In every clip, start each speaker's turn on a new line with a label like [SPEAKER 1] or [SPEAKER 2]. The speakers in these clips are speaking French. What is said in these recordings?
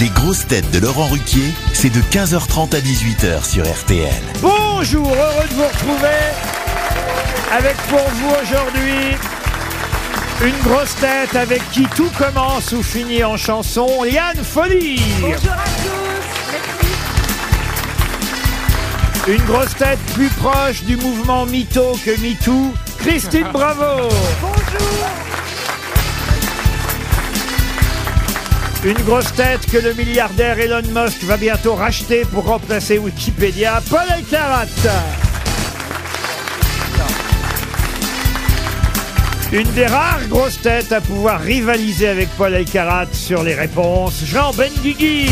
[SPEAKER 1] Les grosses têtes de Laurent Ruquier, c'est de 15h30 à 18h sur RTL.
[SPEAKER 2] Bonjour, heureux de vous retrouver avec pour vous aujourd'hui une grosse tête avec qui tout commence ou finit en chanson, Yann Folie.
[SPEAKER 3] Bonjour à tous.
[SPEAKER 2] Une grosse tête plus proche du mouvement mytho que MeToo, Christine Bravo.
[SPEAKER 3] Bonjour.
[SPEAKER 2] Une grosse tête que le milliardaire Elon Musk va bientôt racheter pour remplacer Wikipédia, Paul Elkarat. Une des rares grosses têtes à pouvoir rivaliser avec Paul Elkarat sur les réponses, Jean Benguigui.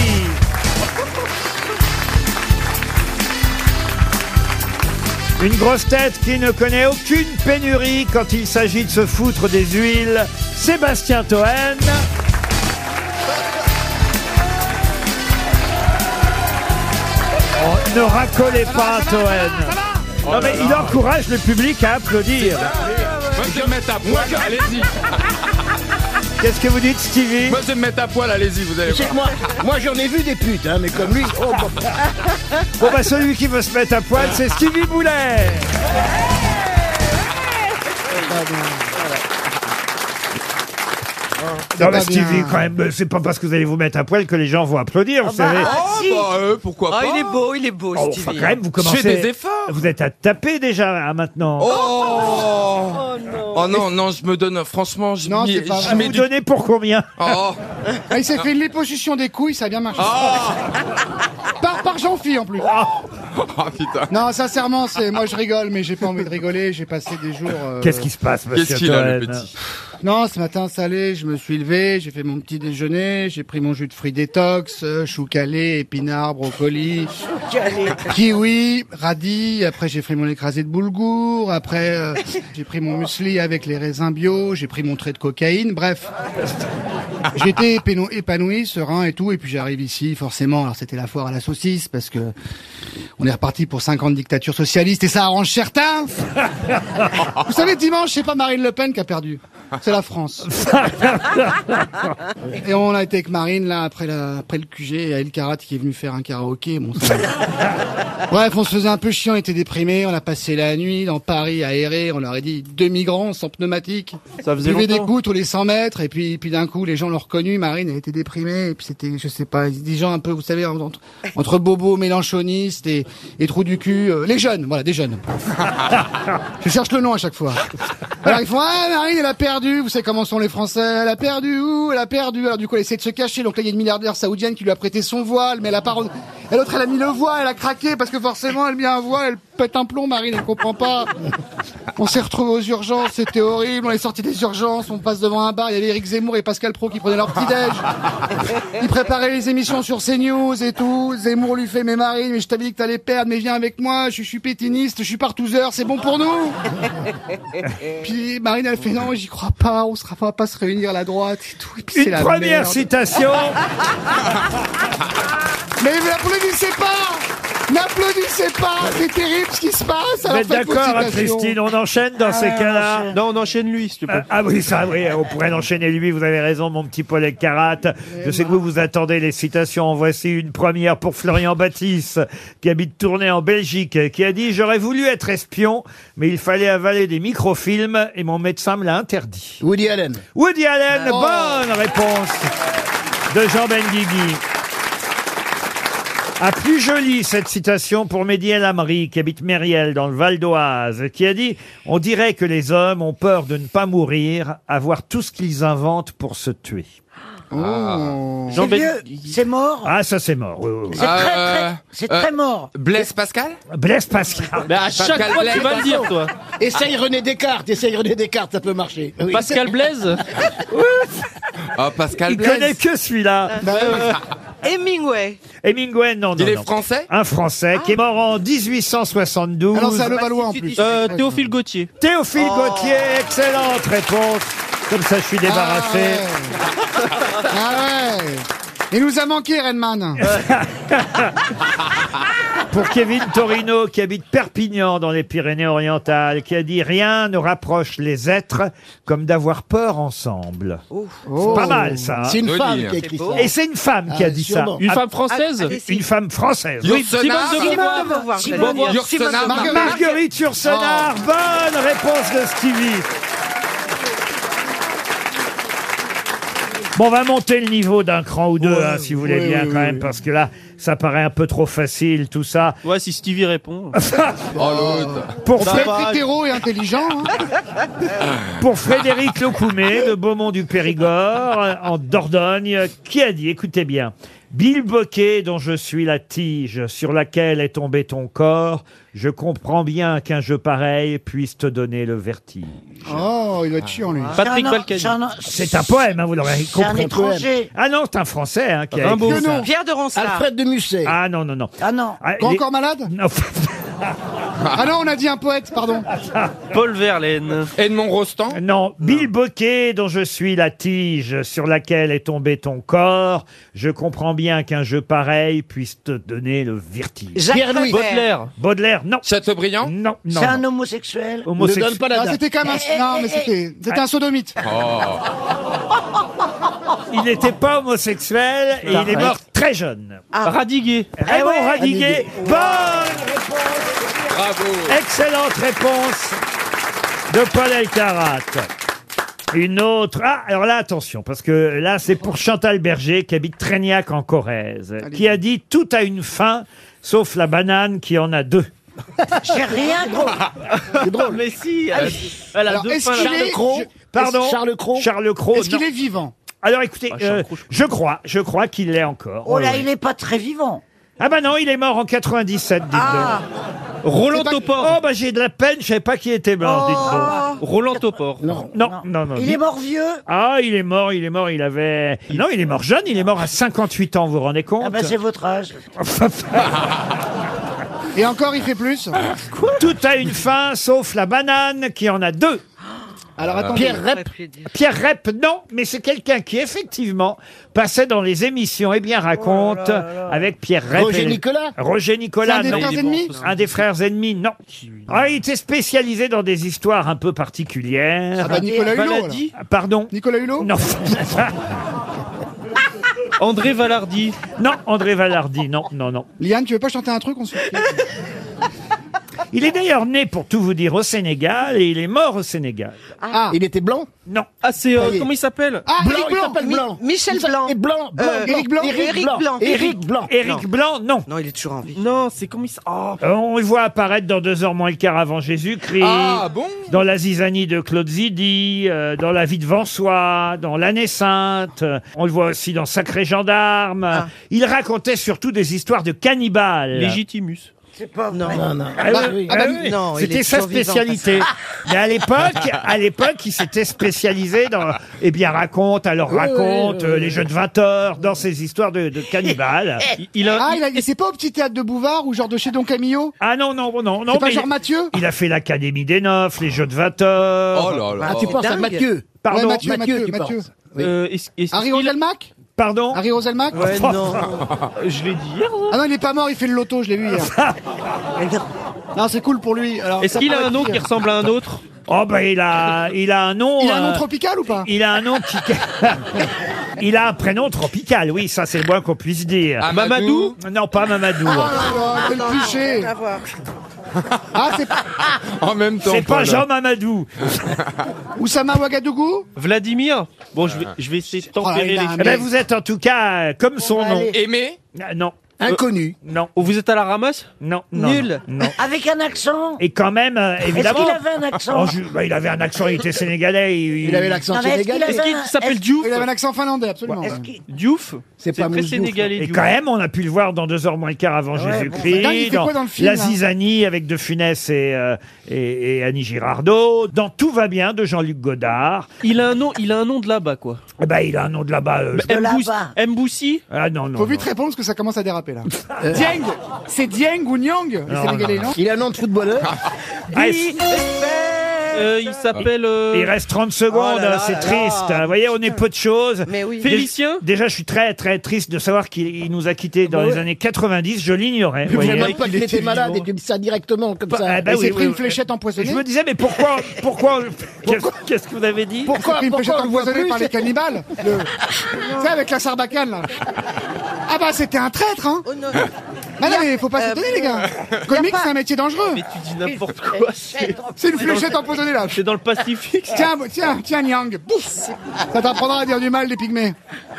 [SPEAKER 2] Une grosse tête qui ne connaît aucune pénurie quand il s'agit de se foutre des huiles, Sébastien Toen. Oh, ne racolez pas,
[SPEAKER 4] Oh
[SPEAKER 2] Toen. Non, mais il encourage le public à applaudir.
[SPEAKER 4] Moi je vais me mettre à poil, allez-y.
[SPEAKER 2] Qu'est-ce que vous dites, Stevie
[SPEAKER 4] Moi je vais me mettre à poil, allez-y, vous allez voir.
[SPEAKER 5] Moi, moi j'en ai vu des putes, hein, mais comme lui, oh, bon.
[SPEAKER 2] Bon, bah, celui qui veut se mettre à poil, c'est Stevie Boulet. Non, mais Stevie, quand même, euh, c'est pas parce que vous allez vous mettre à poil que les gens vont applaudir, vous savez.
[SPEAKER 4] Oh, bah, euh, pourquoi
[SPEAKER 6] Ah,
[SPEAKER 4] pas
[SPEAKER 6] il est beau, il est beau,
[SPEAKER 2] Oh, enfin,
[SPEAKER 6] Stevie.
[SPEAKER 2] quand même, vous commencez.
[SPEAKER 4] Je fais des efforts.
[SPEAKER 2] Vous êtes à taper déjà hein, maintenant.
[SPEAKER 4] Oh Oh non, non, je me donne, franchement, je
[SPEAKER 7] Non,
[SPEAKER 4] m'y-
[SPEAKER 7] c'est pas
[SPEAKER 4] je
[SPEAKER 7] vrai.
[SPEAKER 4] mets
[SPEAKER 2] vous
[SPEAKER 4] du...
[SPEAKER 2] donnez pour combien
[SPEAKER 4] Oh, Ah.
[SPEAKER 7] Ah, il s'est fait une déposition des couilles, ça a bien marché. Par, par Jean-Phi en plus.
[SPEAKER 4] oh, putain.
[SPEAKER 7] Non, sincèrement, c'est moi je rigole, mais j'ai pas envie de rigoler. J'ai passé des jours. euh,
[SPEAKER 2] Qu'est-ce qui se passe, monsieur
[SPEAKER 4] Qu'est-ce qu'il a, le
[SPEAKER 2] Toen
[SPEAKER 4] petit
[SPEAKER 7] Non, ce matin, ça allait. Je me suis levé, j'ai fait mon petit déjeuner, j'ai pris mon jus de fruits détox, euh, chou calé, épinards, brocoli, kiwi, radis. Après, j'ai pris mon écrasé de boulgour. Après, euh, j'ai pris mon muesli avec les raisins bio. J'ai pris mon trait de cocaïne. Bref. J'étais épanou- épanoui, serein et tout, et puis j'arrive ici, forcément. Alors c'était la foire à la saucisse, parce que on est reparti pour 50 dictatures socialistes, et ça arrange certains. Vous savez, dimanche, c'est pas Marine Le Pen qui a perdu. C'est la France. et on a été avec Marine, là, après, la, après le QG, et El Karat qui est venu faire un karaoké. Bon, ça... Bref, on se faisait un peu chiant, on était déprimés, on a passé la nuit dans Paris aéré, on leur a dit deux migrants sans pneumatique. Ça faisait des gouttes tous les 100 mètres, et puis, puis d'un coup, les gens l'ont reconnu, Marine, elle était déprimée, et puis c'était, je sais pas, des gens un peu, vous savez, entre, entre bobos, mélanchonistes et, et trous du cul, euh, les jeunes, voilà, des jeunes. Je cherche le nom à chaque fois. Alors ils font Ah Marine elle a perdu, vous savez comment sont les Français, elle a perdu où Elle a perdu. Alors du coup elle essaie de se cacher, donc là il y a une milliardaire saoudienne qui lui a prêté son voile, mais elle a pas re- Et l'autre elle a mis le voile, elle a craqué parce que forcément elle met un voile, elle pète un plomb, Marine, elle comprend pas. On s'est retrouvés aux urgences, c'était horrible, on est sorti des urgences, on passe devant un bar, il y avait Eric Zemmour et Pascal Pro qui prenaient leur petit déj. Ils préparaient les émissions sur CNews et tout. Zemmour lui fait mais Marine, mais je t'avais dit que t'allais perdre, mais viens avec moi, je suis- je suis pétiniste, je suis partouzeur, c'est bon pour nous. Puis Marine elle fait non, j'y crois pas, on sera on va pas se réunir la droite et tout. Et puis c'est
[SPEAKER 2] Une
[SPEAKER 7] la
[SPEAKER 2] première
[SPEAKER 7] merde.
[SPEAKER 2] citation.
[SPEAKER 7] Mais vous n'applaudissez pas, n'applaudissez pas, c'est terrible ce qui se passe.
[SPEAKER 2] Vous
[SPEAKER 7] Alors
[SPEAKER 2] êtes
[SPEAKER 7] faites vos
[SPEAKER 2] d'accord, hein,
[SPEAKER 7] citations.
[SPEAKER 2] Christine On enchaîne dans ces cas-là.
[SPEAKER 5] Non, on enchaîne lui, s'il te plaît.
[SPEAKER 2] Ah, ah oui, ça, oui, on pourrait l'enchaîner lui, vous avez raison, mon petit Paul Elkarat. Je sais que vous vous attendez les citations. En voici une première pour Florian Baptiste, qui habite Tournai en Belgique, qui a dit « J'aurais voulu être espion, mais il fallait avaler des microfilms et mon médecin me l'a interdit.
[SPEAKER 5] Woody Allen. »
[SPEAKER 2] Woody Allen,
[SPEAKER 7] Oh.
[SPEAKER 2] bonne réponse de Jean Benguigui. Ah, plus jolie cette citation pour Mehdi El Amri, qui habite Mériel, dans le Val d'Oise, qui a dit « On dirait que les hommes ont peur de ne pas mourir, avoir tout ce qu'ils inventent pour se tuer.
[SPEAKER 4] Ah.
[SPEAKER 7] Oh.
[SPEAKER 5] Jean
[SPEAKER 6] C'est vieux, c'est mort. »
[SPEAKER 2] Ah, ça c'est mort. oui, oui, oui.
[SPEAKER 6] C'est très,
[SPEAKER 4] Euh,
[SPEAKER 6] très, c'est
[SPEAKER 4] euh,
[SPEAKER 6] très mort.
[SPEAKER 4] Blaise Pascal
[SPEAKER 2] Blaise Pascal.
[SPEAKER 5] Bah, à chaque
[SPEAKER 4] Pascal
[SPEAKER 5] fois, tu
[SPEAKER 4] Blaise.
[SPEAKER 5] vas le dire, toi.
[SPEAKER 8] Essaye René Descartes, essaye René Descartes, ça peut marcher. Oui.
[SPEAKER 5] Pascal Blaise.
[SPEAKER 4] Ah, Pascal
[SPEAKER 2] Il connaît
[SPEAKER 4] Blaise. Bah
[SPEAKER 2] que celui-là. Euh,
[SPEAKER 6] Hemingway.
[SPEAKER 2] Hemingway, non, non,
[SPEAKER 4] Il est
[SPEAKER 2] non.
[SPEAKER 4] français
[SPEAKER 2] Un Français qui est mort en 1872.
[SPEAKER 7] Alors c'est à Levallois
[SPEAKER 4] Ah,
[SPEAKER 7] en plus.
[SPEAKER 5] Euh, Théophile Gauthier.
[SPEAKER 2] Théophile Gauthier, excellente réponse. Comme ça, je suis
[SPEAKER 7] Ah
[SPEAKER 2] débarrassé.
[SPEAKER 7] ouais. Ah ouais. Il nous a manqué Redman.
[SPEAKER 2] Pour Kevin Torino, qui habite Perpignan dans les Pyrénées-Orientales, qui a dit Rien ne rapproche les êtres comme d'avoir peur ensemble. C'est pas mal ça. hein.
[SPEAKER 8] Oh. C'est une
[SPEAKER 4] Joli,
[SPEAKER 8] femme
[SPEAKER 4] hein.
[SPEAKER 8] qui a écrit
[SPEAKER 6] C'est beau.
[SPEAKER 8] ça.
[SPEAKER 2] Et c'est une femme qui a
[SPEAKER 8] Ah,
[SPEAKER 2] dit ça.
[SPEAKER 8] sûrement.
[SPEAKER 2] ah,
[SPEAKER 5] Une femme française
[SPEAKER 6] Allez, si.
[SPEAKER 2] Une femme française.
[SPEAKER 4] Yo-
[SPEAKER 5] Simone
[SPEAKER 4] Yourcenar.
[SPEAKER 5] de
[SPEAKER 6] Simone de
[SPEAKER 5] Beauvoir.
[SPEAKER 6] Beauvoir, j'allais
[SPEAKER 5] Beauvoir.
[SPEAKER 6] dire.
[SPEAKER 4] Yourcenar.
[SPEAKER 6] Simone de Beauvoir.
[SPEAKER 2] Marguerite
[SPEAKER 8] Oh.
[SPEAKER 2] Yourcenar, bonne réponse de Stevie. Bon, on va monter le niveau d'un cran ou deux,
[SPEAKER 7] Ouais,
[SPEAKER 2] hein, si vous voulez
[SPEAKER 7] ouais,
[SPEAKER 2] bien,
[SPEAKER 7] ouais,
[SPEAKER 2] quand
[SPEAKER 7] ouais.
[SPEAKER 2] même, parce que là, ça paraît un peu trop facile, tout ça.
[SPEAKER 5] Ouais, si Stevie répond.
[SPEAKER 4] Oh l'autre.
[SPEAKER 2] Pour,
[SPEAKER 7] Vous
[SPEAKER 2] Fré-
[SPEAKER 7] êtes hétéro et intelligent. hein.
[SPEAKER 2] pour Frédéric Lecoumé de Beaumont-du-Périgord, euh, en Dordogne, euh, qui a dit, écoutez bien, Bill Boquet, dont je suis la tige, sur laquelle est tombé ton corps, je comprends bien qu'un jeu pareil puisse te donner le vertige.
[SPEAKER 7] Oh, il doit être chiant, lui.
[SPEAKER 5] Patrick Balkany.
[SPEAKER 2] C'est un poème, hein, vous l'aurez
[SPEAKER 8] C'est un
[SPEAKER 2] compris.
[SPEAKER 8] étranger.
[SPEAKER 2] Ah non, c'est un Français hein, qui a
[SPEAKER 5] Rimbaud.
[SPEAKER 2] écrit ça.
[SPEAKER 7] Non.
[SPEAKER 6] Pierre de Ronsard.
[SPEAKER 8] Alfred de Musset.
[SPEAKER 2] Ah non, non, non.
[SPEAKER 8] Ah non.
[SPEAKER 2] Ah,
[SPEAKER 7] Quoi,
[SPEAKER 2] les-
[SPEAKER 7] encore malade
[SPEAKER 2] Non,
[SPEAKER 7] Ah non, on a dit un poète, pardon.
[SPEAKER 5] Paul Verlaine.
[SPEAKER 4] Edmond Rostand.
[SPEAKER 2] non, Bill Boquet, dont je suis la tige sur laquelle est tombé ton corps, je comprends bien qu'un jeu pareil puisse te donner le vertige.
[SPEAKER 6] Jacques
[SPEAKER 8] Pierre-Louis
[SPEAKER 6] Prévert.
[SPEAKER 5] Baudelaire.
[SPEAKER 2] Baudelaire, non.
[SPEAKER 4] Chateaubriand.
[SPEAKER 2] Non, non.
[SPEAKER 9] C'est un
[SPEAKER 2] non.
[SPEAKER 9] homosexuel. Eh,
[SPEAKER 8] Ne
[SPEAKER 2] Homosexuel.
[SPEAKER 8] donne pas la
[SPEAKER 7] Ah,
[SPEAKER 8] date.
[SPEAKER 7] c'était quand même un... Non, mais c'était c'était un sodomite.
[SPEAKER 9] Ah.
[SPEAKER 5] Oh.
[SPEAKER 2] Il n'était pas homosexuel et il est mort très jeune.
[SPEAKER 5] Radiguet.
[SPEAKER 2] Raymond Radiguet, bonne
[SPEAKER 4] Bravo.
[SPEAKER 2] Excellente réponse de Paul Elkarat. Une autre. Ah, alors là, attention, parce que là, c'est pour Chantal Berger, qui habite Trégnac en Corrèze, qui a dit Tout a une fin, sauf la banane qui en a deux.
[SPEAKER 9] J'ai rien compris.
[SPEAKER 5] Mais si, elle a, elle a
[SPEAKER 7] Alors,
[SPEAKER 5] deux
[SPEAKER 7] est-ce
[SPEAKER 5] fins,
[SPEAKER 7] qu'il
[SPEAKER 5] là.
[SPEAKER 7] est...
[SPEAKER 8] Croc.
[SPEAKER 2] Pardon.
[SPEAKER 8] Charles Cros.
[SPEAKER 2] Charles Cros.
[SPEAKER 7] Est-ce qu'il
[SPEAKER 2] non.
[SPEAKER 7] est vivant
[SPEAKER 2] Alors écoutez,
[SPEAKER 5] Ah, Charles
[SPEAKER 2] euh,
[SPEAKER 5] Cros, je
[SPEAKER 2] je crois, je crois qu'il l'est encore.
[SPEAKER 9] Oh là,
[SPEAKER 2] Ouais, ouais.
[SPEAKER 9] il est pas très vivant.
[SPEAKER 2] Ah bah non, il est mort en 97, dites
[SPEAKER 6] Ah,
[SPEAKER 5] Roland
[SPEAKER 7] C'est pas-
[SPEAKER 2] donc.
[SPEAKER 5] Topor.
[SPEAKER 2] Oh bah j'ai de la peine, je savais pas qu'il était mort, dites
[SPEAKER 5] Roland Topor.
[SPEAKER 2] donc. Non, non, non.
[SPEAKER 9] Oh. Il est mort vieux.
[SPEAKER 2] Ah, il est mort, il est mort, il avait... Non, il est mort jeune, il est mort à 58 ans, vous vous rendez compte
[SPEAKER 9] Ah ben c'est votre âge.
[SPEAKER 7] Et encore, il fait plus
[SPEAKER 2] Tout a une fin, sauf la banane qui en a deux. Euh,
[SPEAKER 7] Alors, attendez.
[SPEAKER 8] Pierre Rep.
[SPEAKER 2] Pierre Rep, non, mais c'est quelqu'un qui, effectivement, passait dans les émissions et bien raconte
[SPEAKER 7] Oh
[SPEAKER 2] avec Pierre Rep.
[SPEAKER 8] Roger
[SPEAKER 2] et-
[SPEAKER 8] Nicolas.
[SPEAKER 2] Roger
[SPEAKER 7] C'est
[SPEAKER 2] Nicolas,
[SPEAKER 7] un des
[SPEAKER 2] non.
[SPEAKER 7] frères ennemis
[SPEAKER 2] Un des frères ennemis, non. Ah, il était spécialisé dans des histoires un peu particulières.
[SPEAKER 7] Ah bah, Nicolas Hulot, alors.
[SPEAKER 5] Baladi.
[SPEAKER 2] Ah, Pardon
[SPEAKER 7] Nicolas Hulot
[SPEAKER 2] Non.
[SPEAKER 5] André Valardi.
[SPEAKER 2] non, André Valardi, non, non, non.
[SPEAKER 7] Liane, tu veux pas chanter un truc on se fait-
[SPEAKER 2] Il est d'ailleurs né, pour tout vous dire, au Sénégal et il est mort au Sénégal.
[SPEAKER 7] Ah,
[SPEAKER 8] Il était blanc.
[SPEAKER 2] Non.
[SPEAKER 5] Ah, c'est.
[SPEAKER 8] Ça
[SPEAKER 5] euh,
[SPEAKER 8] y est.
[SPEAKER 5] comment il s'appelle
[SPEAKER 7] ah
[SPEAKER 8] Blanc,
[SPEAKER 7] Eric
[SPEAKER 8] il
[SPEAKER 7] Blanc
[SPEAKER 8] s'appelle
[SPEAKER 6] Mi-
[SPEAKER 8] Blanc.
[SPEAKER 6] Michel
[SPEAKER 8] Il s'appelle-
[SPEAKER 6] Blanc.
[SPEAKER 8] Et Blanc, Blanc,
[SPEAKER 6] Euh,
[SPEAKER 8] Eric Blanc.
[SPEAKER 6] Eric Blanc.
[SPEAKER 8] Eric Blanc.
[SPEAKER 2] Éric Blanc, non.
[SPEAKER 6] non, il est toujours en vie.
[SPEAKER 5] Non, c'est comment il s- Oh,
[SPEAKER 2] Euh, On le voit apparaître dans deux heures moins le quart avant Jésus-Christ.
[SPEAKER 4] Ah bon.
[SPEAKER 2] Dans la zizanie de Claude Zidi, euh, dans la vie de Vansois, dans l'année sainte, Euh, on le voit aussi dans Sacré Gendarme. Il racontait surtout des histoires de cannibales.
[SPEAKER 5] Légitimus.
[SPEAKER 9] C'est pas
[SPEAKER 6] Non.
[SPEAKER 9] vrai.
[SPEAKER 8] Non, non.
[SPEAKER 2] Ah oui, ah
[SPEAKER 6] bah
[SPEAKER 2] oui,
[SPEAKER 6] oui.
[SPEAKER 2] oui.
[SPEAKER 6] Non, il
[SPEAKER 2] c'était
[SPEAKER 6] est
[SPEAKER 2] sa
[SPEAKER 6] toujours vivant.
[SPEAKER 2] spécialité. Mais à l'époque, à l'époque, il s'était spécialisé dans eh bien raconte, alors raconte euh, les jeux de 20 heures, dans ces histoires de, de cannibales.
[SPEAKER 5] Il, il a.
[SPEAKER 7] ah il a- il- c'est pas au petit théâtre de Bouvard ou genre de chez Don Camillo
[SPEAKER 2] Ah non non non non
[SPEAKER 7] C'est pas
[SPEAKER 2] mais
[SPEAKER 7] genre Mathieu
[SPEAKER 2] il a fait l'Académie des Neufs, les jeux de 20 heures.
[SPEAKER 4] Oh là là.
[SPEAKER 8] Ah, tu penses à
[SPEAKER 6] dingue.
[SPEAKER 8] Mathieu.
[SPEAKER 2] Pardon,
[SPEAKER 7] Ouais, Mathieu,
[SPEAKER 8] Mathieu,
[SPEAKER 7] Mathieu,
[SPEAKER 8] tu
[SPEAKER 7] Mathieu.
[SPEAKER 8] penses.
[SPEAKER 5] euh, est-ce- est-ce
[SPEAKER 7] Harry
[SPEAKER 5] qu'il-
[SPEAKER 7] Roselmack
[SPEAKER 2] Pardon.
[SPEAKER 7] Harry Roselmack
[SPEAKER 6] Ouais, non.
[SPEAKER 5] Je l'ai dit hier. ça.
[SPEAKER 7] Ah non, il est pas mort, il fait le loto, je l'ai vu hier. non, c'est cool pour lui. Alors,
[SPEAKER 5] Est-ce
[SPEAKER 7] ça
[SPEAKER 5] qu'il a
[SPEAKER 7] paraît
[SPEAKER 5] un nom qui
[SPEAKER 7] pire.
[SPEAKER 5] ressemble à un autre
[SPEAKER 2] Oh bah il a il a un nom
[SPEAKER 7] Il a un nom
[SPEAKER 2] euh,
[SPEAKER 7] tropical ou pas
[SPEAKER 2] il a un nom qui Il a un prénom tropical. Oui, ça c'est le moins qu'on puisse dire.
[SPEAKER 5] Mamadou
[SPEAKER 2] Non, pas Mamadou.
[SPEAKER 4] Ah,
[SPEAKER 7] Oh là là,
[SPEAKER 9] Ah,
[SPEAKER 7] quel cliché
[SPEAKER 6] Rien à voir.
[SPEAKER 7] Ah, c'est
[SPEAKER 4] En même temps.
[SPEAKER 2] c'est pas
[SPEAKER 4] Paul.
[SPEAKER 2] Jean Mamadou.
[SPEAKER 7] Oussama Ouagadougou
[SPEAKER 5] Vladimir Bon, je vais, je vais essayer de tempérer
[SPEAKER 7] il a
[SPEAKER 5] les
[SPEAKER 7] un
[SPEAKER 2] Eh ben,
[SPEAKER 7] Mais-
[SPEAKER 2] vous êtes en tout cas euh, comme son nom.
[SPEAKER 9] allez.
[SPEAKER 4] Aimé.
[SPEAKER 2] Ah, Non,
[SPEAKER 8] Inconnu.
[SPEAKER 2] non,
[SPEAKER 5] Oh, vous êtes à la ramasse
[SPEAKER 2] non, non.
[SPEAKER 5] Nul.
[SPEAKER 2] Non. non.
[SPEAKER 9] Avec un accent.
[SPEAKER 2] Et quand même, euh,
[SPEAKER 9] Est-ce
[SPEAKER 2] évidemment.
[SPEAKER 9] qu'il avait un
[SPEAKER 2] Oh,
[SPEAKER 9] accent
[SPEAKER 2] je- bah, il avait un accent, il était sénégalais. il- il-
[SPEAKER 8] Il avait l'accent
[SPEAKER 9] Non, mais est-ce qu'il
[SPEAKER 8] sénégalais.
[SPEAKER 5] Est-ce
[SPEAKER 9] avait
[SPEAKER 5] qu'il
[SPEAKER 9] un-
[SPEAKER 5] s'appelle
[SPEAKER 9] est-ce-
[SPEAKER 5] Diouf
[SPEAKER 7] Il avait un accent finlandais, absolument.
[SPEAKER 9] est-ce qu'il-
[SPEAKER 5] Diouf
[SPEAKER 8] C'est pas
[SPEAKER 5] très
[SPEAKER 8] Mousse Diouf.
[SPEAKER 5] sénégalais.
[SPEAKER 2] Et
[SPEAKER 5] Diouf.
[SPEAKER 2] quand même, on a pu le voir dans deux heures moins le quart avant Jésus-Christ,
[SPEAKER 7] Dingue, il fait
[SPEAKER 2] dans
[SPEAKER 7] quoi dans le film,
[SPEAKER 2] La
[SPEAKER 7] là
[SPEAKER 2] Zizanie avec De Funès et, euh, et, et Annie Girardot, dans Tout va bien de Jean-Luc Godard.
[SPEAKER 5] Il a un nom, il a un nom de là-bas quoi.
[SPEAKER 2] Eh ben, il a un nom de là-bas. euh, je-
[SPEAKER 9] De
[SPEAKER 5] Mbous-
[SPEAKER 9] là-bas.
[SPEAKER 5] Mboussi
[SPEAKER 2] Ah non, non.
[SPEAKER 7] Faut
[SPEAKER 2] non.
[SPEAKER 7] vite répondre parce que ça commence à déraper là. Euh, Dieng C'est Dieng ou Nyang Les Sénégalais, non Ah,
[SPEAKER 8] Il a un nom de footballeur.
[SPEAKER 2] Ah, est-ce-
[SPEAKER 5] Euh, il s'appelle. euh,
[SPEAKER 2] Il reste 30 secondes,
[SPEAKER 5] Oh là là
[SPEAKER 2] hein, c'est
[SPEAKER 5] là
[SPEAKER 2] triste.
[SPEAKER 5] là.
[SPEAKER 2] hein. Vous voyez, on est peu de choses.
[SPEAKER 5] Mais oui.
[SPEAKER 2] Dé-
[SPEAKER 5] Félicien
[SPEAKER 2] Déjà, je suis très très triste de savoir qu'il il nous a quittés dans
[SPEAKER 8] bah
[SPEAKER 2] les
[SPEAKER 8] ouais.
[SPEAKER 2] années 90. Je l'ignorais. vous
[SPEAKER 8] Je savais
[SPEAKER 2] voyez.
[SPEAKER 8] même pas qu'il était malade et tu me dis ça directement comme ça.
[SPEAKER 2] Ah, bah
[SPEAKER 7] Il
[SPEAKER 2] oui,
[SPEAKER 7] s'est pris
[SPEAKER 2] oui,
[SPEAKER 7] une
[SPEAKER 2] oui.
[SPEAKER 7] fléchette empoisonnée.
[SPEAKER 2] Je me disais, mais pourquoi, pourquoi, qu'est-ce- qu'est-ce que vous avez dit
[SPEAKER 7] Pourquoi
[SPEAKER 8] Pourquoi-
[SPEAKER 7] une pêchette
[SPEAKER 8] pourquoi on le voit
[SPEAKER 7] empoisonnée
[SPEAKER 8] plus,
[SPEAKER 7] par les
[SPEAKER 8] c'est-
[SPEAKER 7] cannibales le... Tu sais, avec la sarbacane, là. Ah bah, c'était un traître, hein
[SPEAKER 6] Oh non. Euh,
[SPEAKER 7] Ah non, mais faut pas s'étonner, les gars Comique, c'est un métier dangereux
[SPEAKER 5] Mais tu dis n'importe quoi. C'est
[SPEAKER 7] C'est une fléchette empoisonnée, là
[SPEAKER 5] c'est dans le Pacifique. ça.
[SPEAKER 7] Tiens, tiens, tiens, Niang Bouf Ça t'apprendra à dire du mal des pygmées.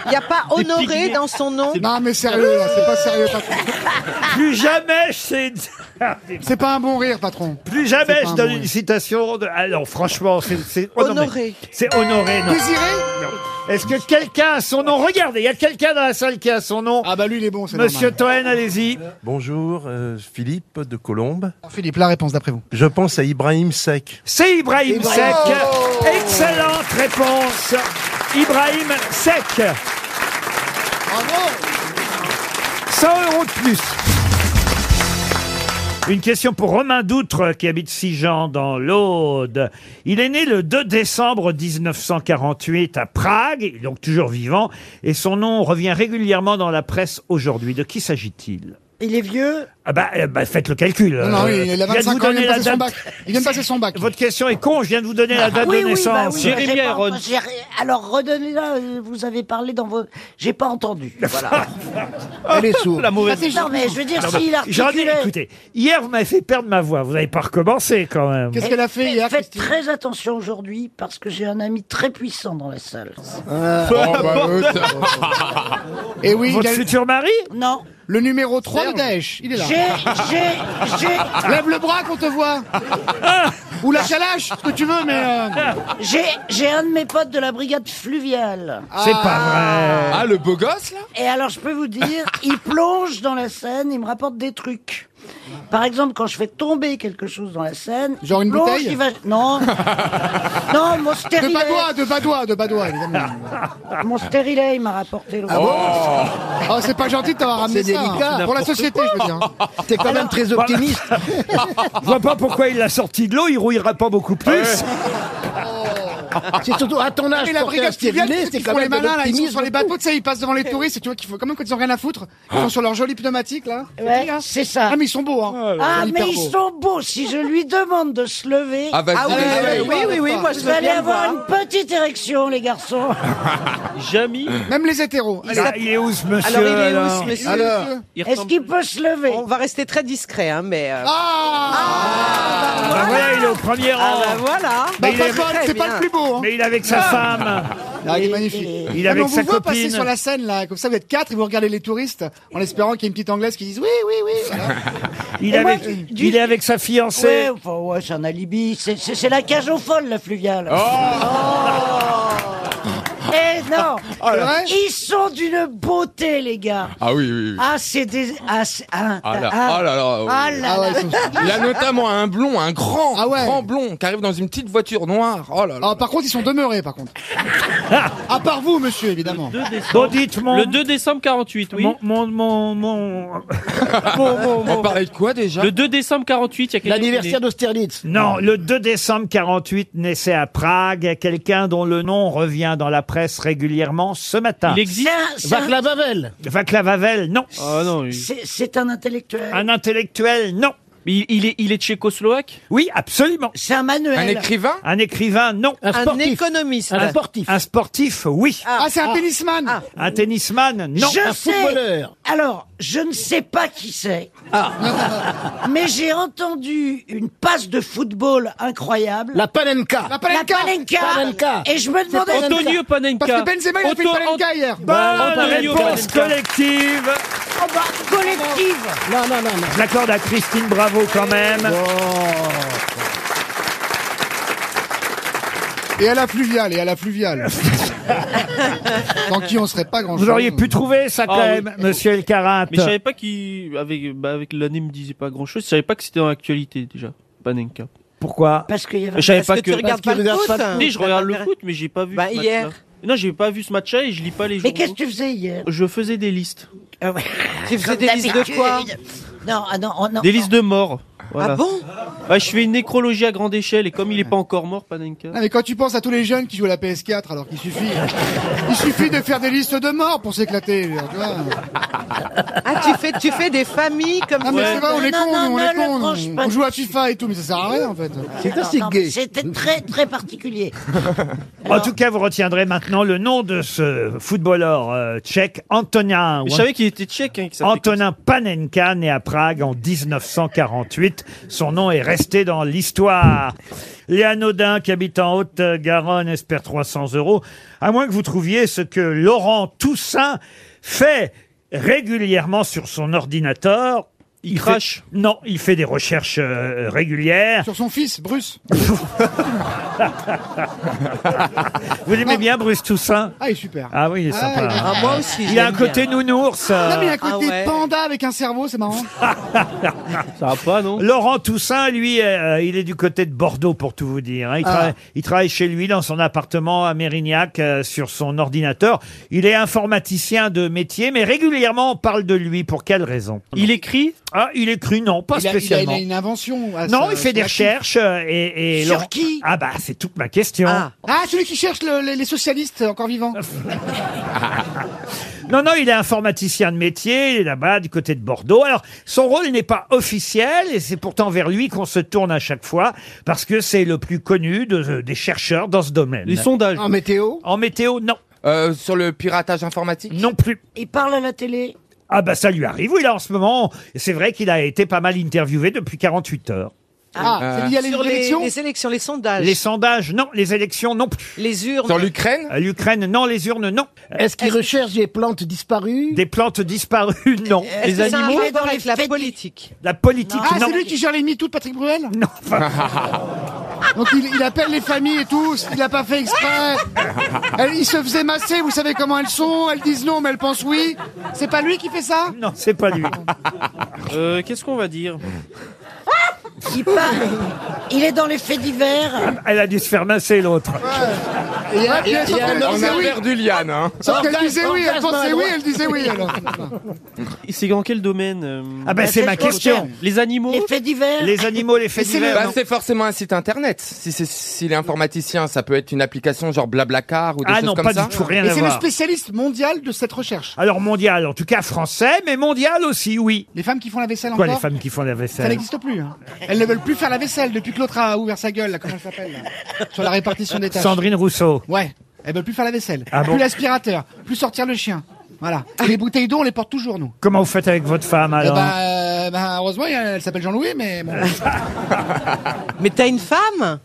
[SPEAKER 6] Il n'y a pas honoré dans son nom.
[SPEAKER 7] Non, mais sérieux, là, c'est pas sérieux, patron.
[SPEAKER 2] Plus jamais je sais-
[SPEAKER 5] Ah,
[SPEAKER 7] C'est pas un bon rire, patron.
[SPEAKER 2] Plus jamais
[SPEAKER 7] pas
[SPEAKER 2] je
[SPEAKER 7] un
[SPEAKER 2] donne
[SPEAKER 7] bon
[SPEAKER 2] une
[SPEAKER 7] oui.
[SPEAKER 2] citation. De... Alors, franchement, c'est. c'est- oh non, mais-
[SPEAKER 6] Honoré.
[SPEAKER 2] C'est honoré, non.
[SPEAKER 7] Désiré
[SPEAKER 2] non. Est-ce que quelqu'un a son nom Regardez, il y a quelqu'un dans la salle qui a son nom.
[SPEAKER 7] Ah bah, lui, il est bon, c'est
[SPEAKER 2] Monsieur
[SPEAKER 7] normal.
[SPEAKER 2] Toen, allez-y.
[SPEAKER 10] Bonjour, euh, Philippe de Colombe.
[SPEAKER 7] Philippe, la réponse d'après vous.
[SPEAKER 10] Je pense à Ibrahim Sek.
[SPEAKER 2] C'est Ibrahim Sek.
[SPEAKER 7] Oh
[SPEAKER 2] Excellente réponse. Ibrahim Sek. 100 euros de plus. Une question pour Romain Doutre euh, qui habite Sijan dans l'Aude. Il est né le 2 décembre 1948 à Prague, il est donc toujours vivant, et son nom revient régulièrement dans la presse aujourd'hui. De qui s'agit-il
[SPEAKER 9] Il est vieux
[SPEAKER 2] ah bah, euh, bah, faites le calcul.
[SPEAKER 7] Non, non,
[SPEAKER 2] Euh,
[SPEAKER 7] il a
[SPEAKER 2] je viens de
[SPEAKER 7] 25
[SPEAKER 2] vous
[SPEAKER 7] ans, il
[SPEAKER 2] donner
[SPEAKER 7] vient de
[SPEAKER 2] la
[SPEAKER 7] passer son
[SPEAKER 2] date.
[SPEAKER 7] bac. Il vient de passer son bac.
[SPEAKER 2] Votre question est con, je viens de vous donner la date
[SPEAKER 9] Oui,
[SPEAKER 2] de
[SPEAKER 9] oui, bah
[SPEAKER 2] naissance.
[SPEAKER 9] oui.
[SPEAKER 5] Jérémy
[SPEAKER 9] j'ai pas
[SPEAKER 5] Aaron.
[SPEAKER 9] entendu- j'ai- Alors redonnez-la, euh, vous avez parlé dans vos... J'ai pas entendu. Voilà.
[SPEAKER 7] Elle est sourde.
[SPEAKER 5] La mauvaise.
[SPEAKER 9] non mais je veux dire, s'il
[SPEAKER 2] J'en ai,
[SPEAKER 9] articulait...
[SPEAKER 2] écoutez, hier vous m'avez fait perdre ma voix, vous n'avez pas recommencé quand même.
[SPEAKER 7] Qu'est-ce qu'elle a fait hier,
[SPEAKER 9] Faites
[SPEAKER 7] Christine
[SPEAKER 9] très attention aujourd'hui parce que j'ai un ami très puissant dans la salle.
[SPEAKER 7] Ah. Euh, oh, bah, Et Eh oui, il
[SPEAKER 2] Votre
[SPEAKER 7] a-
[SPEAKER 2] futur mari
[SPEAKER 9] Non,
[SPEAKER 7] Ah. le numéro 3 de Daesh, il est là.
[SPEAKER 9] j'ai, j'ai, j'ai,
[SPEAKER 7] Lève le bras qu'on te voit Ou la calache, ce que tu veux, mais... euh,
[SPEAKER 9] j'ai, j'ai un de mes potes de la brigade fluviale.
[SPEAKER 2] C'est pas vrai.
[SPEAKER 4] Ah, le beau gosse, là
[SPEAKER 9] Et alors, je peux vous dire, il plonge dans la Seine, il me rapporte des trucs. Par exemple, quand je fais tomber quelque chose dans la Seine,
[SPEAKER 7] Genre
[SPEAKER 9] il
[SPEAKER 7] une
[SPEAKER 9] plonge,
[SPEAKER 7] bouteille
[SPEAKER 9] il va... Non, non, mon
[SPEAKER 7] De
[SPEAKER 9] stérilet,
[SPEAKER 7] Badois, de Badois, de Badois, évidemment. Ah
[SPEAKER 9] mon stérilet, il m'a rapporté l'autre.
[SPEAKER 7] Oh, c'est pas gentil de t'avoir ramené
[SPEAKER 8] C'est
[SPEAKER 7] ça.
[SPEAKER 8] délicat.
[SPEAKER 7] hein. Pour la société, je veux dire.
[SPEAKER 8] T'es quand même très optimiste.
[SPEAKER 2] Je vois pas pourquoi il l'a sorti de l'eau, il rouillera pas beaucoup plus.
[SPEAKER 8] Oh. C'est surtout à ton âge,
[SPEAKER 7] Et la
[SPEAKER 8] porter un
[SPEAKER 7] brigade fluviale,
[SPEAKER 8] stérilet,
[SPEAKER 7] tu sais
[SPEAKER 8] c'est
[SPEAKER 7] qu'ils
[SPEAKER 8] quand
[SPEAKER 7] font les
[SPEAKER 8] même de
[SPEAKER 7] malins,
[SPEAKER 8] Ah.
[SPEAKER 7] là, ils sont sur
[SPEAKER 8] l'optimisme.
[SPEAKER 7] les bateaux, tu sais, ils passent devant les touristes et tu vois qu'ils font comme quand ils ont rien à foutre. Ils sont sur leur jolie pneumatique, là.
[SPEAKER 9] Ouais,
[SPEAKER 7] hein.
[SPEAKER 9] c'est ça.
[SPEAKER 7] Ah, mais ils sont beaux, hein.
[SPEAKER 9] Ah,
[SPEAKER 7] hyper
[SPEAKER 9] mais ils
[SPEAKER 7] beau.
[SPEAKER 9] sont beaux. Si je lui demande de se lever,
[SPEAKER 4] Ah, vas-y,
[SPEAKER 6] Ah oui,
[SPEAKER 4] vas-y.
[SPEAKER 7] ouais,
[SPEAKER 6] oui, oui, oui, oui, moi je
[SPEAKER 9] vous
[SPEAKER 6] veux
[SPEAKER 9] allez
[SPEAKER 6] bien le
[SPEAKER 9] avoir
[SPEAKER 6] voir.
[SPEAKER 9] une petite érection, les garçons.
[SPEAKER 5] Jamy.
[SPEAKER 7] Même les hétéros. Allez,
[SPEAKER 2] Ah, il est où ce monsieur
[SPEAKER 6] Alors il est où
[SPEAKER 2] alors
[SPEAKER 6] ce monsieur
[SPEAKER 7] alors.
[SPEAKER 5] Il
[SPEAKER 9] Est-ce
[SPEAKER 5] ressemble-
[SPEAKER 9] qu'il peut se lever
[SPEAKER 6] On va rester très discret, hein, mais. euh,
[SPEAKER 7] Ah,
[SPEAKER 2] Ah, bah voilà, il est au premier
[SPEAKER 6] Ah
[SPEAKER 2] rang.
[SPEAKER 6] bah voilà.
[SPEAKER 7] Bah,
[SPEAKER 2] Mais il
[SPEAKER 7] pas
[SPEAKER 2] est
[SPEAKER 7] mal,
[SPEAKER 6] très
[SPEAKER 7] c'est pas
[SPEAKER 6] bien.
[SPEAKER 7] le plus beau, hein.
[SPEAKER 2] Mais il est avec sa femme.
[SPEAKER 7] Ah, il est
[SPEAKER 9] Et-
[SPEAKER 7] magnifique.
[SPEAKER 9] et-
[SPEAKER 2] Il est
[SPEAKER 7] Ah, mais
[SPEAKER 2] avec
[SPEAKER 7] on
[SPEAKER 2] sa
[SPEAKER 7] vous voit passer
[SPEAKER 2] copine.
[SPEAKER 7] sur la scène, là. Comme ça, vous êtes quatre et vous regardez les touristes en espérant qu'il y ait une petite anglaise qui dise oui, oui, oui. Voilà.
[SPEAKER 2] Il, est
[SPEAKER 9] Et moi,
[SPEAKER 2] avec,
[SPEAKER 9] du-
[SPEAKER 2] il est avec sa fiancée.
[SPEAKER 9] Ouais, enfin, ouais, c'est un alibi. C'est- C'est c'est la cage aux folles, la fluviale.
[SPEAKER 4] Oh.
[SPEAKER 9] Oh. Eh non
[SPEAKER 4] Oh,
[SPEAKER 7] C'est vrai
[SPEAKER 9] Ils sont d'une beauté, les gars.
[SPEAKER 4] Ah oui, oui, oui.
[SPEAKER 9] Ah, c'est des... Ah, c'est- ah,
[SPEAKER 4] Ah là,
[SPEAKER 9] ah,
[SPEAKER 4] ah là là, oui.
[SPEAKER 9] ah là
[SPEAKER 7] Ah ouais,
[SPEAKER 9] là.
[SPEAKER 7] ils sont-
[SPEAKER 4] Il y a notamment un blond, un grand,
[SPEAKER 7] Ah ouais.
[SPEAKER 4] grand blond qui arrive dans une petite voiture noire. Oh là là.
[SPEAKER 7] Ah, par contre, ils sont demeurés, par contre. À part vous, monsieur, évidemment.
[SPEAKER 2] Bon, dites mon...
[SPEAKER 5] Le 2 décembre 48, oui.
[SPEAKER 2] Mon, mon, mon, mon-
[SPEAKER 4] On parlait de quoi déjà
[SPEAKER 5] Le 2 décembre 48, il y a quelqu'un. qui est né.
[SPEAKER 8] L'anniversaire d'Austerlitz.
[SPEAKER 2] Non, le 2 décembre 48, naissait à Prague, quelqu'un dont le nom revient dans la presse régulièrement ce matin.
[SPEAKER 5] Il existe.
[SPEAKER 9] C'est un- c'est un-
[SPEAKER 8] Vaclav Havel.
[SPEAKER 2] Vaclav Havel, non.
[SPEAKER 5] Ah non, il...
[SPEAKER 9] c'est- C'est un intellectuel.
[SPEAKER 2] Un intellectuel, non.
[SPEAKER 5] Mais il- il est, il est tchécoslovaque.
[SPEAKER 2] Oui, absolument.
[SPEAKER 9] C'est un manuel.
[SPEAKER 4] Un écrivain
[SPEAKER 2] Un écrivain, non.
[SPEAKER 8] Un
[SPEAKER 6] Un
[SPEAKER 8] sportif.
[SPEAKER 6] économiste.
[SPEAKER 8] Un sportif.
[SPEAKER 2] Un sportif, oui.
[SPEAKER 7] Ah, c'est un pénisman
[SPEAKER 2] Un tennisman, non.
[SPEAKER 9] Je
[SPEAKER 8] Un
[SPEAKER 9] sais.
[SPEAKER 8] footballeur.
[SPEAKER 9] Alors, je ne sais pas qui c'est. Mais j'ai entendu une passe de football incroyable.
[SPEAKER 8] La Panenka.
[SPEAKER 7] La
[SPEAKER 9] La
[SPEAKER 7] palenka
[SPEAKER 9] Panenka.
[SPEAKER 8] Panenka.
[SPEAKER 9] Et je me demandais.
[SPEAKER 5] Antonio Panenka.
[SPEAKER 7] Parce que Benzema, il a fait une
[SPEAKER 5] Anto-
[SPEAKER 7] palenka hier.
[SPEAKER 2] Bonne
[SPEAKER 5] Antonio
[SPEAKER 2] réponse
[SPEAKER 5] Panenka.
[SPEAKER 2] collective.
[SPEAKER 9] Oh, bah, collective.
[SPEAKER 8] Non, non, non, non.
[SPEAKER 2] Je l'accorde à Christine Bravo quand même.
[SPEAKER 7] Et à la fluviale, et à la fluviale. Sans qui on serait pas grand chose.
[SPEAKER 2] Vous auriez pu trouver ça quand
[SPEAKER 5] Ah
[SPEAKER 2] même, monsieur El Karat.
[SPEAKER 5] Mais je savais pas qu'il. Avec, bah, avec l'année, il me disait pas grand chose. Je savais pas que c'était dans l'actualité déjà. Panenka.
[SPEAKER 2] Pourquoi
[SPEAKER 9] Parce qu'il y avait.
[SPEAKER 5] Je savais
[SPEAKER 6] Parce
[SPEAKER 5] pas
[SPEAKER 6] que tu regardes pas
[SPEAKER 8] qu'il
[SPEAKER 6] le
[SPEAKER 8] regarde
[SPEAKER 6] foot.
[SPEAKER 8] pas le
[SPEAKER 6] hein.
[SPEAKER 5] Si, je regarde le
[SPEAKER 6] T'as pas
[SPEAKER 5] foot, mais j'ai pas vu.
[SPEAKER 6] Bah,
[SPEAKER 5] ce
[SPEAKER 6] hier.
[SPEAKER 5] match-là. Non, j'ai pas vu ce match-là et je lis pas les
[SPEAKER 9] Mais
[SPEAKER 5] journaux.
[SPEAKER 9] qu'est-ce que tu faisais hier
[SPEAKER 5] Je faisais des listes.
[SPEAKER 9] Ah ouais.
[SPEAKER 6] Tu faisais des listes de quoi
[SPEAKER 9] Non, ah non, oh non.
[SPEAKER 5] Des listes de morts. Voilà.
[SPEAKER 7] Ah bon
[SPEAKER 5] Ouais, Je fais une nécrologie à grande échelle et comme il est pas encore mort, Panenka.
[SPEAKER 7] Ah, mais quand tu penses à tous les jeunes qui jouent à la PS4, alors qu'il suffit, il suffit de faire des listes de morts pour s'éclater. tu vois.
[SPEAKER 6] Ah, tu fais, tu fais des familles comme
[SPEAKER 7] Ah, mais
[SPEAKER 6] ça.
[SPEAKER 7] c'est vrai, on est
[SPEAKER 9] Non,
[SPEAKER 7] cons,
[SPEAKER 9] non,
[SPEAKER 7] nous, on
[SPEAKER 9] non,
[SPEAKER 7] est
[SPEAKER 9] le
[SPEAKER 7] cons.
[SPEAKER 9] branche
[SPEAKER 7] nous.
[SPEAKER 9] pas
[SPEAKER 7] On joue à FIFA et tout, mais ça sert à rien, en fait.
[SPEAKER 9] Non, non, mais C'était très très particulier.
[SPEAKER 2] En tout cas, vous retiendrez maintenant le nom de ce footballeur euh, tchèque, Antonin.
[SPEAKER 5] Mais je savais qu'il était tchèque. Hein, que ça fait
[SPEAKER 2] Antonin Panenka, né à Prague en 1948. Son nom est resté dans l'histoire. Léon Audin, qui habite en Haute-Garonne, espère 300 euros. À moins que vous trouviez ce que Laurent Toussaint fait régulièrement sur son ordinateur. Il,
[SPEAKER 5] crache.
[SPEAKER 2] fait- Non, il fait des recherches euh, régulières.
[SPEAKER 7] Sur son fils, Bruce.
[SPEAKER 2] Vous l'aimez bien, Bruce Toussaint
[SPEAKER 7] Ah, il est super.
[SPEAKER 2] Ah oui, il est
[SPEAKER 7] Ah,
[SPEAKER 2] sympa.
[SPEAKER 7] il est-
[SPEAKER 6] Ah, moi aussi.
[SPEAKER 2] Il a un
[SPEAKER 6] j'aime bien.
[SPEAKER 2] côté nounours. euh.
[SPEAKER 7] Non, mais il a un
[SPEAKER 6] Ah
[SPEAKER 7] côté
[SPEAKER 6] ouais.
[SPEAKER 7] panda avec un cerveau, c'est marrant.
[SPEAKER 5] Ça va pas, non
[SPEAKER 2] Laurent Toussaint, lui, euh, il est du côté de Bordeaux, pour tout vous dire. hein. Il, travaille, il travaille chez lui, dans son appartement à Mérignac, euh, sur son ordinateur. Il est informaticien de métier, mais régulièrement, on parle de lui. Pour quelle raison
[SPEAKER 5] Il écrit
[SPEAKER 2] Ah, il écrit, non, pas
[SPEAKER 7] il, a, il, a, il
[SPEAKER 2] spécialement.
[SPEAKER 7] a une invention. à
[SPEAKER 2] non,
[SPEAKER 7] sa-
[SPEAKER 2] il fait des
[SPEAKER 7] sa-
[SPEAKER 2] recherches. euh, Et, et
[SPEAKER 9] Sur
[SPEAKER 2] Laurent-
[SPEAKER 9] qui
[SPEAKER 2] Ah bah, c'est toute ma question.
[SPEAKER 6] Ah.
[SPEAKER 7] Ah, celui qui cherche le- les, les socialistes encore vivants.
[SPEAKER 2] Non, non, il est informaticien de métier, il est là-bas, du côté de Bordeaux. Alors, son rôle n'est pas officiel, et c'est pourtant vers lui qu'on se tourne à chaque fois, parce que c'est le plus connu de- euh, des chercheurs dans ce domaine.
[SPEAKER 5] Les sondages.
[SPEAKER 7] En météo.
[SPEAKER 2] En météo, non,
[SPEAKER 4] Euh, sur le piratage informatique
[SPEAKER 2] non plus.
[SPEAKER 9] Il parle à la télé.
[SPEAKER 2] Ah bah ça lui arrive, oui, là, en ce moment, c'est vrai qu'il a été pas mal interviewé depuis 48 heures.
[SPEAKER 7] Ah, c'est lié à
[SPEAKER 6] Sur les,
[SPEAKER 7] l'élection.
[SPEAKER 6] les élections, les sondages,
[SPEAKER 2] Les
[SPEAKER 6] les,
[SPEAKER 2] sondages, non, les élections, non plus.
[SPEAKER 6] urnes.
[SPEAKER 4] Sur l'Ukraine
[SPEAKER 2] Euh, L'Ukraine, non, les urnes, non. Euh,
[SPEAKER 8] Est-ce qu'il recherche des plantes disparues
[SPEAKER 2] Des plantes disparues, non.
[SPEAKER 6] Est-ce que ça a un
[SPEAKER 9] animaux
[SPEAKER 6] rapport
[SPEAKER 9] dans les
[SPEAKER 6] avec la
[SPEAKER 9] fêtes
[SPEAKER 6] politique.
[SPEAKER 2] La politique,
[SPEAKER 7] Ah,
[SPEAKER 2] non.
[SPEAKER 7] c'est lui qui gère les MeToo de Patrick Bruel
[SPEAKER 2] Non, enfin,
[SPEAKER 7] Donc il, il appelle les familles et tout, il l'a pas fait exprès. Elles- il se faisait masser, vous savez comment elles sont, elles disent non mais elles pensent oui. C'est pas lui qui fait ça
[SPEAKER 2] non, c'est pas lui.
[SPEAKER 9] Ah.
[SPEAKER 5] Euh, Qu'est-ce qu'on va dire
[SPEAKER 9] Il parle. il est dans les faits divers.
[SPEAKER 2] Elle a dû se faire masser, l'autre.
[SPEAKER 7] Et elle- puis elle- sauf qu'elle
[SPEAKER 4] On
[SPEAKER 7] disait
[SPEAKER 4] a
[SPEAKER 7] oui,
[SPEAKER 4] perdu Liane, hein
[SPEAKER 7] sauf qu'elle disait oui, elle
[SPEAKER 8] orgasme à
[SPEAKER 7] pensait Ah oui,
[SPEAKER 8] droite.
[SPEAKER 7] elle disait oui alors.
[SPEAKER 5] Et C'est dans quel domaine euh,
[SPEAKER 2] Ah
[SPEAKER 9] Bah,
[SPEAKER 2] ben, c'est ma question.
[SPEAKER 5] Les animaux
[SPEAKER 9] Les faits divers.
[SPEAKER 2] Les animaux, les faits
[SPEAKER 7] Mais c'est
[SPEAKER 2] divers,
[SPEAKER 4] Bah,
[SPEAKER 2] non.
[SPEAKER 4] c'est forcément un site internet. Si c'est s'il est informaticien, ça peut être une application genre Blablacar ou des
[SPEAKER 2] Ah
[SPEAKER 4] choses
[SPEAKER 2] non,
[SPEAKER 4] comme
[SPEAKER 2] pas
[SPEAKER 4] ça.
[SPEAKER 2] du tout, rien
[SPEAKER 7] Et
[SPEAKER 2] à
[SPEAKER 7] c'est le
[SPEAKER 2] voir.
[SPEAKER 7] spécialiste mondial de cette recherche.
[SPEAKER 2] Alors mondial, en tout cas français, mais mondial aussi, oui.
[SPEAKER 7] Les femmes qui font la vaisselle
[SPEAKER 2] Quoi, les
[SPEAKER 7] encore
[SPEAKER 2] femmes qui font la
[SPEAKER 7] ça
[SPEAKER 2] vaisselle
[SPEAKER 7] n'existe plus. hein. Elles ne veulent plus faire la vaisselle depuis que l'autre a ouvert sa gueule, là, comment elle s'appelle là Sur la répartition des tâches.
[SPEAKER 2] Sandrine Rousseau.
[SPEAKER 7] Ouais, elles veulent plus faire la vaisselle,
[SPEAKER 2] Ah bon
[SPEAKER 7] plus l'aspirateur, plus sortir le chien. Voilà. Et les bouteilles d'eau, on les porte toujours, nous.
[SPEAKER 2] Comment vous faites avec votre femme
[SPEAKER 7] Eh
[SPEAKER 2] alors
[SPEAKER 7] ben, euh, ben, heureusement, elle, elle s'appelle Jean-Louis, mais bon.
[SPEAKER 6] Mais t'as une femme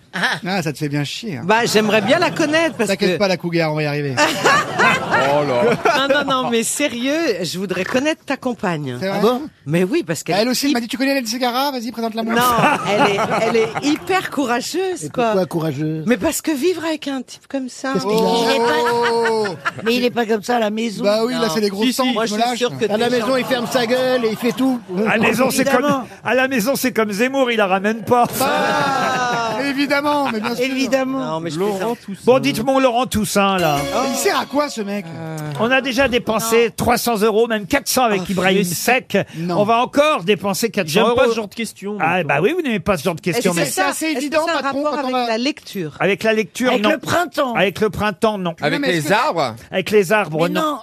[SPEAKER 7] Ah, ça te fait bien chier. hein.
[SPEAKER 6] Bah, j'aimerais bien la connaître parce
[SPEAKER 7] T'inquiète
[SPEAKER 6] que.
[SPEAKER 7] pas, la cougar, on va y arriver.
[SPEAKER 4] Oh là
[SPEAKER 6] Non, non, non, mais sérieux, je voudrais connaître ta compagne. Ah
[SPEAKER 7] C'est vrai Bah,
[SPEAKER 6] Mais oui, parce qu'elle.
[SPEAKER 7] Elle aussi, elle
[SPEAKER 6] est
[SPEAKER 7] m'a dit, tu connais Hélène Segara Vas-y, présente-la moi.
[SPEAKER 6] Non, elle est, elle est hyper courageuse,
[SPEAKER 8] Et
[SPEAKER 6] quoi.
[SPEAKER 8] pourquoi courageuse
[SPEAKER 6] Mais parce que vivre avec un type comme ça.
[SPEAKER 8] Qu'est-ce qu'il
[SPEAKER 7] Oh,
[SPEAKER 9] Il est
[SPEAKER 7] oh,
[SPEAKER 9] Mais il est pas comme ça à la maison.
[SPEAKER 7] Bah oui, là,
[SPEAKER 6] Non.
[SPEAKER 7] c'est des grosses
[SPEAKER 5] Si, si,
[SPEAKER 7] sangs
[SPEAKER 6] Moi,
[SPEAKER 7] qui
[SPEAKER 6] je
[SPEAKER 7] me
[SPEAKER 6] suis
[SPEAKER 7] lâchent.
[SPEAKER 6] sûr que.
[SPEAKER 8] À la
[SPEAKER 6] des gens-
[SPEAKER 8] maison, il ferme sa gueule et il fait tout.
[SPEAKER 2] À la maison, c'est comme
[SPEAKER 9] Évidemment.
[SPEAKER 2] à la maison, c'est comme Zemmour, il la ramène pas.
[SPEAKER 7] Ah, Évidemment, mais bien sûr.
[SPEAKER 9] Évidemment.
[SPEAKER 6] Non, mais je
[SPEAKER 5] Laurent
[SPEAKER 6] plaisante.
[SPEAKER 5] Toussaint.
[SPEAKER 2] Bon, dites-moi Laurent Toussaint là.
[SPEAKER 8] Oh.
[SPEAKER 7] Il sert à quoi, ce mec
[SPEAKER 8] Euh.
[SPEAKER 2] On a déjà dépensé 300 euros, même 400 avec Ibrahim Sec.
[SPEAKER 7] Ah, Non.
[SPEAKER 2] On va encore dépenser 400
[SPEAKER 5] J'aime
[SPEAKER 2] euros.
[SPEAKER 5] pas ce genre de questions.
[SPEAKER 2] Ah bah oui, vous n'aimez pas ce genre de
[SPEAKER 8] Eh,
[SPEAKER 6] Est-ce
[SPEAKER 2] questions.
[SPEAKER 6] que
[SPEAKER 2] Mais...
[SPEAKER 7] c'est assez
[SPEAKER 6] est-ce que
[SPEAKER 7] évident,
[SPEAKER 6] ça a un
[SPEAKER 7] patron,
[SPEAKER 6] rapport
[SPEAKER 7] quand on
[SPEAKER 6] avec
[SPEAKER 7] va-
[SPEAKER 6] la lecture
[SPEAKER 2] Avec la lecture,
[SPEAKER 9] Avec
[SPEAKER 2] non.
[SPEAKER 9] le printemps.
[SPEAKER 2] Avec le printemps, non.
[SPEAKER 4] Avec
[SPEAKER 7] Non, mais
[SPEAKER 4] les
[SPEAKER 7] est-ce que-
[SPEAKER 4] arbres
[SPEAKER 2] Avec les arbres,
[SPEAKER 9] Mais
[SPEAKER 2] non.
[SPEAKER 9] non,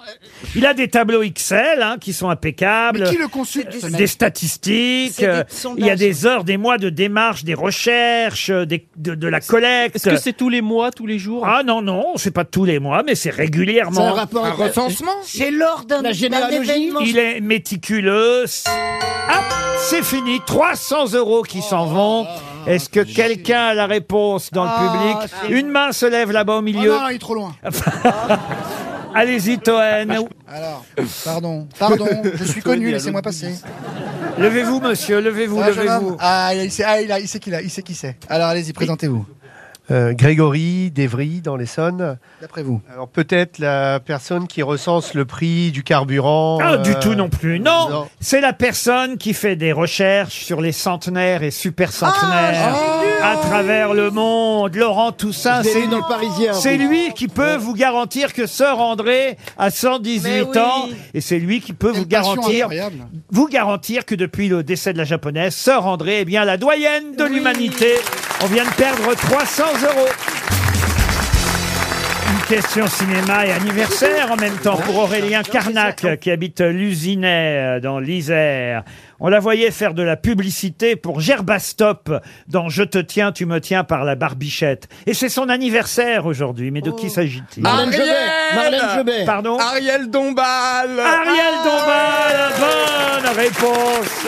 [SPEAKER 2] Il a des tableaux Excel hein, qui sont impeccables. Euh,
[SPEAKER 7] Mais qui le consulte, ce
[SPEAKER 2] des
[SPEAKER 7] mec
[SPEAKER 2] statistiques,
[SPEAKER 6] C'est des
[SPEAKER 2] euh,
[SPEAKER 6] sondages.
[SPEAKER 2] il y a des heures, des mois de démarches, des recherches, euh, des- de, de la collecte.
[SPEAKER 5] Est-ce que c'est tous les mois, tous les jours
[SPEAKER 2] ah non, non, c'est pas tous les mois, mais c'est
[SPEAKER 8] C'est un
[SPEAKER 2] régulièrement.
[SPEAKER 8] rapport
[SPEAKER 4] Un
[SPEAKER 5] Ah,
[SPEAKER 8] avec...
[SPEAKER 5] bah,
[SPEAKER 4] recensement
[SPEAKER 9] c'est lors d'un
[SPEAKER 8] La
[SPEAKER 9] d'un
[SPEAKER 8] généalogie.
[SPEAKER 9] événement.
[SPEAKER 2] Il est méticuleux. Ah, c'est fini, 300 euros qui s'en
[SPEAKER 7] Oh.
[SPEAKER 2] vont. Est-ce
[SPEAKER 7] Ah,
[SPEAKER 2] que quelqu'un a la réponse dans le public Une main se lève là-bas au
[SPEAKER 7] Oh
[SPEAKER 2] milieu.
[SPEAKER 7] non, il est trop loin.
[SPEAKER 2] Allez-y, Toen.
[SPEAKER 7] Alors, pardon, pardon, je suis connu, laissez-moi passer.
[SPEAKER 2] Levez-vous, monsieur, levez-vous,
[SPEAKER 7] Ah, jeune homme.
[SPEAKER 2] levez-vous.
[SPEAKER 7] Ah, il sait, ah, il a- il sait qui l'a- il sait qui c'est. Alors, allez-y, présentez-vous.
[SPEAKER 11] euh, Grégory d'Evry dans l'Essonne.
[SPEAKER 7] D'après vous
[SPEAKER 11] Alors peut-être la personne qui recense le prix du carburant.
[SPEAKER 2] Ah, du
[SPEAKER 11] euh,
[SPEAKER 2] tout non plus. Non, c'est la personne qui fait des recherches sur les centenaires et
[SPEAKER 8] Ah,
[SPEAKER 2] supercentenaires à travers le monde. Laurent Toussaint,
[SPEAKER 8] Je l'ai
[SPEAKER 2] c'est
[SPEAKER 8] lu dans le Parisien, en
[SPEAKER 2] C'est
[SPEAKER 8] plus.
[SPEAKER 2] lui qui peut vous garantir que Sœur André a 118
[SPEAKER 8] Mais
[SPEAKER 2] ans
[SPEAKER 8] oui.
[SPEAKER 2] et c'est lui qui peut vous
[SPEAKER 8] passion
[SPEAKER 2] garantir
[SPEAKER 8] incroyable.
[SPEAKER 2] vous garantir que depuis le décès de la japonaise, Sœur André est bien la doyenne de l'humanité. On vient de perdre 300 euros. Une question cinéma et anniversaire en même temps pour Aurélien Carnac qui habite l'Usinet dans l'Isère. On la voyait faire de la publicité pour Gerbastop dans Je te tiens, tu me tiens par la barbichette. Et c'est son anniversaire aujourd'hui. Mais de qui s'agit-il
[SPEAKER 4] Marlène Jobert
[SPEAKER 2] Marlène Jobert. Pardon
[SPEAKER 4] Ariel Dombal
[SPEAKER 2] Ariel Dombal Bonne réponse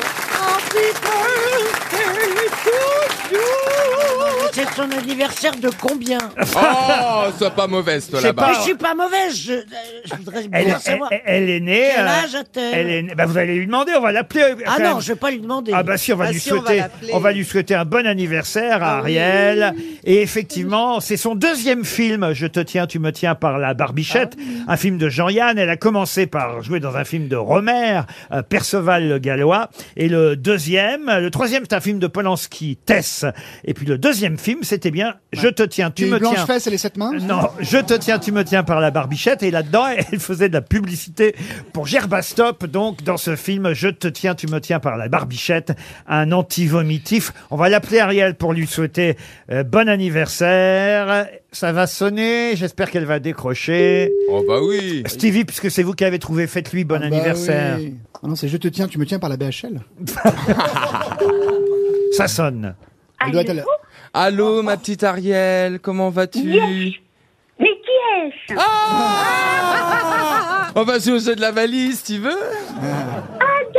[SPEAKER 9] C'est son anniversaire de combien
[SPEAKER 4] Oh, sois pas mauvaise, toi,
[SPEAKER 9] C'est
[SPEAKER 4] là-bas.
[SPEAKER 9] pas- Je suis pas mauvaise, je, euh, je voudrais bien
[SPEAKER 2] Elle, elle-
[SPEAKER 9] savoir.
[SPEAKER 2] elle est née.
[SPEAKER 9] Quel
[SPEAKER 2] euh,
[SPEAKER 9] âge a-t-elle
[SPEAKER 2] elle est née- bah, Vous allez lui demander, on va l'appeler. euh,
[SPEAKER 9] Ah
[SPEAKER 2] quand
[SPEAKER 9] non,
[SPEAKER 2] même.
[SPEAKER 9] je vais pas lui demander.
[SPEAKER 2] Ah bah si, on va,
[SPEAKER 9] Ah
[SPEAKER 2] lui,
[SPEAKER 9] si, on va
[SPEAKER 2] souhaiter,
[SPEAKER 9] l'appeler. Ah
[SPEAKER 2] on va lui souhaiter un bon anniversaire à Ariel. Et effectivement, c'est son deuxième film, Je te tiens, tu me tiens par la barbichette,
[SPEAKER 9] Ah
[SPEAKER 2] un film de Jean-Yann. Elle a commencé par jouer dans un film de Romer, euh, Perceval le Gallois. Et le deuxième, le troisième, c'est un film de Polanski, Tess. Et puis le deuxième film, c'était bien Je te tiens, tu
[SPEAKER 7] Et
[SPEAKER 2] me tiens. Euh,
[SPEAKER 7] Blanche-Fesse et les sept mains
[SPEAKER 2] Non, je te tiens, tu me tiens par la barbichette. Et là-dedans, elle faisait de la publicité pour Gerbastop. Donc, dans ce film, je te tiens, tu me tiens par la barbichette, un anti-vomitif. On va l'appeler Ariel pour lui souhaiter euh, bon anniversaire. Ça va sonner. J'espère qu'elle va décrocher.
[SPEAKER 4] Oh bah oui
[SPEAKER 2] Stevie, puisque c'est vous qui avez trouvé, faites-lui bon
[SPEAKER 7] Bah
[SPEAKER 2] anniversaire.
[SPEAKER 7] oui. Ah non, c'est je te tiens, tu me tiens par la BHL.
[SPEAKER 2] Ça sonne.
[SPEAKER 7] Elle doit être à la-
[SPEAKER 4] Allô, ma petite Ariel, comment vas-tu
[SPEAKER 3] Mais qui est-ce Ah,
[SPEAKER 4] On va jouer au jeu de la valise, tu veux
[SPEAKER 3] d'accord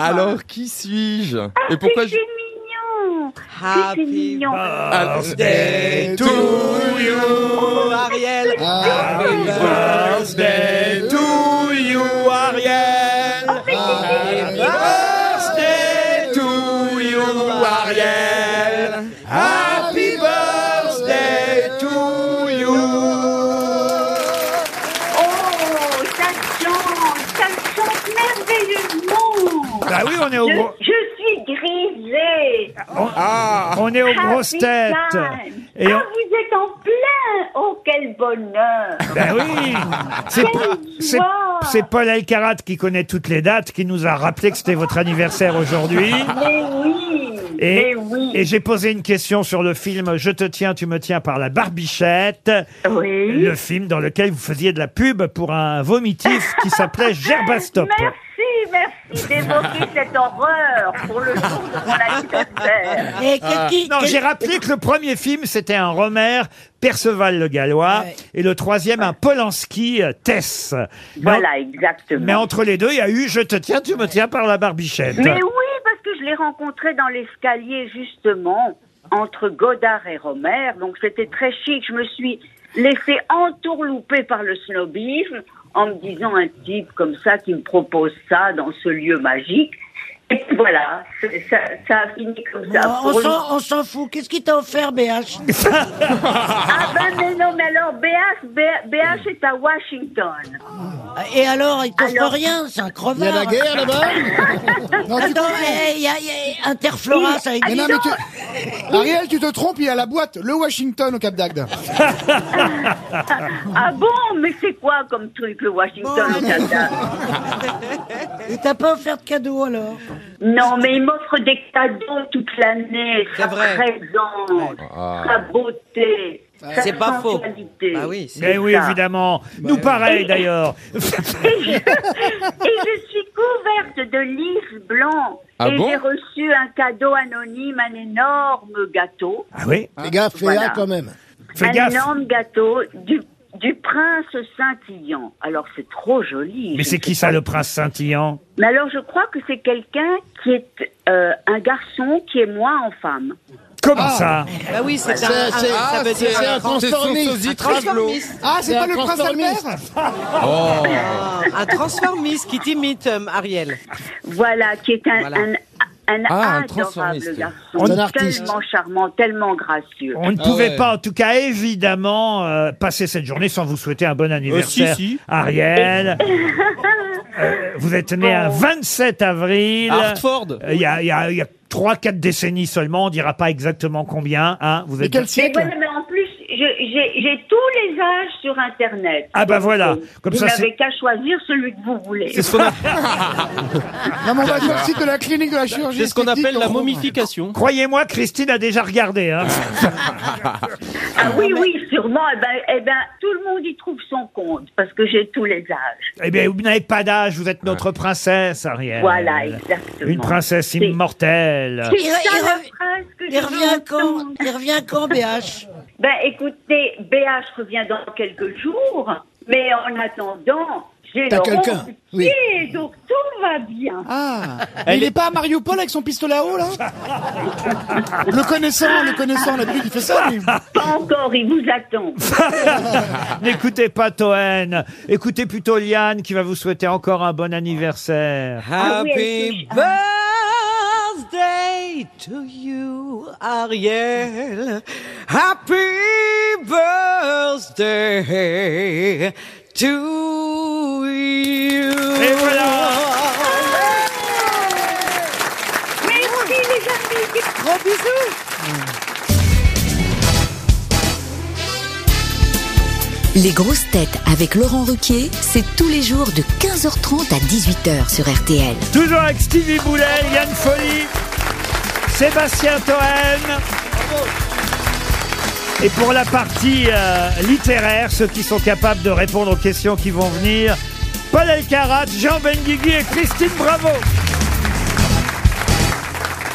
[SPEAKER 4] Alors, qui suis-je
[SPEAKER 3] Et
[SPEAKER 4] Et pourquoi je...
[SPEAKER 3] C'est mignon Happy C'est mignon
[SPEAKER 4] birthday to you, Oh,
[SPEAKER 3] Ariel
[SPEAKER 4] birthday
[SPEAKER 3] to you, Ariel Happy birthday to you,
[SPEAKER 7] Ah
[SPEAKER 3] Ariel Happy birthday to you Oh, ça chante, ça chante merveilleusement
[SPEAKER 2] Bah oui, on est au
[SPEAKER 3] Je-
[SPEAKER 2] gros-
[SPEAKER 3] Je suis grisée
[SPEAKER 2] On, on est aux
[SPEAKER 3] Ah,
[SPEAKER 2] grosses
[SPEAKER 3] putain.
[SPEAKER 2] têtes. Et
[SPEAKER 3] Ah,
[SPEAKER 2] on-
[SPEAKER 3] vous êtes en plein Oh, quel bonheur
[SPEAKER 2] Ben oui C'est
[SPEAKER 3] Quelle
[SPEAKER 2] pas- c'est-
[SPEAKER 3] joie.
[SPEAKER 2] c'est Paul Alcarat qui connaît toutes les dates, qui nous a rappelé que c'était votre anniversaire aujourd'hui.
[SPEAKER 3] Mais oui
[SPEAKER 2] Et,
[SPEAKER 3] Mais oui
[SPEAKER 2] et j'ai posé une question sur le film Je te tiens, tu me tiens par la barbichette. Le film dans lequel vous faisiez de la pub pour un vomitif qui s'appelait Gerbastop.
[SPEAKER 3] Merci, merci d'évoquer cette horreur pour le jour de mon anniversaire.
[SPEAKER 2] Ah. non, j'ai rappelé que le premier film, c'était un Romer, Perceval le Gallois, et le troisième, un Polanski, euh, Tess. Mais
[SPEAKER 3] Voilà,
[SPEAKER 2] en-
[SPEAKER 3] exactement.
[SPEAKER 2] Mais entre les deux, il y a eu Je te tiens, tu me tiens par la barbichette.
[SPEAKER 3] Mais oui, parce que je l'ai rencontré dans l'escalier, justement, entre Godard et Romer. Donc, c'était très chic. Je me suis laissé entourlouper par le snobisme en me disant un type comme ça qui me propose ça dans ce lieu magique. Et voilà, c'est- ça, ça a fini comme ça.
[SPEAKER 9] Bon,
[SPEAKER 3] Pour
[SPEAKER 9] on
[SPEAKER 3] une-
[SPEAKER 9] s'en- on s'en fout. Qu'est-ce qui t'a offert, BH
[SPEAKER 3] Ah ben mais non, mais alors, BH, B- BH est à Washington.
[SPEAKER 9] Euh, Et alors, il t'offre
[SPEAKER 3] Alors-
[SPEAKER 9] rien, c'est un crevard.
[SPEAKER 3] Il y a la guerre,
[SPEAKER 9] là-bas
[SPEAKER 7] Non, tu
[SPEAKER 9] Attends,
[SPEAKER 7] comprends.
[SPEAKER 9] eh, il y a, il y a Interflora, ça
[SPEAKER 7] Mais
[SPEAKER 9] existe.
[SPEAKER 7] non, mais tu- Ariel, tu te trompes, il y a la boîte, le Washington au Cap d'Agde.
[SPEAKER 3] Ah bon, mais c'est quoi comme truc le Washington au Canada
[SPEAKER 9] Il t'a pas offert de cadeau, alors
[SPEAKER 3] Non, mais il m'offre des cadeaux toute l'année, sa présence, sa beauté,
[SPEAKER 9] Ah.
[SPEAKER 2] Ouais.
[SPEAKER 3] sa
[SPEAKER 2] C'est pas faux.
[SPEAKER 3] sensualité.
[SPEAKER 9] Bah
[SPEAKER 2] Mais oui,
[SPEAKER 3] ça.
[SPEAKER 2] évidemment. Nous pareil, d'ailleurs.
[SPEAKER 3] Et je, et je suis couverte de lys blanc.
[SPEAKER 2] Ah
[SPEAKER 3] et
[SPEAKER 2] bon
[SPEAKER 3] j'ai reçu un cadeau anonyme, un énorme gâteau.
[SPEAKER 2] Ah oui
[SPEAKER 8] Fais gaffe, fais
[SPEAKER 3] Voilà.
[SPEAKER 8] gaffe quand même.
[SPEAKER 3] un énorme gâteau du, du prince scintillant. Alors c'est trop joli.
[SPEAKER 2] Mais c'est qui ça, le prince scintillant
[SPEAKER 3] Mais alors je crois que c'est quelqu'un qui est euh, un garçon qui est moi en femme.
[SPEAKER 2] Comment ça
[SPEAKER 6] Bah oui, c'est
[SPEAKER 3] C'est-
[SPEAKER 6] un, un-
[SPEAKER 3] c'est-
[SPEAKER 6] ça veut
[SPEAKER 3] c'est-
[SPEAKER 6] dire
[SPEAKER 3] c'est un
[SPEAKER 6] un
[SPEAKER 3] transformiste.
[SPEAKER 6] transformiste.
[SPEAKER 3] Un
[SPEAKER 6] transformiste.
[SPEAKER 7] Ah, c'est pas le prince Albert
[SPEAKER 6] Oh. Un transformiste qui t'imite, euh, Ariel.
[SPEAKER 3] Voilà, qui est un,
[SPEAKER 6] Voilà.
[SPEAKER 3] un- Un
[SPEAKER 4] Ah, un
[SPEAKER 3] adorable
[SPEAKER 4] transformiste.
[SPEAKER 2] On- Un
[SPEAKER 3] garçon,
[SPEAKER 2] artiste.
[SPEAKER 3] tellement charmant, tellement gracieux.
[SPEAKER 2] On ne pouvait pas, en tout cas, évidemment, euh, passer cette journée sans vous souhaiter un bon
[SPEAKER 7] Oh,
[SPEAKER 2] anniversaire.
[SPEAKER 5] si.
[SPEAKER 2] Ariel, vous êtes né
[SPEAKER 3] Oh.
[SPEAKER 2] un 27 avril.
[SPEAKER 5] Hartford.
[SPEAKER 2] Euh, Il y a, il y a, il y a 3-4 décennies seulement, on dira pas exactement combien. Hein, vous êtes
[SPEAKER 3] mais, voilà, mais en plus, je- j'ai j'ai tous les âges sur Internet.
[SPEAKER 2] Ah bah voilà. Comme
[SPEAKER 3] vous
[SPEAKER 2] ça, c'est-
[SPEAKER 3] n'avez qu'à choisir celui que vous voulez.
[SPEAKER 2] C'est ce qu'on a-
[SPEAKER 7] Non,
[SPEAKER 3] Ah,
[SPEAKER 7] mais on va sur le site de la clinique de la chirurgie.
[SPEAKER 5] C'est ce qu'on
[SPEAKER 7] esthétique,
[SPEAKER 5] appelle la
[SPEAKER 7] on trouve.
[SPEAKER 5] momification.
[SPEAKER 2] Croyez-moi, Christine a déjà regardé. Hein.
[SPEAKER 3] Ah oui, oui, sûrement. Eh ben, eh ben, tout le monde y trouve son compte parce que j'ai tous les âges.
[SPEAKER 2] Eh
[SPEAKER 7] ben,
[SPEAKER 2] bien, vous n'avez pas d'âge, vous êtes notre princesse, Ariel.
[SPEAKER 3] Voilà,
[SPEAKER 7] euh,
[SPEAKER 3] exactement.
[SPEAKER 2] Une princesse immortelle.
[SPEAKER 3] C'est
[SPEAKER 9] Il,
[SPEAKER 3] ça,
[SPEAKER 9] il
[SPEAKER 3] la
[SPEAKER 9] rev-
[SPEAKER 3] phrase que
[SPEAKER 9] il
[SPEAKER 3] je
[SPEAKER 9] revient
[SPEAKER 3] veux
[SPEAKER 9] quand Il revient quand, BH
[SPEAKER 3] Ben écoutez, BH revient dans quelques jours, mais en attendant, j'ai
[SPEAKER 7] T'as
[SPEAKER 3] le
[SPEAKER 7] quelqu'un,
[SPEAKER 3] rond du
[SPEAKER 7] oui.
[SPEAKER 3] pied, donc tout va bien.
[SPEAKER 7] Ah, mais il est pas à Mariupol avec son pistolet à eau, là Le connaissant, le connaissant, la pub, il fait ça, lui.
[SPEAKER 3] Pas encore, il vous attend.
[SPEAKER 2] N'écoutez pas Toen, écoutez plutôt Liane qui va vous souhaiter encore un bon anniversaire.
[SPEAKER 3] Ah oui, elle Ah.
[SPEAKER 6] Happy birthday to you, Ariel. Happy birthday to you.
[SPEAKER 2] Et voilà
[SPEAKER 3] Merci les amis.
[SPEAKER 6] Gros bisous.
[SPEAKER 12] Les grosses têtes avec Laurent Ruquier, c'est tous les jours de 15h30 à 18h sur RTL.
[SPEAKER 2] Toujours avec Stevie Boulet, Yann Folly, Sébastien Toen. Et pour la partie euh, littéraire, ceux qui sont capables de répondre aux questions qui vont venir, Paul Elkarat, Jean Benguigui et Christine Bravo.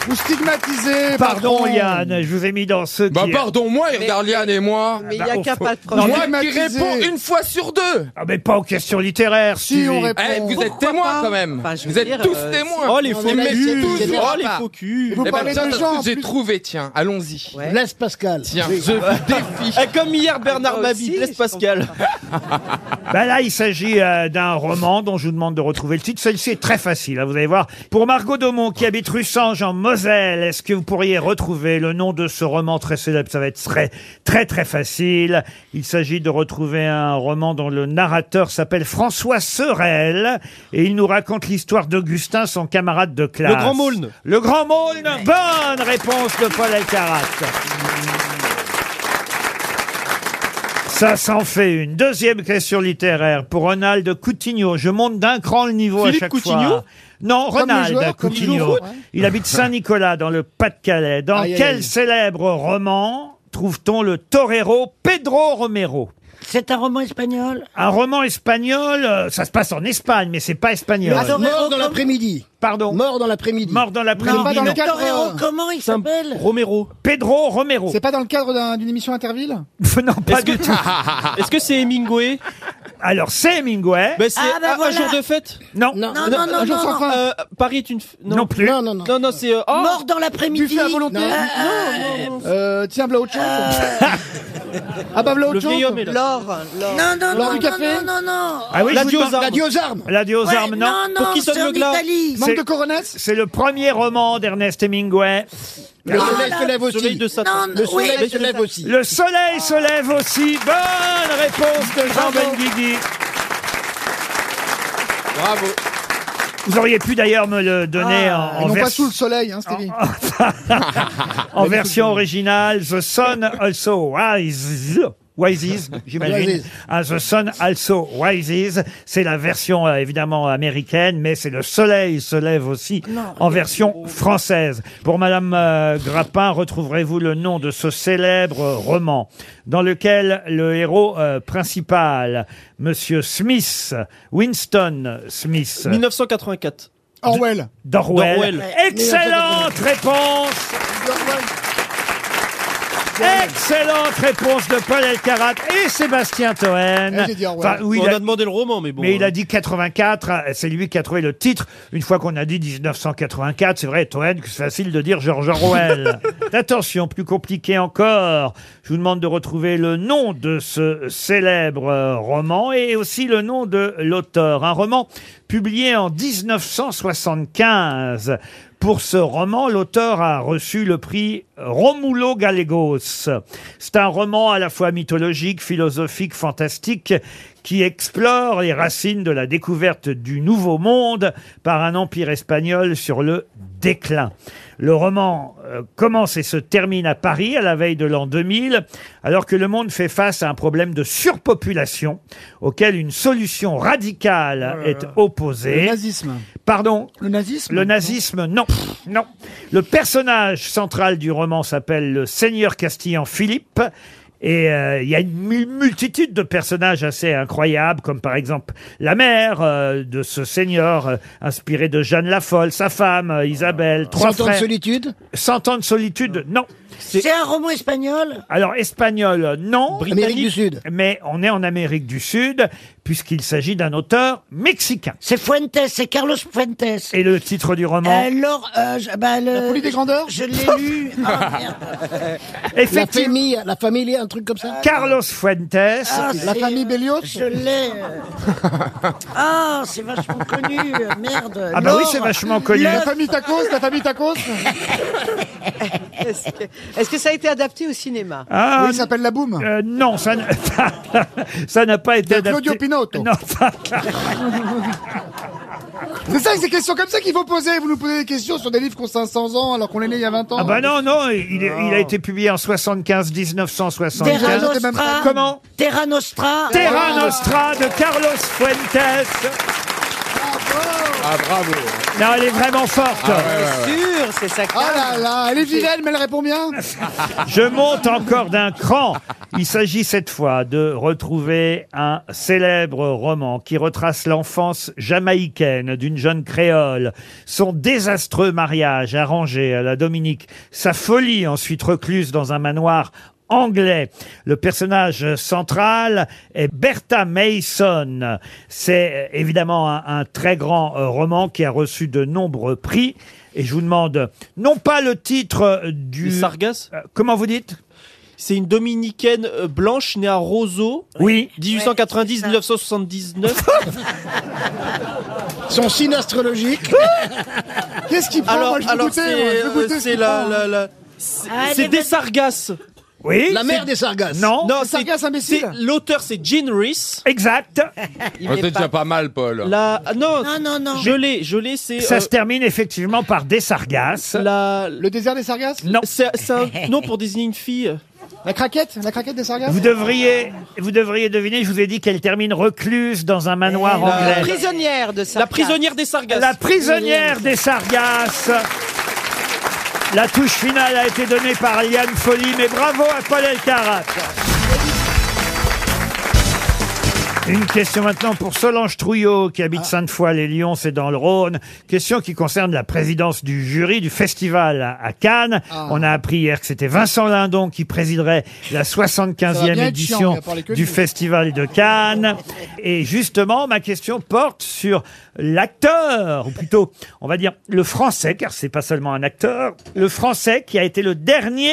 [SPEAKER 7] Vous stigmatisez,
[SPEAKER 2] Pardon, Yann, je vous ai mis dans ceux
[SPEAKER 4] Bah
[SPEAKER 2] qui...
[SPEAKER 4] pardon, moi, il
[SPEAKER 6] Mais-
[SPEAKER 4] regarde Liane et moi.
[SPEAKER 6] Mais il
[SPEAKER 2] bah,
[SPEAKER 6] n'y a
[SPEAKER 2] oh,
[SPEAKER 6] qu'à
[SPEAKER 2] faut-
[SPEAKER 6] pas de
[SPEAKER 2] Non,
[SPEAKER 6] problème.
[SPEAKER 4] Moi qui
[SPEAKER 7] stigmatisé.
[SPEAKER 4] réponds une fois sur deux.
[SPEAKER 2] Ah, mais pas aux questions littéraires,
[SPEAKER 7] Si, on
[SPEAKER 2] Stevie.
[SPEAKER 7] répond.
[SPEAKER 4] Eh, vous êtes témoins
[SPEAKER 6] pas
[SPEAKER 4] quand même.
[SPEAKER 6] Enfin, je
[SPEAKER 4] vous
[SPEAKER 6] veux
[SPEAKER 4] êtes
[SPEAKER 6] dire,
[SPEAKER 4] tous
[SPEAKER 6] euh,
[SPEAKER 4] témoins.
[SPEAKER 5] Oh, les
[SPEAKER 4] Vous
[SPEAKER 5] faux
[SPEAKER 4] me
[SPEAKER 7] culs.
[SPEAKER 4] mettez tous.
[SPEAKER 7] Vous
[SPEAKER 4] Oh, les
[SPEAKER 7] parlez
[SPEAKER 4] faux culs.
[SPEAKER 7] Et vous
[SPEAKER 4] Eh ben,
[SPEAKER 7] parlez
[SPEAKER 4] tiens,
[SPEAKER 7] de
[SPEAKER 4] parce
[SPEAKER 7] gens, en
[SPEAKER 4] que j'ai
[SPEAKER 7] plus.
[SPEAKER 4] trouvé, tiens, allons-y.
[SPEAKER 6] Ouais.
[SPEAKER 8] Blaise Pascal.
[SPEAKER 4] Tiens, je vous défie.
[SPEAKER 5] Eh, comme hier, Bernard
[SPEAKER 6] Moi
[SPEAKER 5] Mabie,
[SPEAKER 6] aussi,
[SPEAKER 5] laisse
[SPEAKER 6] je
[SPEAKER 5] Pascal.
[SPEAKER 2] Bah là, il s'agit euh, d'un roman dont je vous demande de retrouver le titre. Celle-ci est très facile, hein, vous allez voir. Pour Margot Daumont, qui habite Russange en Moselle, est-ce que vous pourriez retrouver le nom de ce roman très célèbre Ça va être très, très, très facile. Il s'agit de retrouver un roman dont le narrateur s'appelle François Sorel et il nous raconte l'histoire d'Augustin, son camarade de classe.
[SPEAKER 5] Grand Maulne.
[SPEAKER 2] Le Grand Maulne. Bonne réponse de Paul Alcarat. Ça s'en fait une. Deuxième question littéraire pour Ronald Coutinho. Je monte d'un cran le niveau
[SPEAKER 5] Philippe
[SPEAKER 2] à chaque
[SPEAKER 5] Coutinho
[SPEAKER 2] fois. Non,
[SPEAKER 7] Comme le
[SPEAKER 2] Ronald
[SPEAKER 7] joueur, comme il joue au
[SPEAKER 2] Coutinho.
[SPEAKER 7] foot.
[SPEAKER 2] Il habite Saint-Nicolas dans le Pas-de-Calais. Dans
[SPEAKER 7] Aïe, aïe,
[SPEAKER 2] quel
[SPEAKER 7] aïe.
[SPEAKER 2] célèbre roman trouve-t-on le torero Pedro Romero
[SPEAKER 9] C'est un roman espagnol
[SPEAKER 2] Un roman espagnol, euh, ça se passe en Espagne, mais c'est pas espagnol.
[SPEAKER 9] Mais attends,
[SPEAKER 8] Mort dans l'après-midi.
[SPEAKER 2] Pardon. Mort,
[SPEAKER 8] Mort dans l'après-midi.
[SPEAKER 2] dans l'après-midi.
[SPEAKER 7] Non, pas dans
[SPEAKER 2] non.
[SPEAKER 7] le cadre,
[SPEAKER 9] Torero,
[SPEAKER 7] euh,
[SPEAKER 9] comment il s'appelle
[SPEAKER 5] Romero.
[SPEAKER 2] Pedro Romero.
[SPEAKER 7] C'est pas dans le cadre d'un- d'une émission Interville
[SPEAKER 2] non, pas
[SPEAKER 5] Est-ce
[SPEAKER 2] du tout.
[SPEAKER 5] que est-ce que c'est Hemingway
[SPEAKER 2] Alors, c'est Hemingway.
[SPEAKER 5] Ben, c'est
[SPEAKER 9] Ah, bah
[SPEAKER 5] un- un
[SPEAKER 9] voilà.
[SPEAKER 5] jour de fête.
[SPEAKER 2] Non.
[SPEAKER 8] Non.
[SPEAKER 9] Non, non, non,
[SPEAKER 7] Un jour
[SPEAKER 9] non,
[SPEAKER 7] sans
[SPEAKER 9] non.
[SPEAKER 7] fin.
[SPEAKER 5] Euh, Paris est une. f-
[SPEAKER 2] Non, plus.
[SPEAKER 8] Non, non, non.
[SPEAKER 5] Non, non, c'est. euh, oh
[SPEAKER 9] Mort dans l'après-midi.
[SPEAKER 7] Buffet à volonté.
[SPEAKER 9] Euh,
[SPEAKER 7] Euh, tiens, voilà autre chose. ah bah, voilà
[SPEAKER 5] Euh. Le
[SPEAKER 7] autre
[SPEAKER 5] vieil
[SPEAKER 7] chose.
[SPEAKER 5] homme est là.
[SPEAKER 6] Laure, Laure.
[SPEAKER 9] Non, non, non,
[SPEAKER 7] Laure du café
[SPEAKER 9] non, non, non, non.
[SPEAKER 2] Ah oui,
[SPEAKER 5] La
[SPEAKER 2] je vous demande-
[SPEAKER 5] Diosa.
[SPEAKER 8] La aux armes.
[SPEAKER 2] La Diosa,
[SPEAKER 9] Ouais,
[SPEAKER 2] non.
[SPEAKER 9] non,
[SPEAKER 5] Pour
[SPEAKER 9] non,
[SPEAKER 5] qui sonne
[SPEAKER 9] c'est en
[SPEAKER 5] le glas
[SPEAKER 9] Italie.
[SPEAKER 7] Manque
[SPEAKER 2] C'est-
[SPEAKER 7] de coronets
[SPEAKER 2] C'est le premier roman d'Ernest Hemingway.
[SPEAKER 8] Le soleil se lève
[SPEAKER 5] Soleil
[SPEAKER 8] aussi.
[SPEAKER 5] de Satan.
[SPEAKER 9] Ah, Non,
[SPEAKER 8] Le
[SPEAKER 9] Oui,
[SPEAKER 8] soleil se lève aussi.
[SPEAKER 2] Le soleil se lève aussi. Bonne réponse de Jean Benguigui.
[SPEAKER 4] Bravo.
[SPEAKER 2] Vous auriez pu d'ailleurs me le donner
[SPEAKER 9] Ah,
[SPEAKER 2] en, en
[SPEAKER 7] Non,
[SPEAKER 2] vers-
[SPEAKER 7] pas sous le soleil, hein, Stevie.
[SPEAKER 2] en version originale. The sun also rises. Rises, j'imagine.
[SPEAKER 8] Rises.
[SPEAKER 2] Ah, the sun also rises. C'est la version euh, évidemment américaine, mais c'est le soleil se lève aussi en version française. Pour Madame euh, Grappin, retrouverez-vous le nom de ce célèbre roman dans lequel le héros euh, principal, Monsieur Smith, Winston Smith,
[SPEAKER 5] 1984.
[SPEAKER 7] Orwell.
[SPEAKER 2] D'Orwell.
[SPEAKER 5] D'Orwell.
[SPEAKER 2] Excellente réponse. Excellente réponse de Paul Elkarat et Sébastien Toen.
[SPEAKER 7] Eh, j'ai dit Orwell.
[SPEAKER 2] oui,
[SPEAKER 5] on
[SPEAKER 2] il
[SPEAKER 5] a...
[SPEAKER 2] a-
[SPEAKER 5] demandé le roman, mais bon. hein.
[SPEAKER 2] mais il a dit 84, euh, c'est lui qui a trouvé le titre. Une fois qu'on a dit 1984, c'est vrai, Toen, que c'est facile de dire George Orwell. Attention, plus compliqué encore. Je vous demande de retrouver le nom de ce célèbre euh, roman et aussi le nom de l'auteur. Un roman publié en 1975 Pour ce roman, l'auteur a reçu le prix Romulo Gallegos. C'est un roman à la fois mythologique, philosophique, fantastique, qui explore les racines de la découverte du Nouveau Monde par un empire espagnol sur le déclin. Le roman euh, commence et se termine à Paris à la veille de l'an 2000, alors que le monde fait face à un problème de surpopulation auquel une solution radicale est opposée.
[SPEAKER 7] Euh, Le nazisme.
[SPEAKER 2] Pardon
[SPEAKER 7] Le nazisme
[SPEAKER 2] Le nazisme, non. Non. Le personnage central du roman s'appelle le seigneur castillan Philippe. Et euh, il y a une mul- multitude de personnages assez incroyables, comme par exemple la mère euh, de ce seigneur, euh, inspirée de Jeanne la Folle, sa femme, euh, Isabelle, trois
[SPEAKER 7] Cent ans de
[SPEAKER 2] frères.
[SPEAKER 7] solitude
[SPEAKER 2] Cent ans de solitude, non.
[SPEAKER 9] C'est un roman espagnol
[SPEAKER 2] Alors, espagnol, euh, non.
[SPEAKER 9] Britannique. Amérique du
[SPEAKER 2] Sud. Mais on est en Amérique du Sud, puisqu'il s'agit d'un auteur mexicain.
[SPEAKER 9] C'est Fuentes, c'est Carlos Fuentes.
[SPEAKER 2] Et le titre du roman
[SPEAKER 9] Euh, l'or- euh, je- bah, le-
[SPEAKER 8] La folie des grandeurs
[SPEAKER 9] Je l'ai lu. Ah, merde. Euh,
[SPEAKER 8] La
[SPEAKER 2] Effectivement.
[SPEAKER 8] famille, la famille, un truc comme ça
[SPEAKER 2] Carlos Fuentes.
[SPEAKER 9] Ah,
[SPEAKER 8] La
[SPEAKER 9] c'est-
[SPEAKER 8] famille Bélios
[SPEAKER 9] Je l'ai. euh. Ah, c'est vachement connu. euh, Merde.
[SPEAKER 2] Ah bah oui,
[SPEAKER 9] L'or.
[SPEAKER 2] c'est vachement connu.
[SPEAKER 9] L'œuf.
[SPEAKER 7] La famille Tacos La famille Tacos
[SPEAKER 6] Est-ce que, est-ce que ça a été adapté au cinéma
[SPEAKER 2] Ah,
[SPEAKER 7] Oui, il s'appelle La Boum.
[SPEAKER 2] euh, non, ça n- ça n'a pas été adapté.
[SPEAKER 7] Claudio Pinotto.
[SPEAKER 2] Non, ça-
[SPEAKER 7] C'est ça, c'est des questions comme ça qu'il faut poser. Vous nous posez des questions sur des livres qui ont 500 ans alors qu'on est né il y a 20 ans.
[SPEAKER 2] Ah bah non, non, il, est-
[SPEAKER 7] Ah.
[SPEAKER 2] il a été publié en 75,
[SPEAKER 9] Terra
[SPEAKER 2] 1975.
[SPEAKER 9] Nostra.
[SPEAKER 2] Comment
[SPEAKER 9] Terra Nostra.
[SPEAKER 2] Terra Nostra de Carlos Fuentes.
[SPEAKER 4] Ah, bravo.
[SPEAKER 2] Non, elle est vraiment forte.
[SPEAKER 4] Ah, ouais, ouais, ouais.
[SPEAKER 6] Sûr, c'est ça.
[SPEAKER 7] Ah là là, elle est vilaine, mais elle répond bien.
[SPEAKER 2] Je monte encore d'un cran. Il s'agit cette fois de retrouver un célèbre roman qui retrace l'enfance jamaïcaine d'une jeune créole, son désastreux mariage arrangé à la Dominique, sa folie ensuite recluse dans un manoir anglais. Le personnage central est Bertha Mason. C'est euh, évidemment un, un très grand euh, roman qui a reçu de nombreux prix. Et je vous demande, non pas le titre euh, du...
[SPEAKER 5] Les Sargasses
[SPEAKER 2] Euh, Comment vous dites
[SPEAKER 5] C'est une dominicaine euh, blanche née à Roseau,
[SPEAKER 2] Oui.
[SPEAKER 5] 1890-1979.
[SPEAKER 8] Son signe astrologique.
[SPEAKER 7] Qu'est-ce qu'il prend
[SPEAKER 5] alors,
[SPEAKER 7] Moi, je veux
[SPEAKER 5] alors
[SPEAKER 7] goûter. moi,
[SPEAKER 5] c'est
[SPEAKER 7] je veux goûter
[SPEAKER 5] euh,
[SPEAKER 7] ce
[SPEAKER 5] c'est
[SPEAKER 7] qu'il
[SPEAKER 5] la,
[SPEAKER 7] prend.
[SPEAKER 5] la, la- c'est-
[SPEAKER 9] Ah,
[SPEAKER 5] c'est
[SPEAKER 9] les
[SPEAKER 5] des
[SPEAKER 9] bonnes-
[SPEAKER 5] Sargasses.
[SPEAKER 2] Oui.
[SPEAKER 8] La mère
[SPEAKER 2] c'est-
[SPEAKER 8] des Sargasses.
[SPEAKER 2] Non.
[SPEAKER 5] Non, c'est-
[SPEAKER 7] Sargasses imbécile.
[SPEAKER 5] c'est- l'auteur c'est Jean Reese.
[SPEAKER 2] Exact.
[SPEAKER 4] Oh, C'est déjà pas mal, Paul.
[SPEAKER 5] La ah, non,
[SPEAKER 9] Non, non, non.
[SPEAKER 5] je l'ai, je l'ai, c'est
[SPEAKER 2] Ça
[SPEAKER 5] euh,
[SPEAKER 2] se termine effectivement par des sargasses.
[SPEAKER 5] la
[SPEAKER 7] Le désert des Sargasses
[SPEAKER 2] Non.
[SPEAKER 5] c'est c'est un nom pour désigner une fille.
[SPEAKER 7] La craquette La craquette des Sargasses
[SPEAKER 2] Vous devriez, vous devriez deviner, je vous ai dit qu'elle termine recluse dans un manoir
[SPEAKER 6] La
[SPEAKER 2] anglais.
[SPEAKER 6] prisonnière de ça.
[SPEAKER 5] La prisonnière des Sargasses.
[SPEAKER 2] La prisonnière des sargasses. La touche finale a été donnée par Liane Folly, mais bravo à Paul Elkarat. Une question maintenant pour Solange Trouillot, qui
[SPEAKER 7] Ah.
[SPEAKER 2] habite Sainte-Foy-les-Lyons, c'est dans le Rhône. Question qui concerne la présidence du jury du festival à, à Cannes.
[SPEAKER 7] Ah.
[SPEAKER 2] On a appris hier que c'était Vincent Lindon qui présiderait la
[SPEAKER 7] Ça va
[SPEAKER 2] 75e
[SPEAKER 7] bien être chiant, on
[SPEAKER 2] édition
[SPEAKER 7] va parler que de
[SPEAKER 2] du
[SPEAKER 7] lui.
[SPEAKER 2] festival de Cannes. Et justement, ma question porte sur l'acteur, ou plutôt, on va dire, le français, car c'est pas seulement un acteur, le français qui a été le dernier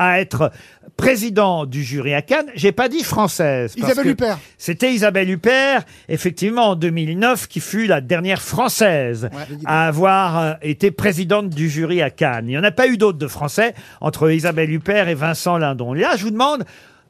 [SPEAKER 2] à être président du jury à Cannes. J'ai pas dit française. parce
[SPEAKER 7] Isabelle
[SPEAKER 2] que
[SPEAKER 7] Huppert.
[SPEAKER 2] C'était Isabelle Huppert, effectivement, en 2009, qui fut la dernière française à avoir euh, été présidente du jury à Cannes. Il n'y en a pas eu d'autres de français entre Isabelle Huppert et Vincent Lindon. Là, je vous demande,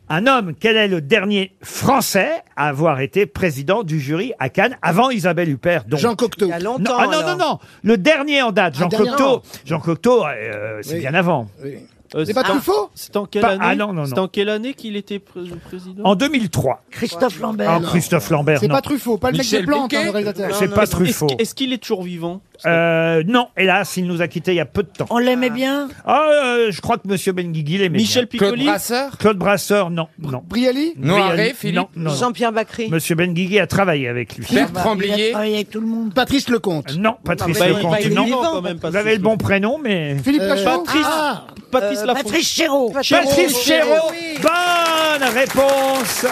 [SPEAKER 2] un homme, quel est le dernier français à avoir été président du jury à Cannes avant Isabelle Huppert donc
[SPEAKER 8] Jean Cocteau.
[SPEAKER 6] Il y a
[SPEAKER 2] non,
[SPEAKER 6] longtemps.
[SPEAKER 2] ah non, non,
[SPEAKER 6] alors.
[SPEAKER 2] non, le dernier en date, Jean
[SPEAKER 8] dernier,
[SPEAKER 2] Cocteau.
[SPEAKER 8] non.
[SPEAKER 2] Jean Cocteau, euh, c'est
[SPEAKER 8] Oui.
[SPEAKER 2] bien avant.
[SPEAKER 8] Oui.
[SPEAKER 5] Euh,
[SPEAKER 7] C'est pas
[SPEAKER 5] en-
[SPEAKER 7] Truffaut
[SPEAKER 5] C'est en quelle
[SPEAKER 2] Pas-
[SPEAKER 5] année
[SPEAKER 2] ah, non, non, non.
[SPEAKER 5] C'est en quelle année qu'il était pré- président
[SPEAKER 2] En 2003.
[SPEAKER 9] Christophe Lambert.
[SPEAKER 2] Ah, Christophe Lambert,
[SPEAKER 7] C'est
[SPEAKER 2] non.
[SPEAKER 7] pas Truffaut, pas le mec
[SPEAKER 4] Michel
[SPEAKER 7] des plantes,
[SPEAKER 4] Piquet
[SPEAKER 7] hein, le réalisateur.
[SPEAKER 2] C'est
[SPEAKER 5] Non,
[SPEAKER 2] pas
[SPEAKER 5] est-ce- est-ce
[SPEAKER 2] Truffaut.
[SPEAKER 5] qu'il- Est-ce qu'il est toujours vivant
[SPEAKER 2] Euh, non, hélas, il nous a quittés il y a peu de temps.
[SPEAKER 9] On l'aimait bien
[SPEAKER 2] Ah, euh, je crois que Monsieur Benguigui l'aimait
[SPEAKER 5] Michel
[SPEAKER 4] Claude
[SPEAKER 5] Piccoli
[SPEAKER 4] Brasseur
[SPEAKER 2] bien. Claude Brasseur, non, non.
[SPEAKER 7] Briali
[SPEAKER 4] Noiret, Philippe
[SPEAKER 2] Non, non, non.
[SPEAKER 6] Jean-Pierre Bacry.
[SPEAKER 2] Monsieur Benguigui a travaillé avec lui. Ah,
[SPEAKER 4] Pierre
[SPEAKER 9] Bah, Il a
[SPEAKER 4] Tremblier
[SPEAKER 9] travaillé avec tout le monde.
[SPEAKER 8] Patrice Lecomte.
[SPEAKER 2] Euh, Non, Patrice
[SPEAKER 5] Bah, il est
[SPEAKER 2] Lecomte,
[SPEAKER 5] pas- il est
[SPEAKER 2] non.
[SPEAKER 5] vivant, quand même,
[SPEAKER 2] Vous avez le bon prénom, mais...
[SPEAKER 7] Philippe
[SPEAKER 8] Euh,
[SPEAKER 7] Lachaud
[SPEAKER 5] Patrice,
[SPEAKER 8] Ah
[SPEAKER 5] Patrice
[SPEAKER 6] Euh,
[SPEAKER 5] Lafontaine.
[SPEAKER 9] Patrice Chéreau.
[SPEAKER 2] Patrice Chéreau, bonne réponse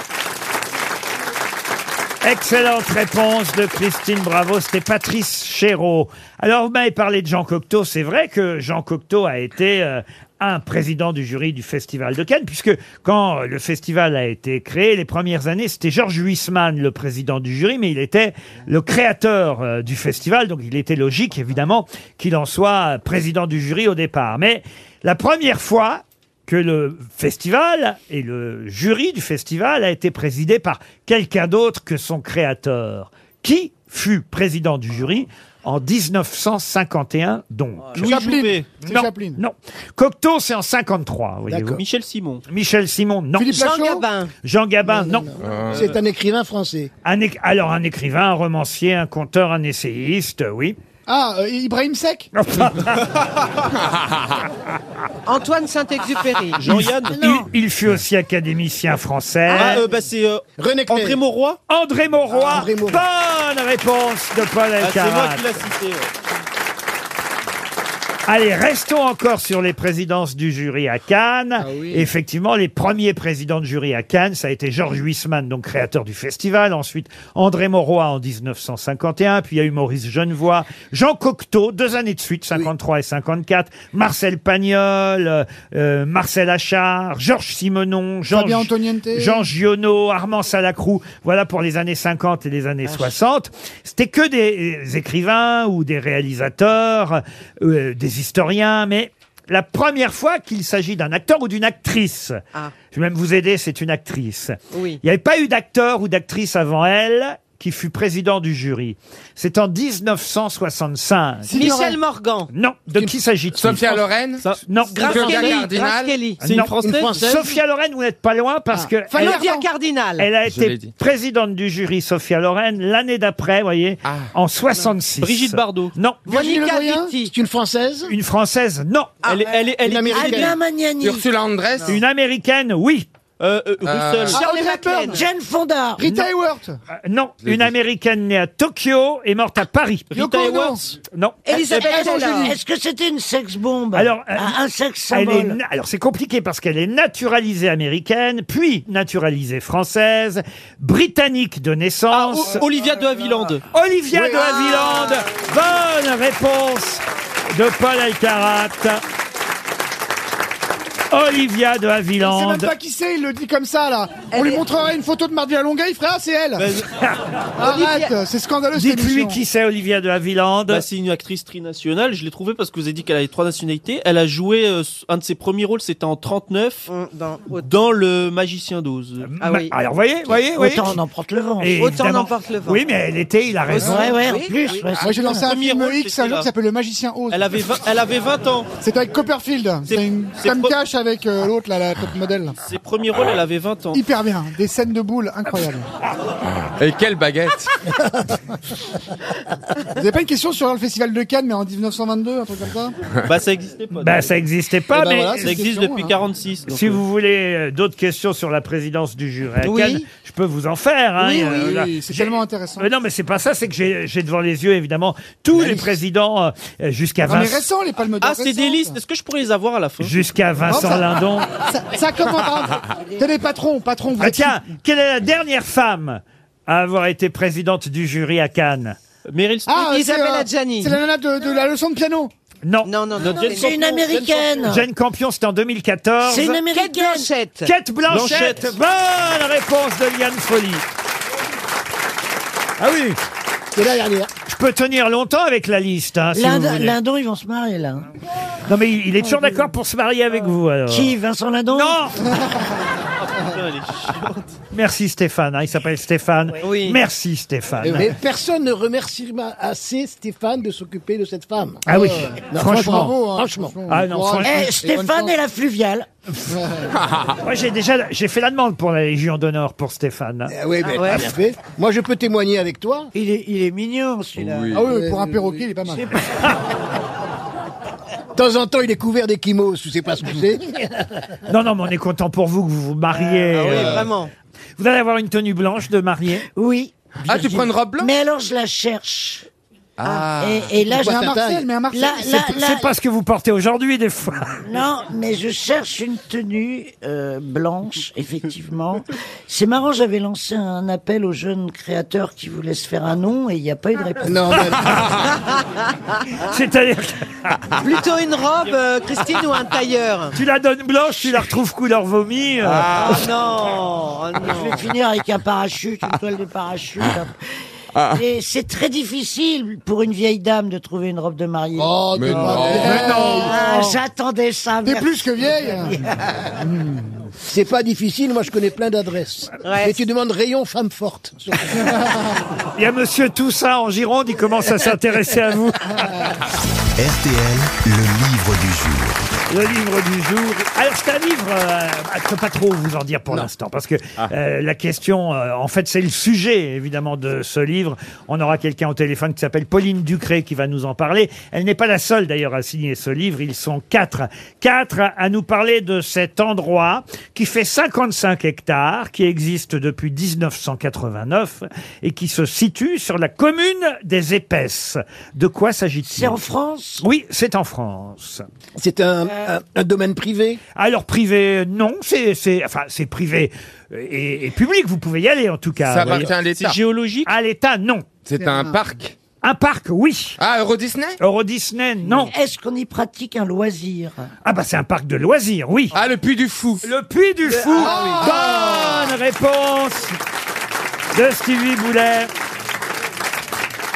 [SPEAKER 2] Excellente réponse de Christine Bravo, c'était Patrice Chéreau. Alors, vous m'avez parlé de Jean Cocteau, c'est vrai que Jean Cocteau a été euh, un président du jury du Festival de Cannes, puisque quand le festival a été créé, les premières années, c'était Georges Huisman le président du jury, mais il était le créateur euh, du festival, donc il était logique, évidemment, qu'il en soit euh, président du jury au départ. Mais la première fois, que le festival et le jury du festival a été présidé par quelqu'un d'autre que son créateur, qui fut président du jury en 1951 donc.
[SPEAKER 5] Ah, Louis Chaplin. Jouvet. C'est
[SPEAKER 2] Non, non. Cocteau, c'est en 53, voyez-vous. Michel Simon. Michel Simon, non.
[SPEAKER 8] Philippe Jean Lachaud Gabin.
[SPEAKER 2] Jean Gabin, non.
[SPEAKER 8] Euh, C'est un écrivain français.
[SPEAKER 2] Un éc- Alors, un écrivain, un romancier, un conteur, un essayiste, oui.
[SPEAKER 7] Ah, euh, Ibrahim Sek
[SPEAKER 6] Ah. Antoine Saint-Exupéry.
[SPEAKER 2] il, il fut aussi académicien français.
[SPEAKER 5] Ah, euh, bah, c'est euh, André Mauroy
[SPEAKER 2] André Mauroy. Bonne réponse de Paul
[SPEAKER 5] Ah, C'est moi
[SPEAKER 2] Elkarat.
[SPEAKER 5] qui l'a cité. ouais.
[SPEAKER 2] Allez, restons encore sur les présidences du jury à Cannes.
[SPEAKER 7] Ah
[SPEAKER 5] oui.
[SPEAKER 2] Et Effectivement, les premiers présidents de jury à Cannes, ça a été Georges Huisman, donc créateur du festival. Ensuite, André Mauroy en 1951. Puis il y a eu Maurice Genevoix, Jean Cocteau, deux années de suite, 53 et 54. Marcel Pagnol, euh, euh, Marcel Achard, Georges Simenon, Jean,
[SPEAKER 7] Fabien Antoniente.
[SPEAKER 2] Jean Giono, Armand Salacrou, voilà pour les années 50 et les
[SPEAKER 6] Ah,
[SPEAKER 2] années 60. C'était que des écrivains ou des réalisateurs, euh, des historiens, mais la première fois qu'il s'agit d'un acteur ou d'une actrice.
[SPEAKER 6] Ah.
[SPEAKER 2] Je vais même vous aider, c'est une actrice.
[SPEAKER 6] Oui.
[SPEAKER 2] Il n'y avait pas eu d'acteur ou d'actrice avant elle qui fut président du jury. C'est en 1965.
[SPEAKER 6] Michel Morgan.
[SPEAKER 2] Non, de qui s'agit-il
[SPEAKER 6] Sophia Loren
[SPEAKER 2] Ça- Non.
[SPEAKER 6] Grace Sophia Kelly, Cardinal Grace Kelly. Ah. C'est une
[SPEAKER 2] Non.
[SPEAKER 6] Française Une Française
[SPEAKER 2] Sophia Loren, vous n'êtes pas loin parce que... elle-
[SPEAKER 6] Olivia Cardinal.
[SPEAKER 2] elle a
[SPEAKER 6] Je l'ai
[SPEAKER 2] été
[SPEAKER 6] dit.
[SPEAKER 2] présidente du jury, Sophia Loren, l'année d'après, vous voyez, en 66.
[SPEAKER 5] Ah. Brigitte Bardot.
[SPEAKER 2] Non.
[SPEAKER 8] Virginie Le Doyen, c'est une Française
[SPEAKER 2] Une Française, non.
[SPEAKER 5] Elle est- elle est- elle est- Une Américaine. Adrien
[SPEAKER 9] Magnani.
[SPEAKER 5] Ursula Andress.
[SPEAKER 2] Une Américaine, oui.
[SPEAKER 5] Euh,
[SPEAKER 9] Euh,
[SPEAKER 5] Russell.
[SPEAKER 9] Shirley MacLaine. Jane Fonda.
[SPEAKER 2] Euh, Rita
[SPEAKER 9] Hayworth.
[SPEAKER 2] Ah, Euh, non, une Américaine née à Tokyo et morte à Paris.
[SPEAKER 9] Yoko Ono.
[SPEAKER 2] Non.
[SPEAKER 9] Elisabeth Taylor. Est-ce que c'était une sex-bombe
[SPEAKER 2] Alors, euh,
[SPEAKER 9] un, un sex
[SPEAKER 2] Elle est
[SPEAKER 9] symbole
[SPEAKER 2] na- alors c'est compliqué parce qu'elle est naturalisée américaine, puis naturalisée française, britannique de naissance.
[SPEAKER 5] O- Olivia de Havilland.
[SPEAKER 2] Olivia de Havilland. Bonne réponse de Paul Alcarat. Olivia de
[SPEAKER 7] Il sait
[SPEAKER 2] Havilland.
[SPEAKER 7] même pas qui c'est, il le dit comme ça là. On lui montrerait une photo de Mardi à Longueuil, frère, c'est elle.
[SPEAKER 6] Bah,
[SPEAKER 7] Arrête, c'est scandaleux cette émission.
[SPEAKER 2] c'est Olivia de Havilland.
[SPEAKER 5] Bah, c'est une actrice trinationale. Je l'ai trouvée parce que vous avez dit qu'elle avait trois nationalités. Elle a joué euh, un de ses premiers rôles, c'était en 39
[SPEAKER 6] dans,
[SPEAKER 5] le Magicien d'Oz.
[SPEAKER 2] Ma- Ah Alors voyez, voyez, voyez.
[SPEAKER 9] Autant on emporte le vent.
[SPEAKER 2] Et évidemment- Oui, mais elle était, il a raison.
[SPEAKER 9] Ouais, ouais, en plus. ouais,
[SPEAKER 7] Moi Ah, j'ai
[SPEAKER 9] c'est
[SPEAKER 7] lancé
[SPEAKER 9] clair.
[SPEAKER 7] un film X un jour qui s'appelle Le Magicien Oz.
[SPEAKER 5] Elle avait 20, elle avait 20 ans.
[SPEAKER 7] C'était avec Copperfield. C'était une
[SPEAKER 5] c'est
[SPEAKER 7] Sam
[SPEAKER 5] pro-
[SPEAKER 7] Cash avec euh, l'autre là, la top modèle.
[SPEAKER 5] Ses premiers rôles, elle avait 20 ans.
[SPEAKER 7] Hyper bien, des scènes de boules incroyables.
[SPEAKER 4] Et quelle baguette
[SPEAKER 7] Vous avez pas une question sur le festival de Cannes mais en 1922, un truc comme ça
[SPEAKER 5] Bah ça existait pas.
[SPEAKER 2] Bah, ça n'existait pas,
[SPEAKER 5] Eh ben
[SPEAKER 2] mais hein.
[SPEAKER 5] voilà, ça existe depuis 46. donc,
[SPEAKER 2] Si
[SPEAKER 5] euh,
[SPEAKER 2] vous voulez euh, d'autres questions sur la présidence du jury à
[SPEAKER 7] Oui.
[SPEAKER 2] Cannes, je peux vous en faire. hein,
[SPEAKER 7] Oui,
[SPEAKER 2] euh,
[SPEAKER 7] oui,
[SPEAKER 2] là.
[SPEAKER 7] oui, c'est
[SPEAKER 2] J'ai-
[SPEAKER 7] tellement intéressant.
[SPEAKER 2] Mais non, mais c'est pas ça, c'est que j'ai j'ai devant les yeux, évidemment, tous les présidents euh, euh, jusqu'à
[SPEAKER 7] Non mais
[SPEAKER 2] 20
[SPEAKER 7] récent les palmes d'or.
[SPEAKER 5] Ah, c'est des listes. Est-ce que je pourrais les avoir à la fin
[SPEAKER 2] jusqu'à Vincent
[SPEAKER 7] ça-
[SPEAKER 2] Lindon.
[SPEAKER 7] Ça, ça commence à... T'es les patrons, patrons. vous
[SPEAKER 2] Ah,
[SPEAKER 7] êtes-
[SPEAKER 2] tiens, quelle est la dernière femme à avoir été présidente du jury à Cannes
[SPEAKER 5] Meryl
[SPEAKER 7] Ah, c'est,
[SPEAKER 6] Isabelle
[SPEAKER 7] euh,
[SPEAKER 6] Adjani.
[SPEAKER 7] C'est la nana de, de la leçon de piano.
[SPEAKER 2] Non.
[SPEAKER 6] Non, non, non.
[SPEAKER 5] Notre Jane
[SPEAKER 9] C'est une
[SPEAKER 5] Campion,
[SPEAKER 9] américaine.
[SPEAKER 2] Jane Campion, c'était en 2014.
[SPEAKER 9] C'est une
[SPEAKER 6] Kate
[SPEAKER 9] américaine.
[SPEAKER 6] Blanchett.
[SPEAKER 2] Kate Blanchett.
[SPEAKER 5] Blanchett.
[SPEAKER 2] Bonne réponse de Liane Folly. Ah oui,
[SPEAKER 8] C'est la dernière.
[SPEAKER 2] je peux tenir longtemps avec la liste. hein, si vous
[SPEAKER 9] Lindon,
[SPEAKER 2] voulez.
[SPEAKER 9] Lindon, ils vont se marier là.
[SPEAKER 2] Non mais il il est toujours d'accord pour se marier avec vous alors.
[SPEAKER 9] Oh, Qui Vincent Lindon
[SPEAKER 2] Euh. Non
[SPEAKER 5] Putain, elle est chiante.
[SPEAKER 2] Merci Stéphane, hein, il s'appelle Stéphane.
[SPEAKER 6] Oui.
[SPEAKER 2] Merci Stéphane.
[SPEAKER 8] Mais personne ne remercie assez Stéphane de s'occuper de cette femme. Euh,
[SPEAKER 2] Ah oui,
[SPEAKER 8] Non,
[SPEAKER 2] franchement.
[SPEAKER 7] Bravo, hein,
[SPEAKER 8] Franchement.
[SPEAKER 2] Ah non,
[SPEAKER 9] Eh,
[SPEAKER 7] courage.
[SPEAKER 2] franchement.
[SPEAKER 9] Stéphane est la fluviale.
[SPEAKER 2] Moi j'ai déjà j'ai fait la demande pour la Légion d'honneur pour Stéphane. hein.
[SPEAKER 8] Ah oui, mais
[SPEAKER 6] ouais.
[SPEAKER 8] bien fait. Moi, je peux témoigner avec toi.
[SPEAKER 9] Il est, il est mignon celui-là.
[SPEAKER 7] Ah oui, pour un perroquet, il est pas mal.
[SPEAKER 8] De temps en temps, il est couvert d'échymoses, je sais pas ce que c'est.
[SPEAKER 2] Non non, mais on est content pour vous que vous vous mariez.
[SPEAKER 6] Ah oui,
[SPEAKER 2] euh.
[SPEAKER 6] vraiment.
[SPEAKER 2] Vous allez avoir une tenue blanche de mariée.
[SPEAKER 9] Oui.
[SPEAKER 4] Ah, tu prends une robe blanche
[SPEAKER 9] Mais alors je la cherche.
[SPEAKER 2] Ah.
[SPEAKER 9] Et, et là, je...
[SPEAKER 7] Mais à Marseille, mais à Marseille.
[SPEAKER 9] Là, là,
[SPEAKER 2] C'est-
[SPEAKER 9] là-
[SPEAKER 2] C'est pas ce que vous portez aujourd'hui, des fois.
[SPEAKER 9] Non, mais je cherche une tenue euh, blanche, effectivement. C'est marrant, j'avais lancé un appel aux jeunes créateurs qui voulaient se faire un nom et il n'y a pas eu de réponse.
[SPEAKER 8] Non,
[SPEAKER 2] C'est-à-dire
[SPEAKER 6] Plutôt une robe, euh, Christine, ou un tailleur
[SPEAKER 2] Tu la donnes blanche, tu la retrouves couleur vomi. euh.
[SPEAKER 9] Ah,
[SPEAKER 6] oh, non,
[SPEAKER 9] Je vais finir avec un parachute, une toile de parachute.
[SPEAKER 7] Ah.
[SPEAKER 9] Et c'est très difficile pour une vieille dame de trouver une robe de mariée.
[SPEAKER 7] Oh,
[SPEAKER 8] Mais t'es pas non. vieille.
[SPEAKER 9] Ah,
[SPEAKER 8] Mais non.
[SPEAKER 9] J'attendais ça.
[SPEAKER 8] T'es
[SPEAKER 9] merci.
[SPEAKER 8] plus que vieille. C'est pas difficile, moi je connais plein d'adresses. Mais tu demandes rayon femme forte.
[SPEAKER 2] Il y a monsieur Toussaint en Gironde, il commence à s'intéresser à vous.
[SPEAKER 1] RTL, le livre du jour.
[SPEAKER 2] Le livre du jour. Alors, c'est un livre, euh, je ne peux pas trop vous en dire pour l'instant, parce que euh, la question, euh, en fait, c'est le sujet, évidemment, de ce livre. On aura quelqu'un au téléphone qui s'appelle Pauline Ducré qui va nous en parler. Elle n'est pas la seule, d'ailleurs, à signer ce livre. Ils sont quatre. Quatre à nous parler de cet endroit qui fait 55 hectares, qui existe depuis 1989 et qui se situe sur la commune des Épaisses. De quoi s'agit-il C'est en
[SPEAKER 9] France
[SPEAKER 2] Oui, c'est en France.
[SPEAKER 8] C'est un, un- un domaine privé
[SPEAKER 2] Alors privé, non, c'est c'est enfin c'est privé et, et public. Vous pouvez y aller en tout cas.
[SPEAKER 4] Ça appartient
[SPEAKER 2] voyez.
[SPEAKER 4] à l'État.
[SPEAKER 2] C'est géologique. À l'État, non.
[SPEAKER 4] C'est un parc
[SPEAKER 2] Un parc, oui.
[SPEAKER 4] Ah, Euro Disney
[SPEAKER 2] Euro Disney, non.
[SPEAKER 9] Est-ce qu'on y pratique un loisir
[SPEAKER 2] Ah bah c'est un parc de loisirs, oui.
[SPEAKER 4] Ah, le Puy du Fou.
[SPEAKER 2] Le Puy du Fou.
[SPEAKER 8] Ah
[SPEAKER 2] Bonne réponse de Stevie Boulet.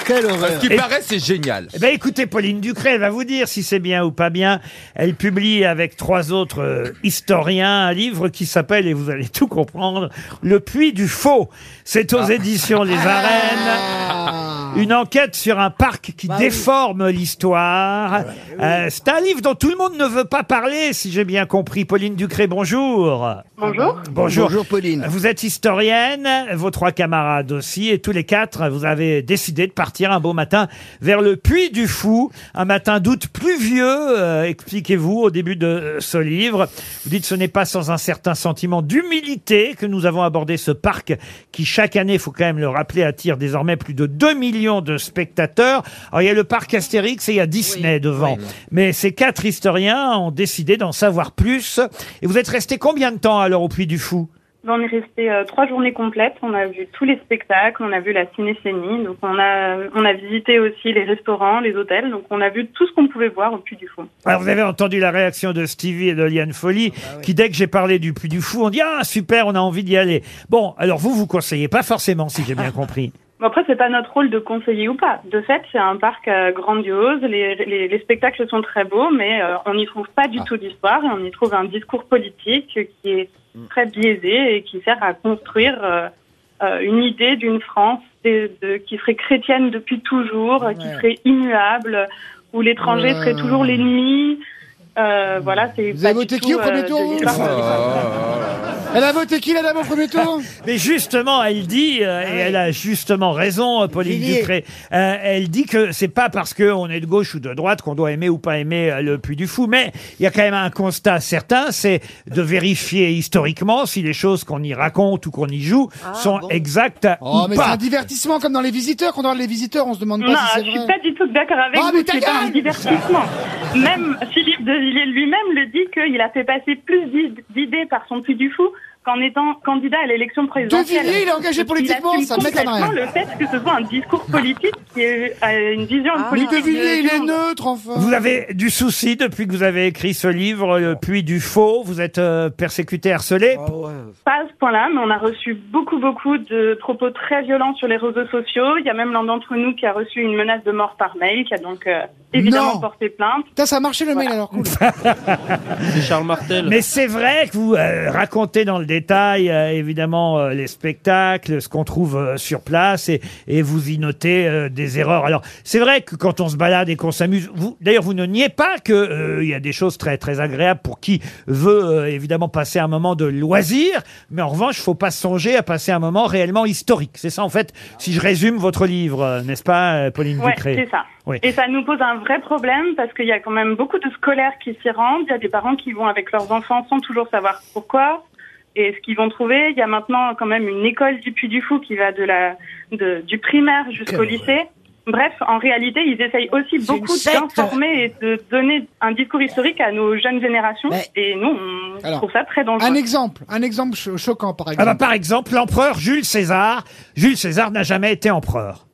[SPEAKER 8] Quelle
[SPEAKER 4] Ce
[SPEAKER 8] horreur.
[SPEAKER 4] qui paraît, c'est génial.
[SPEAKER 2] Eh ben écoutez, Pauline Ducré, elle va vous dire si c'est bien ou pas bien. Elle publie avec trois autres euh, historiens un livre qui s'appelle, et vous allez tout comprendre, Le Puits du Faux. C'est
[SPEAKER 8] Ah.
[SPEAKER 2] aux éditions Les
[SPEAKER 9] Ah.
[SPEAKER 2] Arènes. Une enquête sur un parc qui déforme l'histoire. Euh, c'est un livre dont tout le monde ne veut pas parler, si j'ai bien compris. Pauline Ducré, bonjour.
[SPEAKER 13] Bonjour.
[SPEAKER 2] Bonjour.
[SPEAKER 8] Bonjour, Pauline.
[SPEAKER 2] Vous êtes historienne, vos trois camarades aussi, et tous les quatre, vous avez décidé de partir un beau matin vers le Puy du Fou, un matin d'août pluvieux, euh, expliquez-vous au début de euh, ce livre. Vous dites ce n'est pas sans un certain sentiment d'humilité que nous avons abordé ce parc qui chaque année, il faut quand même le rappeler, attire désormais plus de 2 millions de spectateurs. Alors il y a le parc Astérix et il y a Disney devant. Mais ces quatre historiens ont décidé d'en savoir plus. Et vous êtes resté combien de temps alors au Puy du Fou
[SPEAKER 13] Ben, on est resté euh, trois journées complètes. On a vu tous les spectacles, on a vu la cinéphénie, donc on a on a visité aussi les restaurants, les hôtels, donc on a vu tout ce qu'on pouvait voir au Puy du Fou.
[SPEAKER 2] Alors, vous avez entendu la réaction de Stevie et de Liane Folly, qui, dès que j'ai parlé du Puy du Fou, on dit Ah, super, on a envie d'y aller. Bon, alors vous, vous conseillez pas forcément, si j'ai bien compris.
[SPEAKER 13] Bon, après, c'est pas notre rôle de conseiller ou pas. De fait, c'est un parc euh, grandiose. Les, les, les spectacles sont très beaux, mais euh, on n'y trouve pas
[SPEAKER 8] Ah.
[SPEAKER 13] du tout d'histoire. et On y trouve un discours politique qui est
[SPEAKER 8] Mm.
[SPEAKER 13] très biaisé et qui sert à construire euh, euh, une idée d'une France de- de- qui serait chrétienne depuis toujours, euh, qui serait immuable, où l'étranger serait toujours l'ennemi. Euh, voilà, c'est Vous avez voté
[SPEAKER 8] qui au premier tour, vous
[SPEAKER 4] Oh.
[SPEAKER 8] Elle a voté qui la dame au premier tour
[SPEAKER 2] Mais justement, elle dit, euh, et elle a justement raison, euh, Pauline
[SPEAKER 8] Villiers.
[SPEAKER 2] Ducré, euh, elle dit que c'est pas parce qu'on est de gauche ou de droite qu'on doit aimer ou pas aimer euh, le Puy du Fou, mais il y a quand même un constat certain, c'est de vérifier historiquement si les choses qu'on y raconte ou qu'on y joue sont exactes
[SPEAKER 7] Oh,
[SPEAKER 2] ou
[SPEAKER 7] mais c'est
[SPEAKER 2] pas.
[SPEAKER 7] un divertissement comme dans les visiteurs. Quand on regarde les visiteurs, on se demande pas
[SPEAKER 13] Non,
[SPEAKER 7] si c'est
[SPEAKER 13] je suis
[SPEAKER 7] vrai.
[SPEAKER 13] pas du tout d'accord avec
[SPEAKER 7] Ah, mais
[SPEAKER 13] vous,
[SPEAKER 7] ta
[SPEAKER 13] c'est pas un
[SPEAKER 7] gueule
[SPEAKER 13] divertissement. Même Philippe de Villiers lui-même le dit qu'il a fait passer plus d'id- d'idées par son puits du fou qu'en étant candidat à l'élection présidentielle.
[SPEAKER 7] Villiers, il est engagé
[SPEAKER 13] Donc,
[SPEAKER 7] politiquement,
[SPEAKER 13] assume
[SPEAKER 7] ça me m'étonnerait.
[SPEAKER 13] complètement le fait que ce soit un discours politique qui est euh, une vision
[SPEAKER 7] Ah, Mais
[SPEAKER 13] politique.
[SPEAKER 7] De Villiers,
[SPEAKER 13] de-
[SPEAKER 7] il est neutre, enfin.
[SPEAKER 2] Vous avez du souci depuis que vous avez écrit ce livre,
[SPEAKER 7] Oh.
[SPEAKER 2] Le Puits du Faux. Vous êtes euh, persécuté, harcelé.
[SPEAKER 7] Ah
[SPEAKER 13] Pas à ce point-là, mais on a reçu beaucoup, beaucoup de propos très violents sur les réseaux sociaux. Il y a même l'un d'entre nous qui a reçu une menace de mort par mail, qui a donc euh, évidemment
[SPEAKER 7] Non.
[SPEAKER 13] porté plainte.
[SPEAKER 7] Putain, ça a marché le mail alors. Cool.
[SPEAKER 5] C'est Charles Martel.
[SPEAKER 2] Mais c'est vrai que vous euh, racontez dans le détail, euh, évidemment, euh, les spectacles, ce qu'on trouve euh, sur place, et, et vous y notez euh, des erreurs. Alors, c'est vrai que quand on se balade et qu'on s'amuse, vous, d'ailleurs, vous ne niez pas que euh, il y a des choses très très agréables pour qui veut euh, évidemment passer un moment de loisir. Mais en revanche, faut pas songer à passer un moment réellement historique. C'est ça, en fait, si je résume votre livre, euh, n'est-ce pas, euh, Pauline
[SPEAKER 13] Ouais,
[SPEAKER 2] Ducré
[SPEAKER 13] c'est ça.
[SPEAKER 2] Oui.
[SPEAKER 13] Et ça nous pose un vrai problème parce qu'il y a quand même beaucoup de scolaires qui s'y rendent. Il y a des parents qui vont avec leurs enfants sans toujours savoir pourquoi et ce qu'ils vont trouver. Il y a maintenant quand même une école du Puy du Fou qui va de la de, du primaire jusqu'au lycée. Bref, en réalité, ils essayent aussi beaucoup d'informer et de donner un discours historique à nos jeunes générations. Et nous, on
[SPEAKER 7] Alors,
[SPEAKER 13] trouve ça très dangereux.
[SPEAKER 7] Un exemple, un exemple cho- choquant par
[SPEAKER 2] Ah
[SPEAKER 7] exemple.
[SPEAKER 2] bah, par exemple, l'empereur Jules César. Jules César n'a jamais été empereur.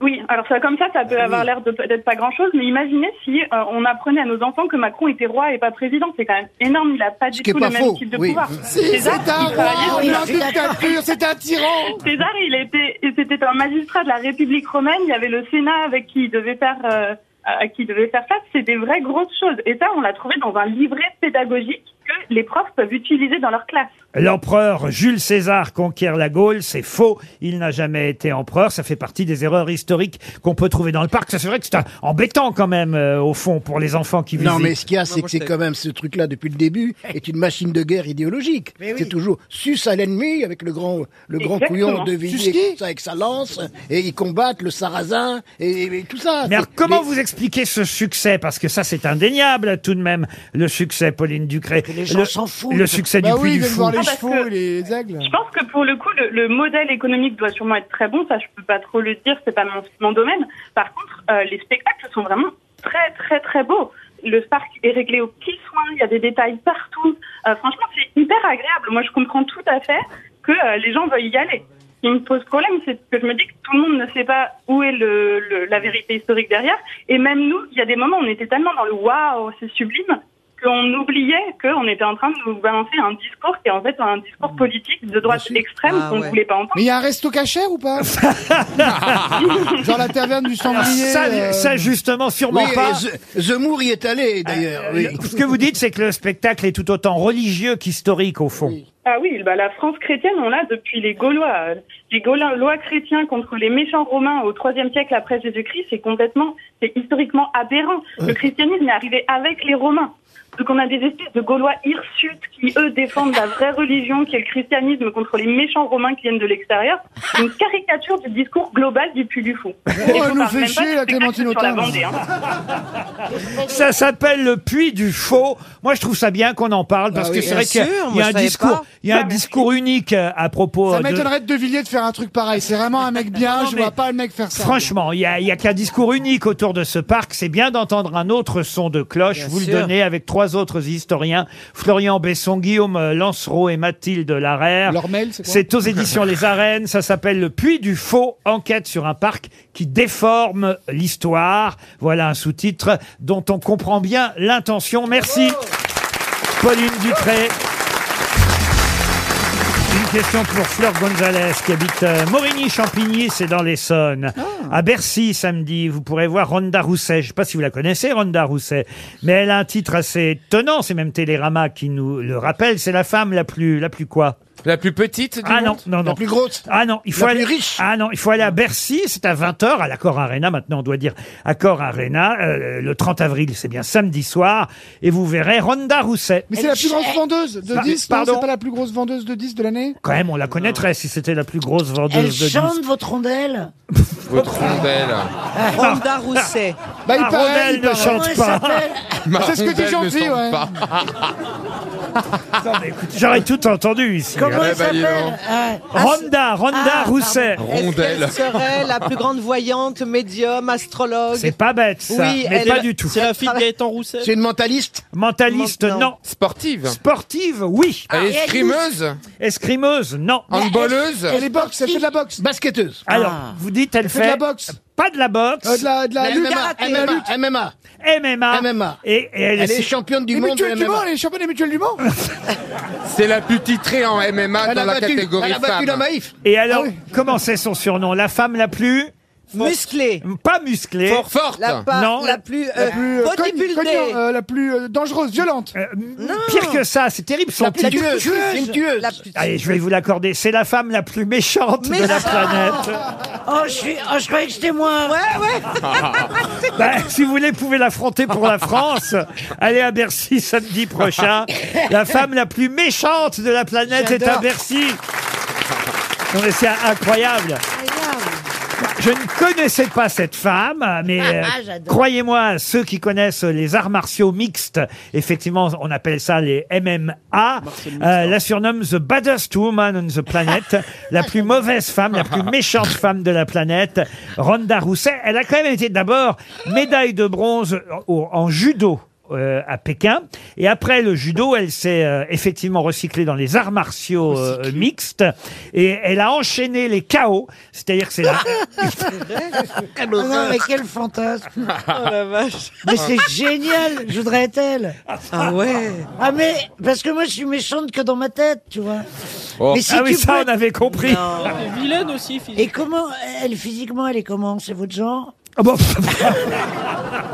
[SPEAKER 13] Oui, alors ça, comme ça, ça
[SPEAKER 7] Ah
[SPEAKER 13] peut avoir l'air de- d'être pas grand-chose, mais imaginez si euh, on apprenait à nos enfants que Macron était roi et pas président. C'est quand même énorme, il n'a pas du
[SPEAKER 7] qui est
[SPEAKER 13] tout
[SPEAKER 7] pas
[SPEAKER 13] le même
[SPEAKER 7] faux,
[SPEAKER 13] type de
[SPEAKER 7] oui.
[SPEAKER 13] pouvoir.
[SPEAKER 7] Si,
[SPEAKER 13] César,
[SPEAKER 7] c'est un
[SPEAKER 13] il travaillait
[SPEAKER 7] roi,
[SPEAKER 13] sous
[SPEAKER 7] il est
[SPEAKER 13] la
[SPEAKER 7] en dictature, c'est un tyran.
[SPEAKER 13] César, il était, et c'était un magistrat de la République romaine, il y avait le Sénat avec qui il devait faire... euh, à qui il devait faire face, c'est des vraies grosses choses. Et ça, on l'a trouvé dans un livret pédagogique que les profs peuvent utiliser dans leur classe.
[SPEAKER 2] L'empereur Jules César conquiert la Gaule, c'est faux. Il n'a jamais été empereur. Ça fait partie des erreurs historiques qu'on peut trouver dans le parc. Ça, c'est vrai que c'est un- embêtant quand même, euh, au fond, pour les enfants qui visitent.
[SPEAKER 8] Non, mais ce qu'il y a, c'est que c'est quand même ce truc-là depuis le début est une machine de guerre idéologique. C'est toujours sus à l'ennemi avec le grand, le grand
[SPEAKER 2] Exactement.
[SPEAKER 8] couillon de
[SPEAKER 2] Sus
[SPEAKER 8] Villiers
[SPEAKER 2] qui
[SPEAKER 8] tout ça, avec sa lance et ils combattent le sarrasin et, et tout ça.
[SPEAKER 2] Mais alors,
[SPEAKER 8] C'est-
[SPEAKER 2] comment vous expliquez ce succès Parce que ça, c'est indéniable, tout de même, le succès, Pauline Ducret.
[SPEAKER 9] gens
[SPEAKER 2] le,
[SPEAKER 9] s'en foutent.
[SPEAKER 2] Le succès
[SPEAKER 7] Bah
[SPEAKER 2] du
[SPEAKER 7] oui,
[SPEAKER 2] Puy
[SPEAKER 7] ils
[SPEAKER 2] du
[SPEAKER 7] veulent
[SPEAKER 2] Fou.
[SPEAKER 7] voir les
[SPEAKER 13] Ah, parce
[SPEAKER 7] chevaux
[SPEAKER 13] que-
[SPEAKER 7] et les aigles.
[SPEAKER 13] Je pense que pour le coup, le, le modèle économique doit sûrement être très bon. Ça, je peux pas trop le dire, c'est pas mon, mon domaine. Par contre, euh, les spectacles sont vraiment très, très, très beaux. Le parc est réglé au petit soin. Il y a des détails partout. Euh, franchement, c'est hyper agréable. Moi, je comprends tout à fait que euh, les gens veuillent y aller. Ce qui me pose problème, c'est que je me dis que tout le monde ne sait pas où est le, le- la vérité historique derrière. Et même nous, il y a des moments où on était tellement dans le waouh, c'est sublime, qu'on oubliait qu'on était en train de nous balancer un discours qui est en fait un discours politique de droite extrême
[SPEAKER 7] Mmh. Ah
[SPEAKER 13] qu'on ne
[SPEAKER 7] ouais.
[SPEAKER 13] voulait pas entendre.
[SPEAKER 7] Mais il y a un resto cachère ou pas Genre la taverne du
[SPEAKER 2] Alors,
[SPEAKER 7] sanglier.
[SPEAKER 2] ça,
[SPEAKER 7] euh,
[SPEAKER 2] ça, justement, sûrement
[SPEAKER 7] Oui, et
[SPEAKER 2] pas.
[SPEAKER 7] The-
[SPEAKER 8] Zemmour y est allé,
[SPEAKER 7] Ah,
[SPEAKER 8] d'ailleurs. oui.
[SPEAKER 2] euh, Le- Ce que vous dites, c'est que le spectacle est tout autant religieux qu'historique, au fond.
[SPEAKER 13] Ah oui, bah la France chrétienne, on l'a depuis les Gaulois. Les Gaulois chrétiens contre les méchants romains au IIIe siècle après Jésus-Christ, c'est complètement, c'est historiquement aberrant. Le christianisme est arrivé avec les Romains. Donc on a des espèces de Gaulois hirsutes qui, eux, défendent la vraie religion qui est le christianisme contre les méchants romains qui viennent de l'extérieur. Une caricature du discours global du puits du fou. Et
[SPEAKER 7] Oh, elle
[SPEAKER 13] on
[SPEAKER 7] nous
[SPEAKER 13] parle
[SPEAKER 7] fait
[SPEAKER 13] même pas du
[SPEAKER 7] chier, la
[SPEAKER 13] spectacle
[SPEAKER 7] Clémentine
[SPEAKER 13] sur la
[SPEAKER 7] Autain.
[SPEAKER 13] Vendée, hein.
[SPEAKER 2] Ça s'appelle le puits du faux. Moi, je trouve ça bien qu'on en parle parce
[SPEAKER 7] Ah
[SPEAKER 2] que
[SPEAKER 7] oui,
[SPEAKER 2] c'est vrai
[SPEAKER 7] bien
[SPEAKER 2] qu'il y a-
[SPEAKER 7] sûr,
[SPEAKER 2] il y
[SPEAKER 7] moi,
[SPEAKER 2] a un
[SPEAKER 7] je savais
[SPEAKER 2] discours,
[SPEAKER 7] pas.
[SPEAKER 2] il y a un
[SPEAKER 7] Ah, merci.
[SPEAKER 2] discours unique euh, à propos.
[SPEAKER 7] Ça
[SPEAKER 2] euh, de-
[SPEAKER 7] m'étonnerait de... Villiers de faire un truc pareil. C'est vraiment un mec bien, je
[SPEAKER 2] mais-
[SPEAKER 7] vois pas le mec faire ça.
[SPEAKER 2] Franchement, il y a, il y a qu'un discours unique autour de ce parc. C'est bien d'entendre un autre son de cloche.
[SPEAKER 7] Bien
[SPEAKER 2] Vous
[SPEAKER 7] sûr.
[SPEAKER 2] le donnez avec trois autres historiens Florian Besson, Guillaume euh, Lancereau et Mathilde Larère.
[SPEAKER 7] c'est quoi
[SPEAKER 2] C'est aux éditions Les Arènes. Ça s'appelle Le Puits du Faux. Enquête sur un parc qui déforme l'histoire. Voilà un sous-titre dont on comprend bien l'intention. Merci, Pauline Dupré. Une question pour Fleur Gonzalez qui habite euh, Morigny-Champigny, c'est dans l'Essonne.
[SPEAKER 4] Ah.
[SPEAKER 2] À Bercy, samedi, vous pourrez voir Ronda Rousset. Je ne sais pas si vous la connaissez, Ronda Rousset, mais elle a un titre assez étonnant. C'est même Télérama qui nous le rappelle. C'est la femme la plus, la plus quoi
[SPEAKER 4] La plus petite du
[SPEAKER 2] Ah non,
[SPEAKER 4] monde
[SPEAKER 2] non, non.
[SPEAKER 4] La plus grosse
[SPEAKER 2] Ah non, il faut
[SPEAKER 4] La
[SPEAKER 2] aller
[SPEAKER 4] plus
[SPEAKER 2] riche. Ah non, il faut aller à Bercy. C'est à 20 h à l'Accor Arena. Maintenant, on doit dire Accor Arena. euh, le 30 avril, c'est bien samedi soir, et vous verrez Ronda Rousset.
[SPEAKER 7] Mais c'est la plus grosse vendeuse de
[SPEAKER 2] Par-
[SPEAKER 7] 10, non
[SPEAKER 2] pardon
[SPEAKER 7] C'est pas la plus grosse vendeuse de 10 de l'année
[SPEAKER 2] Quand même, on la connaîtrait si c'était la plus grosse vendeuse
[SPEAKER 9] Elle
[SPEAKER 2] de
[SPEAKER 9] chante
[SPEAKER 2] disques.
[SPEAKER 9] votre rondelle
[SPEAKER 4] Votre rondelle.
[SPEAKER 6] Ah.
[SPEAKER 9] Ronda Rousset.
[SPEAKER 7] Bah, il
[SPEAKER 2] Ah,
[SPEAKER 7] paraît,
[SPEAKER 2] Rondelle
[SPEAKER 7] il
[SPEAKER 2] ne
[SPEAKER 7] paraît.
[SPEAKER 2] chante
[SPEAKER 7] Ouais,
[SPEAKER 2] pas.
[SPEAKER 7] ça s'appelle- C'est ce que
[SPEAKER 4] Rondelle
[SPEAKER 7] tes gens
[SPEAKER 4] ne
[SPEAKER 7] disent,
[SPEAKER 4] chante
[SPEAKER 7] ouais.
[SPEAKER 4] pas.
[SPEAKER 2] Non, mais écoute, J'aurais tout entendu ici.
[SPEAKER 4] Comment elle Eh ben, dis
[SPEAKER 14] Euh,
[SPEAKER 4] s'appelle donc.
[SPEAKER 6] Ah,
[SPEAKER 14] ah,
[SPEAKER 2] Ronda, Ronda Rousset.
[SPEAKER 4] Rondelle.
[SPEAKER 6] Est-ce qu'elle serait la plus grande voyante, médium, astrologue
[SPEAKER 2] C'est pas bête, ça,
[SPEAKER 6] Oui,
[SPEAKER 2] mais
[SPEAKER 6] elle-
[SPEAKER 2] pas du tout.
[SPEAKER 6] c'est la fille de Gaëtan
[SPEAKER 2] Rousset.
[SPEAKER 8] C'est une mentaliste
[SPEAKER 2] Mentaliste, non.
[SPEAKER 6] Non. Ah,
[SPEAKER 2] Sportive. Sportive, oui.
[SPEAKER 4] Elle est escrimeuse
[SPEAKER 2] Escrimeuse, non.
[SPEAKER 4] Handballeuse
[SPEAKER 7] Elle est boxe, elle fait de la boxe.
[SPEAKER 8] Basketteuse.
[SPEAKER 2] Ah. Alors,
[SPEAKER 6] Ah.
[SPEAKER 2] vous dites, elle
[SPEAKER 7] Elle
[SPEAKER 2] fait.
[SPEAKER 7] fait de la boxe.
[SPEAKER 2] Pas de la boxe.
[SPEAKER 7] Euh, de la, de la
[SPEAKER 8] Mais
[SPEAKER 7] lutte.
[SPEAKER 8] MMA,
[SPEAKER 7] de la
[SPEAKER 8] MMA,
[SPEAKER 7] lutte.
[SPEAKER 8] MMA.
[SPEAKER 2] MMA.
[SPEAKER 8] MMA.
[SPEAKER 2] Et, et elle,
[SPEAKER 8] Elle est championne du
[SPEAKER 7] Les
[SPEAKER 8] monde de
[SPEAKER 7] mutuelles du
[SPEAKER 8] MMA.
[SPEAKER 7] Mans, les champions des mutuelles du Mans.
[SPEAKER 4] C'est la plus titrée en MMA
[SPEAKER 8] Elle
[SPEAKER 4] dans
[SPEAKER 8] a
[SPEAKER 4] la
[SPEAKER 8] battu-
[SPEAKER 4] catégorie
[SPEAKER 8] elle a battu la
[SPEAKER 4] femme.
[SPEAKER 8] Maïf.
[SPEAKER 2] Et alors, comment c'est son surnom La femme la plus.
[SPEAKER 6] Musclée.
[SPEAKER 2] Pas musclée.
[SPEAKER 4] Forte.
[SPEAKER 6] La, pas-
[SPEAKER 2] Non.
[SPEAKER 6] la plus,
[SPEAKER 7] La
[SPEAKER 6] euh,
[SPEAKER 7] plus euh, cogne-
[SPEAKER 6] bodybuildée.
[SPEAKER 7] cognante, euh, la plus euh, dangereuse, violente.
[SPEAKER 2] Pire que ça, c'est terrible son
[SPEAKER 7] La plus
[SPEAKER 2] titre.
[SPEAKER 7] tueuse.
[SPEAKER 8] C'est une tueuse.
[SPEAKER 6] La plus-
[SPEAKER 2] Allez, je vais vous l'accorder. C'est la femme la plus méchante de la planète.
[SPEAKER 9] Oh, je, suis... oh, je croyais que c'était moi.
[SPEAKER 6] Ouais, ouais.
[SPEAKER 2] Bah, si vous voulez, pouvez l'affronter pour la France. Allez à Bercy samedi prochain. La femme la plus méchante de la planète est à
[SPEAKER 7] J'adore.
[SPEAKER 2] Bercy. Non mais c'est incroyable. Je ne connaissais pas cette femme, mais euh,
[SPEAKER 9] Ah, j'adore.
[SPEAKER 2] croyez-moi, ceux qui connaissent les arts martiaux mixtes, effectivement, on appelle ça les MMA, euh, la surnomme The Baddest Woman on the Planet, la plus mauvaise femme, la plus méchante femme de la planète, Ronda Rousset. Elle a quand même été d'abord médaille de bronze au- en judo euh, à Pékin. Et après le judo, elle s'est euh, effectivement recyclée dans les arts martiaux euh, mixtes. Et elle a enchaîné les KO. C'est-à-dire que c'est la...
[SPEAKER 9] Ah non, mais quel fantasme
[SPEAKER 2] Oh
[SPEAKER 6] la vache
[SPEAKER 9] Mais c'est génial Je voudrais être elle
[SPEAKER 6] Ah ouais.
[SPEAKER 9] Ah mais, parce que moi je suis méchante que dans ma tête, tu vois
[SPEAKER 2] Oh. Ah oui, ça,
[SPEAKER 9] peux-
[SPEAKER 2] on avait compris.
[SPEAKER 9] Non.
[SPEAKER 5] Elle est vilaine aussi,
[SPEAKER 9] Et
[SPEAKER 5] physique.
[SPEAKER 9] comment, elle physiquement, elle est comment C'est votre genre
[SPEAKER 2] Ah
[SPEAKER 4] N'importe.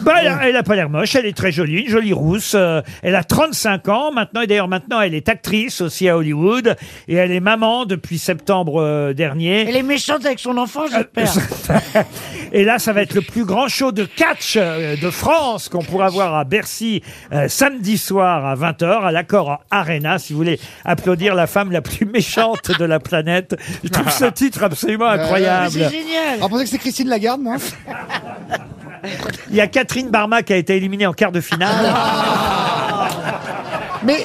[SPEAKER 2] Bah, elle, a- elle a pas l'air moche, elle est très jolie, une jolie rousse. euh, elle a 35 ans maintenant, et d'ailleurs maintenant elle est actrice aussi à Hollywood, et elle est maman depuis septembre euh, dernier. Euh,
[SPEAKER 9] Elle est méchante avec son enfant, j'espère
[SPEAKER 2] Et là, ça va être le plus grand show de catch euh, de France qu'on pourra voir à Bercy euh, samedi soir à 20h à l'accord Arena. Si vous voulez applaudir la femme la plus méchante de la planète, je trouve ce titre
[SPEAKER 9] Euh,
[SPEAKER 2] absolument incroyable.
[SPEAKER 7] génial. Euh, On pensait que c'est Christine Lagarde, moi.
[SPEAKER 2] Il y a Catherine Barma qui a été éliminée en quart de
[SPEAKER 9] Ah
[SPEAKER 2] finale.
[SPEAKER 7] Mais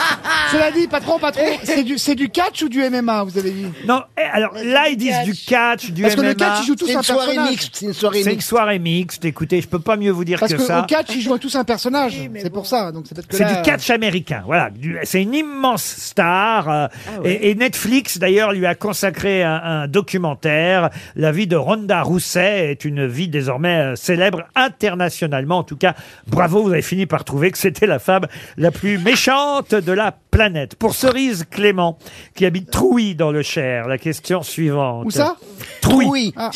[SPEAKER 7] cela dit, patron, patron, c'est du, c'est du catch ou du MMA, vous avez dit
[SPEAKER 2] Non, eh, alors là, ils disent du catch, du
[SPEAKER 7] Parce que le
[SPEAKER 2] MMA.
[SPEAKER 7] catch, ils jouent tous un personnage.
[SPEAKER 8] C'est une soirée
[SPEAKER 2] C'est une
[SPEAKER 8] mixte.
[SPEAKER 2] soirée mixte. Écoutez, je peux pas mieux vous dire
[SPEAKER 7] Parce
[SPEAKER 2] que, ça.
[SPEAKER 7] qu'au catch, ils jouent tous un personnage. c'est pour ça. Donc c'est peut-être que
[SPEAKER 2] C'est
[SPEAKER 7] là-
[SPEAKER 2] du catch américain, voilà. Du- C'est une immense star. euh, et, et Netflix, d'ailleurs, lui a consacré un, un documentaire. La vie de Rhonda Rousset est une vie désormais euh, célèbre internationalement. En tout cas, bravo, vous avez fini par trouver que c'était la femme la plus méchante de la planète. Pour Cerise Clément, qui habite Trouy dans le Cher, la question suivante.
[SPEAKER 7] euh, Où ça
[SPEAKER 2] Trouy.
[SPEAKER 7] Ah,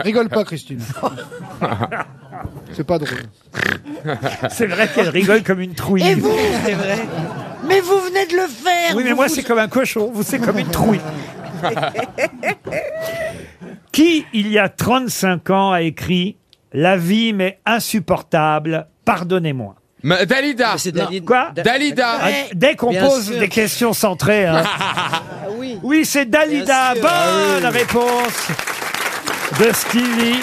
[SPEAKER 7] rigole pas, Christine. C'est pas drôle.
[SPEAKER 2] C'est vrai qu'elle rigole comme une trouille.
[SPEAKER 9] Et vous C'est vrai Mais vous venez de le faire
[SPEAKER 2] Oui, mais
[SPEAKER 9] vous-
[SPEAKER 2] moi, c'est comme un cochon, vous, c'est comme une trouille. Qui, il y a 35 ans, a écrit La vie m'est insupportable, pardonnez-moi
[SPEAKER 4] Mais Dalida
[SPEAKER 2] Quoi
[SPEAKER 4] Dalida
[SPEAKER 2] Ah, Dès qu'on
[SPEAKER 4] Bien
[SPEAKER 2] pose
[SPEAKER 4] sûr.
[SPEAKER 2] des questions centrées. hein. oui, c'est Dalida.
[SPEAKER 4] Bien
[SPEAKER 2] Bonne
[SPEAKER 4] sûr. Ah oui.
[SPEAKER 2] réponse de Stevie.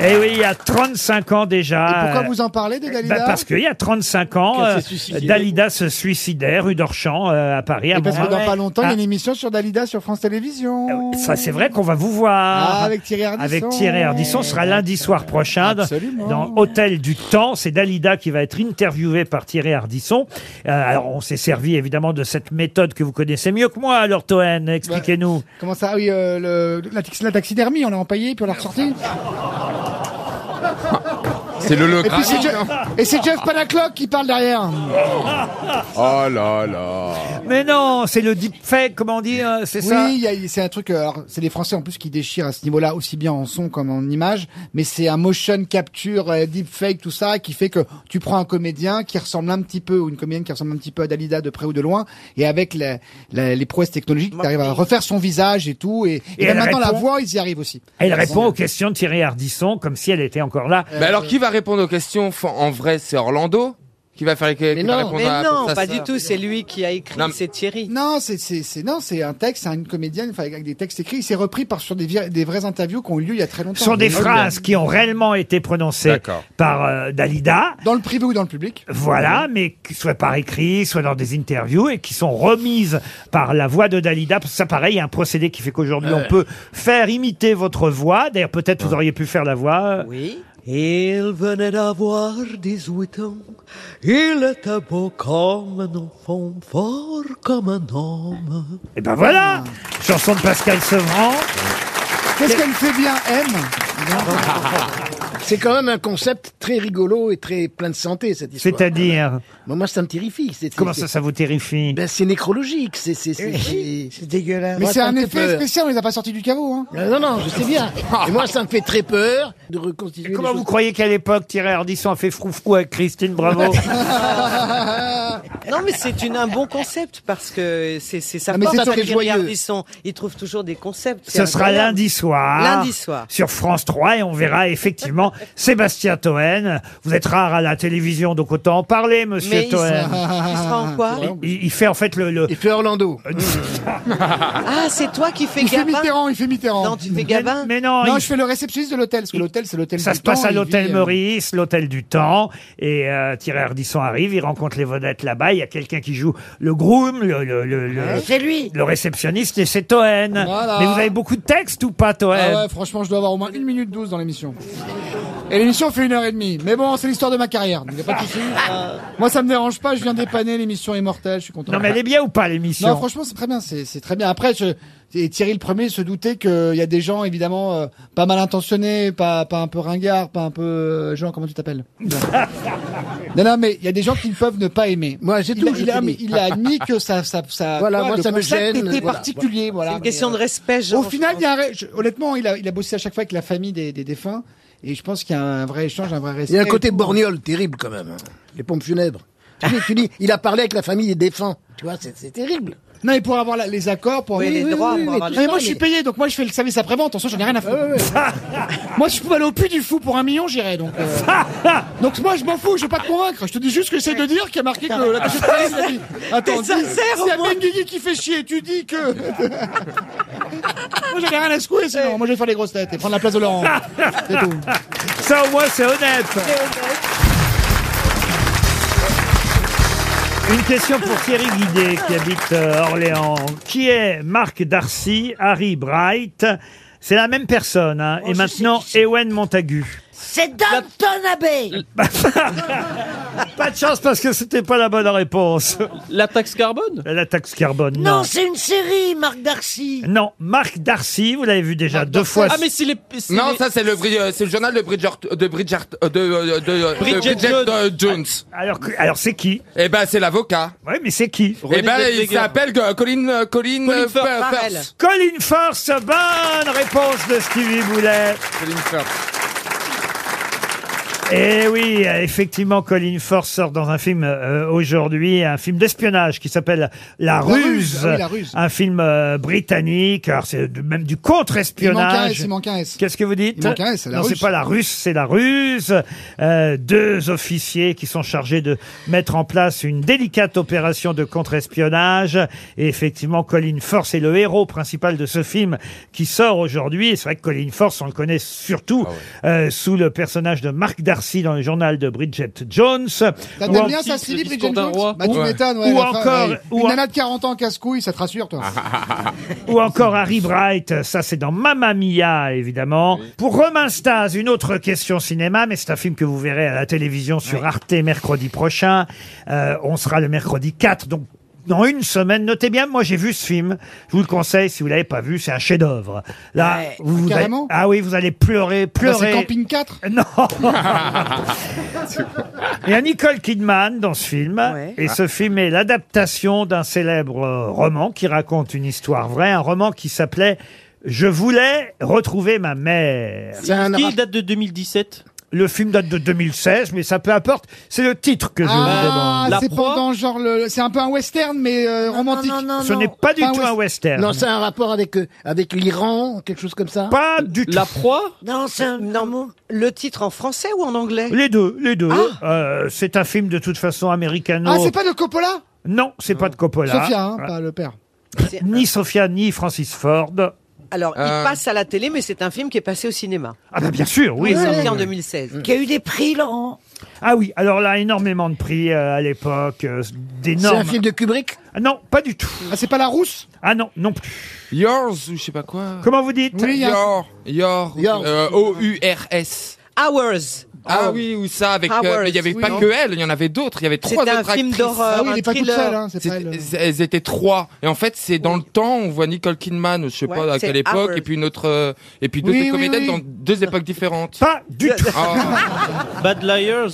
[SPEAKER 2] Et oui, il y a 35 ans déjà.
[SPEAKER 7] Et pourquoi
[SPEAKER 2] euh,
[SPEAKER 7] vous en parlez de Dalida
[SPEAKER 2] bah, parce qu'il y a 35 ans,
[SPEAKER 7] Qu'elle
[SPEAKER 2] euh,
[SPEAKER 7] s'est suicidée.
[SPEAKER 2] Dalida se suicidait rue d'Orchamps euh, à Paris. à
[SPEAKER 7] Et parce que dans
[SPEAKER 2] Montmartre.
[SPEAKER 7] pas longtemps, il y a
[SPEAKER 2] Ah,
[SPEAKER 7] une émission sur Dalida sur France Télévisions.
[SPEAKER 2] Ça, c'est vrai qu'on va vous voir.
[SPEAKER 7] Ah, avec Thierry Ardisson.
[SPEAKER 2] Avec Thierry Ardisson. Ce sera lundi soir prochain. dans-
[SPEAKER 7] Absolument.
[SPEAKER 2] Dans Hôtel du Temps. C'est Dalida qui va être interviewée par Thierry Ardisson. Euh, alors, on s'est servi évidemment de cette méthode que vous connaissez mieux que moi, alors Toen. Expliquez-nous.
[SPEAKER 7] Comment ça Ah Oui, euh, le- la, tax- la taxidermie, on l'a empaillée, puis on l'a ressortie.
[SPEAKER 4] C'est le
[SPEAKER 7] Et puis
[SPEAKER 4] legrand.
[SPEAKER 7] c'est Je- et c'est Jeff Panaclock qui parle derrière.
[SPEAKER 4] Oh là là.
[SPEAKER 2] Mais non, c'est le deepfake, comment on dit, euh, c'est ça
[SPEAKER 7] Oui, il y a- c'est un truc. euh, Alors, c'est les Français en plus qui déchirent à ce niveau-là, aussi bien en son comme en image. Mais c'est un motion capture, euh, deepfake, tout ça, qui fait que tu prends un comédien qui ressemble un petit peu ou une comédienne qui ressemble un petit peu à Dalida de près ou de loin, et avec la- la- les prouesses technologiques, tu arrives à refaire son visage et tout. Et,
[SPEAKER 2] Et
[SPEAKER 7] et là,
[SPEAKER 2] elle
[SPEAKER 7] maintenant la
[SPEAKER 2] répond-
[SPEAKER 7] voix, ils y arrivent aussi.
[SPEAKER 2] Elle répond aux questions Oh, de Thierry Ardisson comme si elle était encore là.
[SPEAKER 4] Mais alors, qui va répondre aux questions Fa- En vrai, c'est Orlando qui va faire les questions.
[SPEAKER 6] Mais non, mais non pas du tout, c'est lui qui a écrit,
[SPEAKER 4] Non, mais-
[SPEAKER 6] c'est Thierry.
[SPEAKER 7] Non, c'est c'est c'est non, c'est un texte, c'est une comédienne, enfin avec des textes écrits. C'est repris par sur des, vi- des vraies interviews qui ont eu lieu il y a très longtemps.
[SPEAKER 2] Ce sont des phrases qui ont réellement été prononcées
[SPEAKER 4] D'accord.
[SPEAKER 2] par euh, Dalida.
[SPEAKER 7] dans le privé ou dans le public.
[SPEAKER 2] Voilà, mais qui soit par écrit, soit dans des interviews et qui sont remises par la voix de Dalida. Parce que ça, pareil, il y a un procédé qui fait qu'aujourd'hui, on peut faire imiter votre voix. D'ailleurs, peut-être vous auriez pu faire la voix.
[SPEAKER 6] Oui. Il venait d'avoir 18 ans. Il était beau comme un enfant, fort comme un homme.
[SPEAKER 2] Et ben voilà Chanson de Pascal Sevran.
[SPEAKER 7] Qu'est-ce qu'elle fait bien, M
[SPEAKER 8] C'est quand même un concept très rigolo et très plein de santé, cette histoire.
[SPEAKER 2] C'est-à-dire
[SPEAKER 8] Moi, moi, ça me terrifie. c'est-
[SPEAKER 2] Comment
[SPEAKER 8] c'est-
[SPEAKER 2] ça, ça vous terrifie
[SPEAKER 8] Ben, c'est nécrologique, c'est c'est c'est- c'est-
[SPEAKER 9] C'est dégueulasse.
[SPEAKER 7] Mais
[SPEAKER 8] Moi,
[SPEAKER 7] c'est
[SPEAKER 8] ça
[SPEAKER 7] un
[SPEAKER 8] me fait
[SPEAKER 7] effet
[SPEAKER 8] peur.
[SPEAKER 7] spécial, on les a pas sortis du caveau. Hein.
[SPEAKER 8] Euh, Non non, je sais bien. Et moi, ça me fait très peur de reconstituer.
[SPEAKER 2] Comment
[SPEAKER 8] les
[SPEAKER 2] vous
[SPEAKER 8] choses.
[SPEAKER 2] croyez qu'à l'époque, Thierry Ardisson a fait froufrou avec Christine Bravo
[SPEAKER 14] Ah Non, mais c'est une- un bon concept parce que c'est c'est ça.
[SPEAKER 2] Ah, mais
[SPEAKER 14] porte
[SPEAKER 2] c'est
[SPEAKER 14] à
[SPEAKER 2] sur les
[SPEAKER 14] Patrick
[SPEAKER 2] joyeux.
[SPEAKER 14] Ardisson. Il trouve toujours des concepts. c'est
[SPEAKER 2] Ce sera
[SPEAKER 14] incroyable.
[SPEAKER 2] lundi soir.
[SPEAKER 14] Lundi soir.
[SPEAKER 2] Sur France 3 et on verra effectivement Sébastien Toen. Vous êtes rare à la télévision, donc autant en parler, monsieur
[SPEAKER 14] Mais il
[SPEAKER 2] Toen.
[SPEAKER 14] sera- il sera en quoi
[SPEAKER 2] il, il fait en fait le... Euh, Il fait Orlando.
[SPEAKER 14] Ah, c'est toi qui fais
[SPEAKER 7] Il fait
[SPEAKER 14] Gabin
[SPEAKER 7] Mitterrand, il fait Mitterrand.
[SPEAKER 14] Non, tu fais Gabin
[SPEAKER 2] Mais non,
[SPEAKER 7] Non,
[SPEAKER 2] il-
[SPEAKER 7] je fais le réceptionniste de l'hôtel, parce que l'hôtel, c'est l'hôtel
[SPEAKER 2] Ça
[SPEAKER 7] du
[SPEAKER 2] se passe
[SPEAKER 7] temps,
[SPEAKER 2] à
[SPEAKER 7] il
[SPEAKER 2] l'hôtel
[SPEAKER 7] vit, euh,
[SPEAKER 2] Maurice, l'hôtel du temps. Et euh, Thierry Ardisson arrive, il rencontre les vedettes là-bas. Il y a quelqu'un qui joue le groom, le, le, le, le-
[SPEAKER 9] C'est lui.
[SPEAKER 2] le réceptionniste, et c'est Toen.
[SPEAKER 7] Voilà.
[SPEAKER 2] Mais vous avez beaucoup de textes ou pas, Toen
[SPEAKER 7] Ah ouais, franchement, je dois avoir au moins 1 minute 12 dans l'émission. Et l'émission fait une heure et demie. Mais bon, c'est l'histoire de ma carrière. donc y a pas de souci. Moi, ça me dérange pas. Je viens dépanner l'émission est mortelle. Je suis content.
[SPEAKER 2] Non, mais elle est bien ou pas, l'émission
[SPEAKER 7] Non, franchement, c'est très bien. C'est c'est très bien. Après, je- et Thierry le premier se doutait qu'il y a des gens, évidemment, euh, pas mal intentionnés, pas, pas un peu ringards, pas un peu. euh, Jean, comment tu t'appelles Non, non, mais il y a des gens qui ne peuvent ne pas aimer. Moi, j'ai
[SPEAKER 8] tout,
[SPEAKER 7] Il,
[SPEAKER 8] j'ai
[SPEAKER 7] a-
[SPEAKER 8] tout
[SPEAKER 7] mais
[SPEAKER 8] dit.
[SPEAKER 7] il a admis que ça. ça, ça
[SPEAKER 8] Voilà,
[SPEAKER 7] toi,
[SPEAKER 8] moi,
[SPEAKER 7] le
[SPEAKER 8] ça me
[SPEAKER 7] concept
[SPEAKER 8] gêne,
[SPEAKER 7] était
[SPEAKER 8] voilà.
[SPEAKER 7] particulier. Voilà.
[SPEAKER 14] C'est une question de respect, Jean.
[SPEAKER 7] Au final, il y a un ré- je- honnêtement, il a, il a bossé à chaque fois avec la famille des, des défunts. Et je pense qu'il y a un vrai échange, un vrai respect.
[SPEAKER 8] Il y a un côté borgnole terrible quand même. Les pompes funèbres. Tu dis, Ah, tu dis, il a parlé avec la famille des défunts. Tu vois, c'est c'est terrible.
[SPEAKER 7] Non, mais pour avoir la- les accords, pour
[SPEAKER 8] Oui,
[SPEAKER 7] avoir
[SPEAKER 8] les droits, pour avoir
[SPEAKER 7] mais
[SPEAKER 8] les
[SPEAKER 7] moi,
[SPEAKER 8] droits,
[SPEAKER 7] je suis
[SPEAKER 8] mais-
[SPEAKER 7] payé, donc moi, je fais le service après-vente. En soi, j'en ai rien à foutre. moi, si je pouvais aller au puits du fou pour un million, j'irais. Donc, euh, donc moi, je m'en fous, je vais pas te convaincre. Je te dis juste que j'essaie de dire qu'il y a marqué que la de presse, il a dit- Attends,
[SPEAKER 14] T'es sincère, au
[SPEAKER 7] dis- s'il y a
[SPEAKER 14] moins.
[SPEAKER 7] Ben Guigui qui fait chier, tu dis que. moi, j'en ai rien à secouer, sinon. Moi, je vais faire les grosses têtes et prendre la place de Laurent. C'est tout.
[SPEAKER 2] Ça, au moins, c'est honnête. Une question pour Thierry Guidet, qui habite euh, Orléans. Qui est Marc Darcy, Harry Bright C'est la même personne. hein. Et maintenant, Ewen Montagu.
[SPEAKER 9] C'est Danton Abbé
[SPEAKER 2] Bah. Pas de chance parce que c'était pas la bonne réponse.
[SPEAKER 5] La taxe carbone
[SPEAKER 2] La taxe carbone, non.
[SPEAKER 9] Non, c'est une série, Marc Darcy.
[SPEAKER 2] Non, Marc Darcy, vous l'avez vu déjà deux fois.
[SPEAKER 5] Ah, mais c'est les. c'est
[SPEAKER 4] Non,
[SPEAKER 5] les-
[SPEAKER 4] ça c'est le, Bri- euh, c'est le journal de Bridger- de Bridger- euh, de, euh, de, euh, de
[SPEAKER 5] Bridget
[SPEAKER 4] Bridget,
[SPEAKER 5] Jones.
[SPEAKER 4] euh, Jones.
[SPEAKER 2] Alors, alors c'est qui
[SPEAKER 4] Eh ben c'est l'avocat.
[SPEAKER 2] Oui, mais c'est qui
[SPEAKER 4] Eh ben
[SPEAKER 2] René
[SPEAKER 4] il
[SPEAKER 2] Zellweger.
[SPEAKER 4] s'appelle euh, Colin euh, Colin, euh, Fir- Firth.
[SPEAKER 2] Colin Firth, bonne réponse de Stevie Boulet.
[SPEAKER 4] Colin Firth.
[SPEAKER 2] Et oui, euh, effectivement, Colin Firth sort dans un film euh, aujourd'hui, un film d'espionnage qui s'appelle La,
[SPEAKER 7] La
[SPEAKER 2] Ruse,
[SPEAKER 7] Ruse, ah oui, La Ruse.
[SPEAKER 2] un film euh, britannique. Alors c'est de- même du contre-espionnage.
[SPEAKER 7] Il manque un S, il manque un S.
[SPEAKER 2] Qu'est-ce que vous dites
[SPEAKER 7] Il manque un S, c'est La
[SPEAKER 2] Non,
[SPEAKER 7] Ruse.
[SPEAKER 2] c'est pas La Ruse, c'est La Ruse. Euh, deux officiers qui sont chargés de mettre en place une délicate opération de contre-espionnage. Et effectivement, Colin Firth est le héros principal de ce film qui sort aujourd'hui. Et C'est vrai que Colin Firth, on le connaît surtout euh, sous le personnage de Mark Darcy dans le journal de Bridget Jones.
[SPEAKER 7] Ça
[SPEAKER 2] Ou en-
[SPEAKER 7] t'aime bien ça, Sylvie Bridget Jones Bah, tu
[SPEAKER 2] Ouais.
[SPEAKER 7] m'étonnes, ouais,
[SPEAKER 2] Ou
[SPEAKER 7] la fin,
[SPEAKER 2] encore-
[SPEAKER 7] ouais.
[SPEAKER 2] ou
[SPEAKER 7] Une
[SPEAKER 2] en-
[SPEAKER 7] nana de 40 ans casse-couille, ça te rassure, toi.
[SPEAKER 2] Ou encore Harry Bright, ça c'est dans Mamma Mia évidemment. Pour Romain Staz, une autre question cinéma, mais c'est un film que vous verrez à la télévision sur Arte mercredi prochain. Euh, on sera le mercredi 4, donc dans une semaine. Notez bien, moi j'ai vu ce film. Je vous le conseille si vous l'avez pas vu, c'est un chef-d'œuvre. Là, vous, vous allez-
[SPEAKER 7] Carrément
[SPEAKER 2] ah oui, vous allez pleurer,
[SPEAKER 7] Bah,
[SPEAKER 2] pleurer. Euh,
[SPEAKER 7] c'est Camping 4
[SPEAKER 2] Non Il y a Nicole Kidman dans ce film, et ce film est l'adaptation d'un célèbre euh, roman qui raconte une histoire vraie, un roman qui s'appelait Je voulais retrouver ma mère.
[SPEAKER 5] Ce qui date de 2017.
[SPEAKER 2] Le film date de 2016, mais ça peu importe, c'est le titre que je
[SPEAKER 7] Ah,
[SPEAKER 2] vous demande.
[SPEAKER 7] c'est pendant genre le, c'est un peu un western mais euh, romantique.
[SPEAKER 2] Ce n'est pas du tout un western.
[SPEAKER 8] Non, c'est un rapport avec, euh, avec l'Iran, quelque chose comme ça.
[SPEAKER 2] Pas du tout.
[SPEAKER 5] La proie
[SPEAKER 9] Non, c'est un non, mot.
[SPEAKER 14] Le titre en français ou en anglais
[SPEAKER 2] Les deux, les deux. Euh, c'est un film de toute façon américano.
[SPEAKER 7] Ah, c'est pas de Coppola
[SPEAKER 2] Non, c'est pas de Coppola. Euh,
[SPEAKER 7] Sophia, hein, pas le père.
[SPEAKER 2] Ni Sophia, ni Francis Ford.
[SPEAKER 14] Alors,
[SPEAKER 5] Euh.
[SPEAKER 14] il passe à la télé, mais c'est un film qui est passé au cinéma.
[SPEAKER 2] Ah bah bien sûr, oui.
[SPEAKER 14] Il est sorti en 2016.
[SPEAKER 9] Qui a eu des prix, Laurent
[SPEAKER 2] Ah oui, alors là, énormément de prix euh, à l'époque, euh, d'énormes...
[SPEAKER 8] C'est un film de Kubrick
[SPEAKER 2] Ah Non, pas du tout.
[SPEAKER 7] Ah, c'est pas la rousse
[SPEAKER 2] Ah non, non plus.
[SPEAKER 4] Yours ou je sais pas quoi.
[SPEAKER 2] Comment vous dites
[SPEAKER 4] Your Your, euh, O U R S.
[SPEAKER 14] Hours.
[SPEAKER 4] Ah oui, ou ça avec euh,
[SPEAKER 14] Hours,
[SPEAKER 4] mais il y avait
[SPEAKER 14] oui,
[SPEAKER 4] pas
[SPEAKER 14] non.
[SPEAKER 4] que elle, il y en avait d'autres, il y avait trois
[SPEAKER 14] C'était un
[SPEAKER 4] autres
[SPEAKER 14] film
[SPEAKER 4] actrices.
[SPEAKER 14] d'horreur, Ah oui, elle un est pas toute thriller. seule, hein,
[SPEAKER 7] c'est pas
[SPEAKER 4] C'était- Elles étaient trois et en fait, c'est dans le temps, on voit Nicole Kidman, je sais
[SPEAKER 14] Ouais,
[SPEAKER 4] pas à
[SPEAKER 14] c'est
[SPEAKER 4] quelle époque
[SPEAKER 14] Hours.
[SPEAKER 4] et puis une autre euh, et puis deux Ah.
[SPEAKER 5] Oui,
[SPEAKER 4] autres
[SPEAKER 5] oui,
[SPEAKER 4] comédiennes
[SPEAKER 5] oui.
[SPEAKER 9] Ah,
[SPEAKER 4] dans deux époques différentes.
[SPEAKER 2] Pas du tout.
[SPEAKER 4] Ah.
[SPEAKER 5] Bad Liars.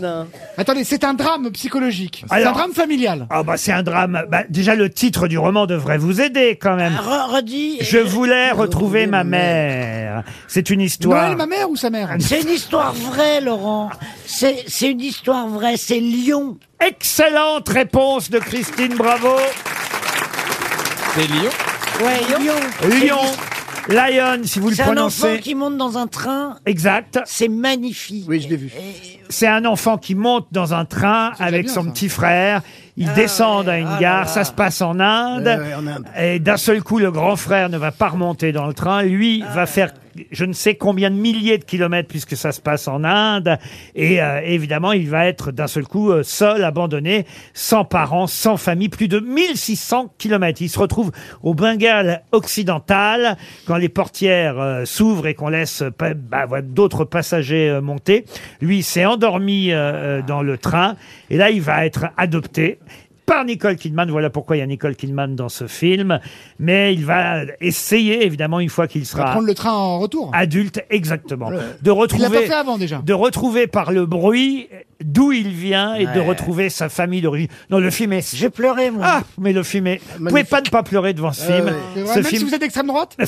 [SPEAKER 14] Non.
[SPEAKER 7] Attendez, c'est un drame psychologique. C'est un
[SPEAKER 2] Alors-
[SPEAKER 7] drame familial.
[SPEAKER 2] Ah bah c'est un drame. Bah, déjà le titre du roman devrait vous aider quand même.
[SPEAKER 9] Ah, redis.
[SPEAKER 2] Je voulais retrouver ma mère. C'est une histoire.
[SPEAKER 9] Noël, ma
[SPEAKER 7] mère ou sa mère
[SPEAKER 9] C'est une histoire vraie, Laurent. C'est c'est une histoire vraie. C'est Lyon.
[SPEAKER 2] Excellente réponse de Christine Bravo.
[SPEAKER 4] C'est Lyon.
[SPEAKER 9] Ouais, Lyon.
[SPEAKER 2] Lyon.
[SPEAKER 9] C'est-
[SPEAKER 2] Lion, si vous le
[SPEAKER 9] C'est un enfant
[SPEAKER 2] prononcez.
[SPEAKER 9] qui monte dans un train.
[SPEAKER 2] Exact.
[SPEAKER 9] C'est magnifique.
[SPEAKER 2] Oui, je l'ai vu. C'est un enfant qui monte dans un train avec son petit frère. Ils descendent à une gare. Ça se passe en Inde.
[SPEAKER 8] Ouais, ouais, en Inde.
[SPEAKER 2] Et d'un seul coup, le grand frère ne va pas remonter dans le train. Lui
[SPEAKER 8] Ah.
[SPEAKER 2] va faire je ne sais combien de milliers de kilomètres puisque ça se passe en Inde. Et euh, évidemment, il va être d'un seul coup euh, seul, abandonné, sans parents, sans famille, plus de 1600 kilomètres. Il se retrouve au Bengale occidental quand les portières euh, s'ouvrent et qu'on laisse euh, pa- bah, voilà, d'autres passagers euh, monter. Lui, il s'est endormi euh, euh, dans le train. Et là, il va être adopté par Nicole Kidman. Voilà pourquoi il y a Nicole Kidman dans ce film. Mais il va essayer, évidemment, une fois qu'il
[SPEAKER 7] On va
[SPEAKER 2] sera
[SPEAKER 7] prendre le train en retour.
[SPEAKER 2] adulte, exactement,
[SPEAKER 7] Ouais.
[SPEAKER 2] de
[SPEAKER 7] Il l'a pas
[SPEAKER 2] retrouver,
[SPEAKER 7] fait avant déjà.
[SPEAKER 2] de retrouver par le bruit d'où il vient et de
[SPEAKER 7] Ouais.
[SPEAKER 2] retrouver sa famille d'origine. Non, le film est.
[SPEAKER 9] J'ai pleuré moi.
[SPEAKER 2] Ah, mais le film est. Vous pouvez pas ne pas pleurer devant ce
[SPEAKER 7] Euh,
[SPEAKER 2] film.
[SPEAKER 7] c'est vrai,
[SPEAKER 2] Ce
[SPEAKER 7] Même
[SPEAKER 2] film...
[SPEAKER 7] si vous êtes d'extrême droite bah,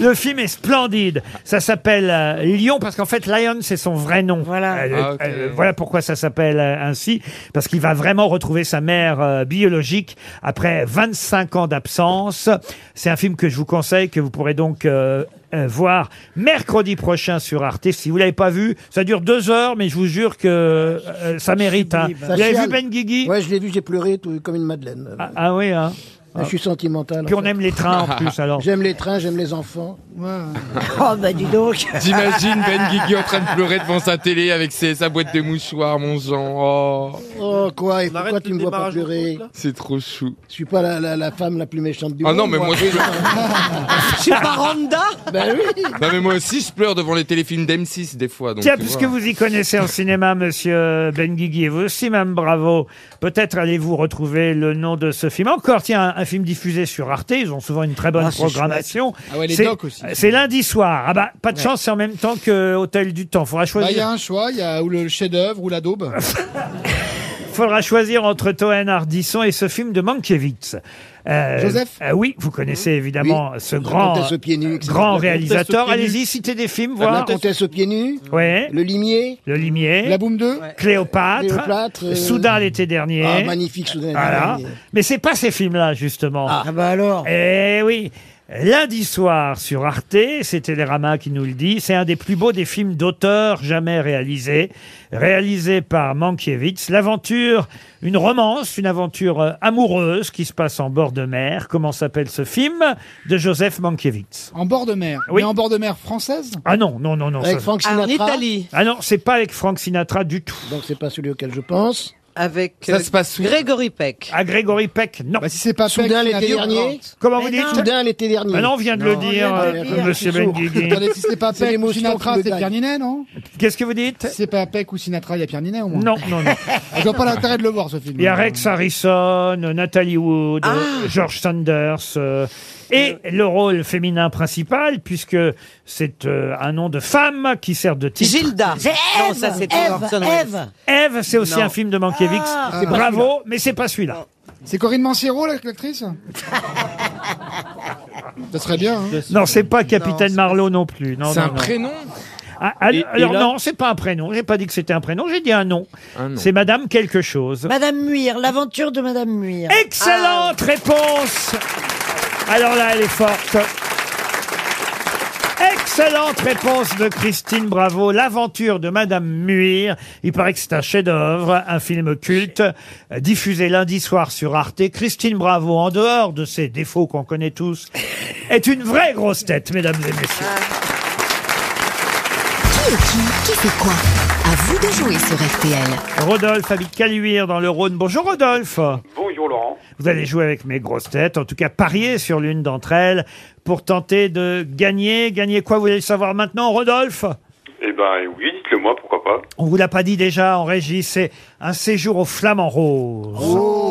[SPEAKER 2] Le film est splendide. Ça s'appelle euh, Lion parce qu'en fait Lion c'est son vrai nom. Voilà.
[SPEAKER 15] Ah, ok.
[SPEAKER 2] voilà pourquoi ça s'appelle euh, ainsi parce qu'il va vraiment retrouver sa mère euh, biologique après 25 ans d'absence. C'est un film que je vous conseille que vous pourrez donc euh, euh, voir mercredi prochain sur Arte. Si vous l'avez pas vu, ça dure deux heures, mais je vous jure que euh, ça mérite. hein. Vous avez vu Ben Guigui
[SPEAKER 8] Ouais, je l'ai vu, j'ai pleuré tout- comme une madeleine.
[SPEAKER 2] ah, ah oui. Hein.
[SPEAKER 8] Je suis sentimental.
[SPEAKER 2] Puis
[SPEAKER 8] en
[SPEAKER 2] on
[SPEAKER 8] fait.
[SPEAKER 2] aime les trains en plus alors.
[SPEAKER 8] J'aime les trains, j'aime les enfants.
[SPEAKER 9] Oh bah dis donc.
[SPEAKER 4] J'imagine Ben Guigui en train de pleurer devant sa télé avec ses- sa boîte de mouchoirs, mon Jean. Oh,
[SPEAKER 8] Oh quoi, et pourquoi tu me vois pas
[SPEAKER 4] démarrage en
[SPEAKER 8] pleurer
[SPEAKER 4] c'est trop chou.
[SPEAKER 8] Je suis pas la, la, la femme la plus méchante du
[SPEAKER 4] Ah
[SPEAKER 8] monde.
[SPEAKER 4] non, mais moi, je pleure.
[SPEAKER 8] je suis pas Randa Ben oui
[SPEAKER 4] Non mais moi aussi je pleure devant les téléfilms d'M6 des fois. Donc,
[SPEAKER 2] Tiens,
[SPEAKER 4] tu
[SPEAKER 2] puisque
[SPEAKER 4] vois.
[SPEAKER 2] vous y connaissez en cinéma, monsieur Benguigui, et vous aussi, Mme Bravo, peut-être allez-vous retrouver le nom de ce film. Encore, tiens, un, un film diffusé sur Arte, ils ont souvent une très bonne
[SPEAKER 15] Ah, c'est
[SPEAKER 2] programmation.
[SPEAKER 15] chouette. Ah ouais, les
[SPEAKER 2] C'est-
[SPEAKER 15] docs aussi.
[SPEAKER 2] C'est lundi soir. Ah bah, pas de
[SPEAKER 7] Ouais.
[SPEAKER 2] chance, c'est en même temps que euh, Hôtel du Temps. Faudra
[SPEAKER 7] Bah, Il y a
[SPEAKER 2] choisir,
[SPEAKER 7] un choix, il y a ou le chef-d'œuvre ou la daube.
[SPEAKER 2] faudra choisir entre Toen Ardisson et ce film de Mankiewicz. Euh,
[SPEAKER 7] Joseph
[SPEAKER 2] euh, Oui, vous connaissez évidemment ce
[SPEAKER 8] Mhm. La
[SPEAKER 2] grand,
[SPEAKER 8] comtesse aux pieds nus, etc. La
[SPEAKER 2] grand
[SPEAKER 8] comtesse aux
[SPEAKER 2] réalisateur.
[SPEAKER 8] pieds nus.
[SPEAKER 2] Allez-y, citez des films, voir.
[SPEAKER 8] La comtesse aux pieds nus
[SPEAKER 2] Ouais.
[SPEAKER 8] Le limier
[SPEAKER 2] Le Limier.
[SPEAKER 8] La Boum 2
[SPEAKER 2] Cléopâtre.
[SPEAKER 8] Cléopâtre, euh,
[SPEAKER 2] Soudain l'été dernier.
[SPEAKER 8] Ah, magnifique, Soudain l'été
[SPEAKER 2] Voilà.
[SPEAKER 8] dernier.
[SPEAKER 2] Mais c'est pas ces films-là, justement. Ah,
[SPEAKER 9] bah alors
[SPEAKER 2] Eh oui Lundi soir sur Arte, c'est Télérama qui nous le dit, c'est un des plus beaux des films d'auteur jamais réalisés, réalisé par Mankiewicz. L'aventure, une romance, une aventure euh, amoureuse qui se passe en bord de mer. Comment s'appelle ce film de Joseph Mankiewicz
[SPEAKER 7] En bord de mer. Mais en bord de mer française
[SPEAKER 2] Ah non, non, non, non.
[SPEAKER 7] Avec
[SPEAKER 2] ça-
[SPEAKER 7] Frank Sinatra En Italie.
[SPEAKER 2] Ah non, c'est pas avec Frank Sinatra du tout.
[SPEAKER 8] Donc c'est pas celui auquel je pense.
[SPEAKER 14] Avec
[SPEAKER 2] Ça se passe où
[SPEAKER 14] Grégory Peck.
[SPEAKER 2] À Ah, Grégory Peck, non.
[SPEAKER 7] Bah, si c'est pas
[SPEAKER 8] Soudain l'été dernier
[SPEAKER 2] Comment vous dites
[SPEAKER 8] Soudain l'été dernier.
[SPEAKER 2] Ah non, on vient de le dire,
[SPEAKER 8] on vient de
[SPEAKER 2] euh,
[SPEAKER 8] le dire,
[SPEAKER 2] monsieur
[SPEAKER 8] je suis sourd.
[SPEAKER 2] Benguigui.
[SPEAKER 7] Attendez, si c'est pas
[SPEAKER 8] C'est
[SPEAKER 7] Peck ou
[SPEAKER 8] l'émotion
[SPEAKER 7] Sinatra,
[SPEAKER 8] qui me
[SPEAKER 7] c'est
[SPEAKER 8] gagne.
[SPEAKER 7] Pierre Ninet, non
[SPEAKER 2] Qu'est-ce que vous dites
[SPEAKER 7] Si c'est pas Peck ou Sinatra, il y a Pierre Ninet au moins.
[SPEAKER 2] Non, non, non.
[SPEAKER 7] Je vois pas l'intérêt de le voir ce film. Ah.
[SPEAKER 2] Il y a Rex Harrison, Nathalie Wood, euh, George Sanders. euh, et le rôle féminin principal, puisque c'est euh, un nom de femme qui sert de titre.
[SPEAKER 14] Gilda.
[SPEAKER 9] C'est Ève.
[SPEAKER 14] Non, ça c'est
[SPEAKER 9] Ève,
[SPEAKER 14] Orson Welles.
[SPEAKER 9] Ève.
[SPEAKER 2] Ève, c'est aussi
[SPEAKER 14] Non.
[SPEAKER 2] un film de Mankiewicz.
[SPEAKER 7] Ah. C'est pas
[SPEAKER 2] Bravo, mais c'est pas celui-là.
[SPEAKER 7] C'est Corinne Manciero, la- l'actrice Ça serait bien. hein.
[SPEAKER 2] Non, c'est pas Capitaine Marlowe non plus. Non,
[SPEAKER 4] C'est
[SPEAKER 2] non,
[SPEAKER 4] un
[SPEAKER 2] non.
[SPEAKER 4] prénom
[SPEAKER 2] Ah, al-
[SPEAKER 4] Et- et
[SPEAKER 2] alors
[SPEAKER 4] là-
[SPEAKER 2] non, c'est pas un prénom. J'ai pas dit que c'était un prénom. J'ai dit un nom. C'est Madame quelque chose.
[SPEAKER 9] Madame Muir, l'aventure de Madame Muir.
[SPEAKER 2] Excellente
[SPEAKER 12] Ah.
[SPEAKER 2] réponse. Alors là, elle est forte. Excellente réponse de Christine Bravo. L'aventure de Madame Muir. Il paraît que c'est un chef-d'œuvre, un film culte, euh, diffusé lundi soir sur Arte. Christine Bravo, en dehors de ses défauts qu'on connaît tous, est une vraie grosse tête, mesdames et messieurs.
[SPEAKER 12] Ah. Qui est qui Qui fait quoi À vous de jouer sur RTL.
[SPEAKER 2] Rodolphe habite Caluire dans le Rhône. Bonjour Rodolphe.
[SPEAKER 16] Bonjour Laurent.
[SPEAKER 2] Vous allez jouer avec mes grosses têtes, en tout cas parier sur l'une d'entre elles pour tenter de gagner. Gagner quoi Vous voulez le savoir maintenant, Rodolphe
[SPEAKER 16] Eh ben oui, dites-le moi, pourquoi pas.
[SPEAKER 2] On vous l'a pas dit déjà en régie, c'est un séjour au Flamand Rose.
[SPEAKER 7] Oh,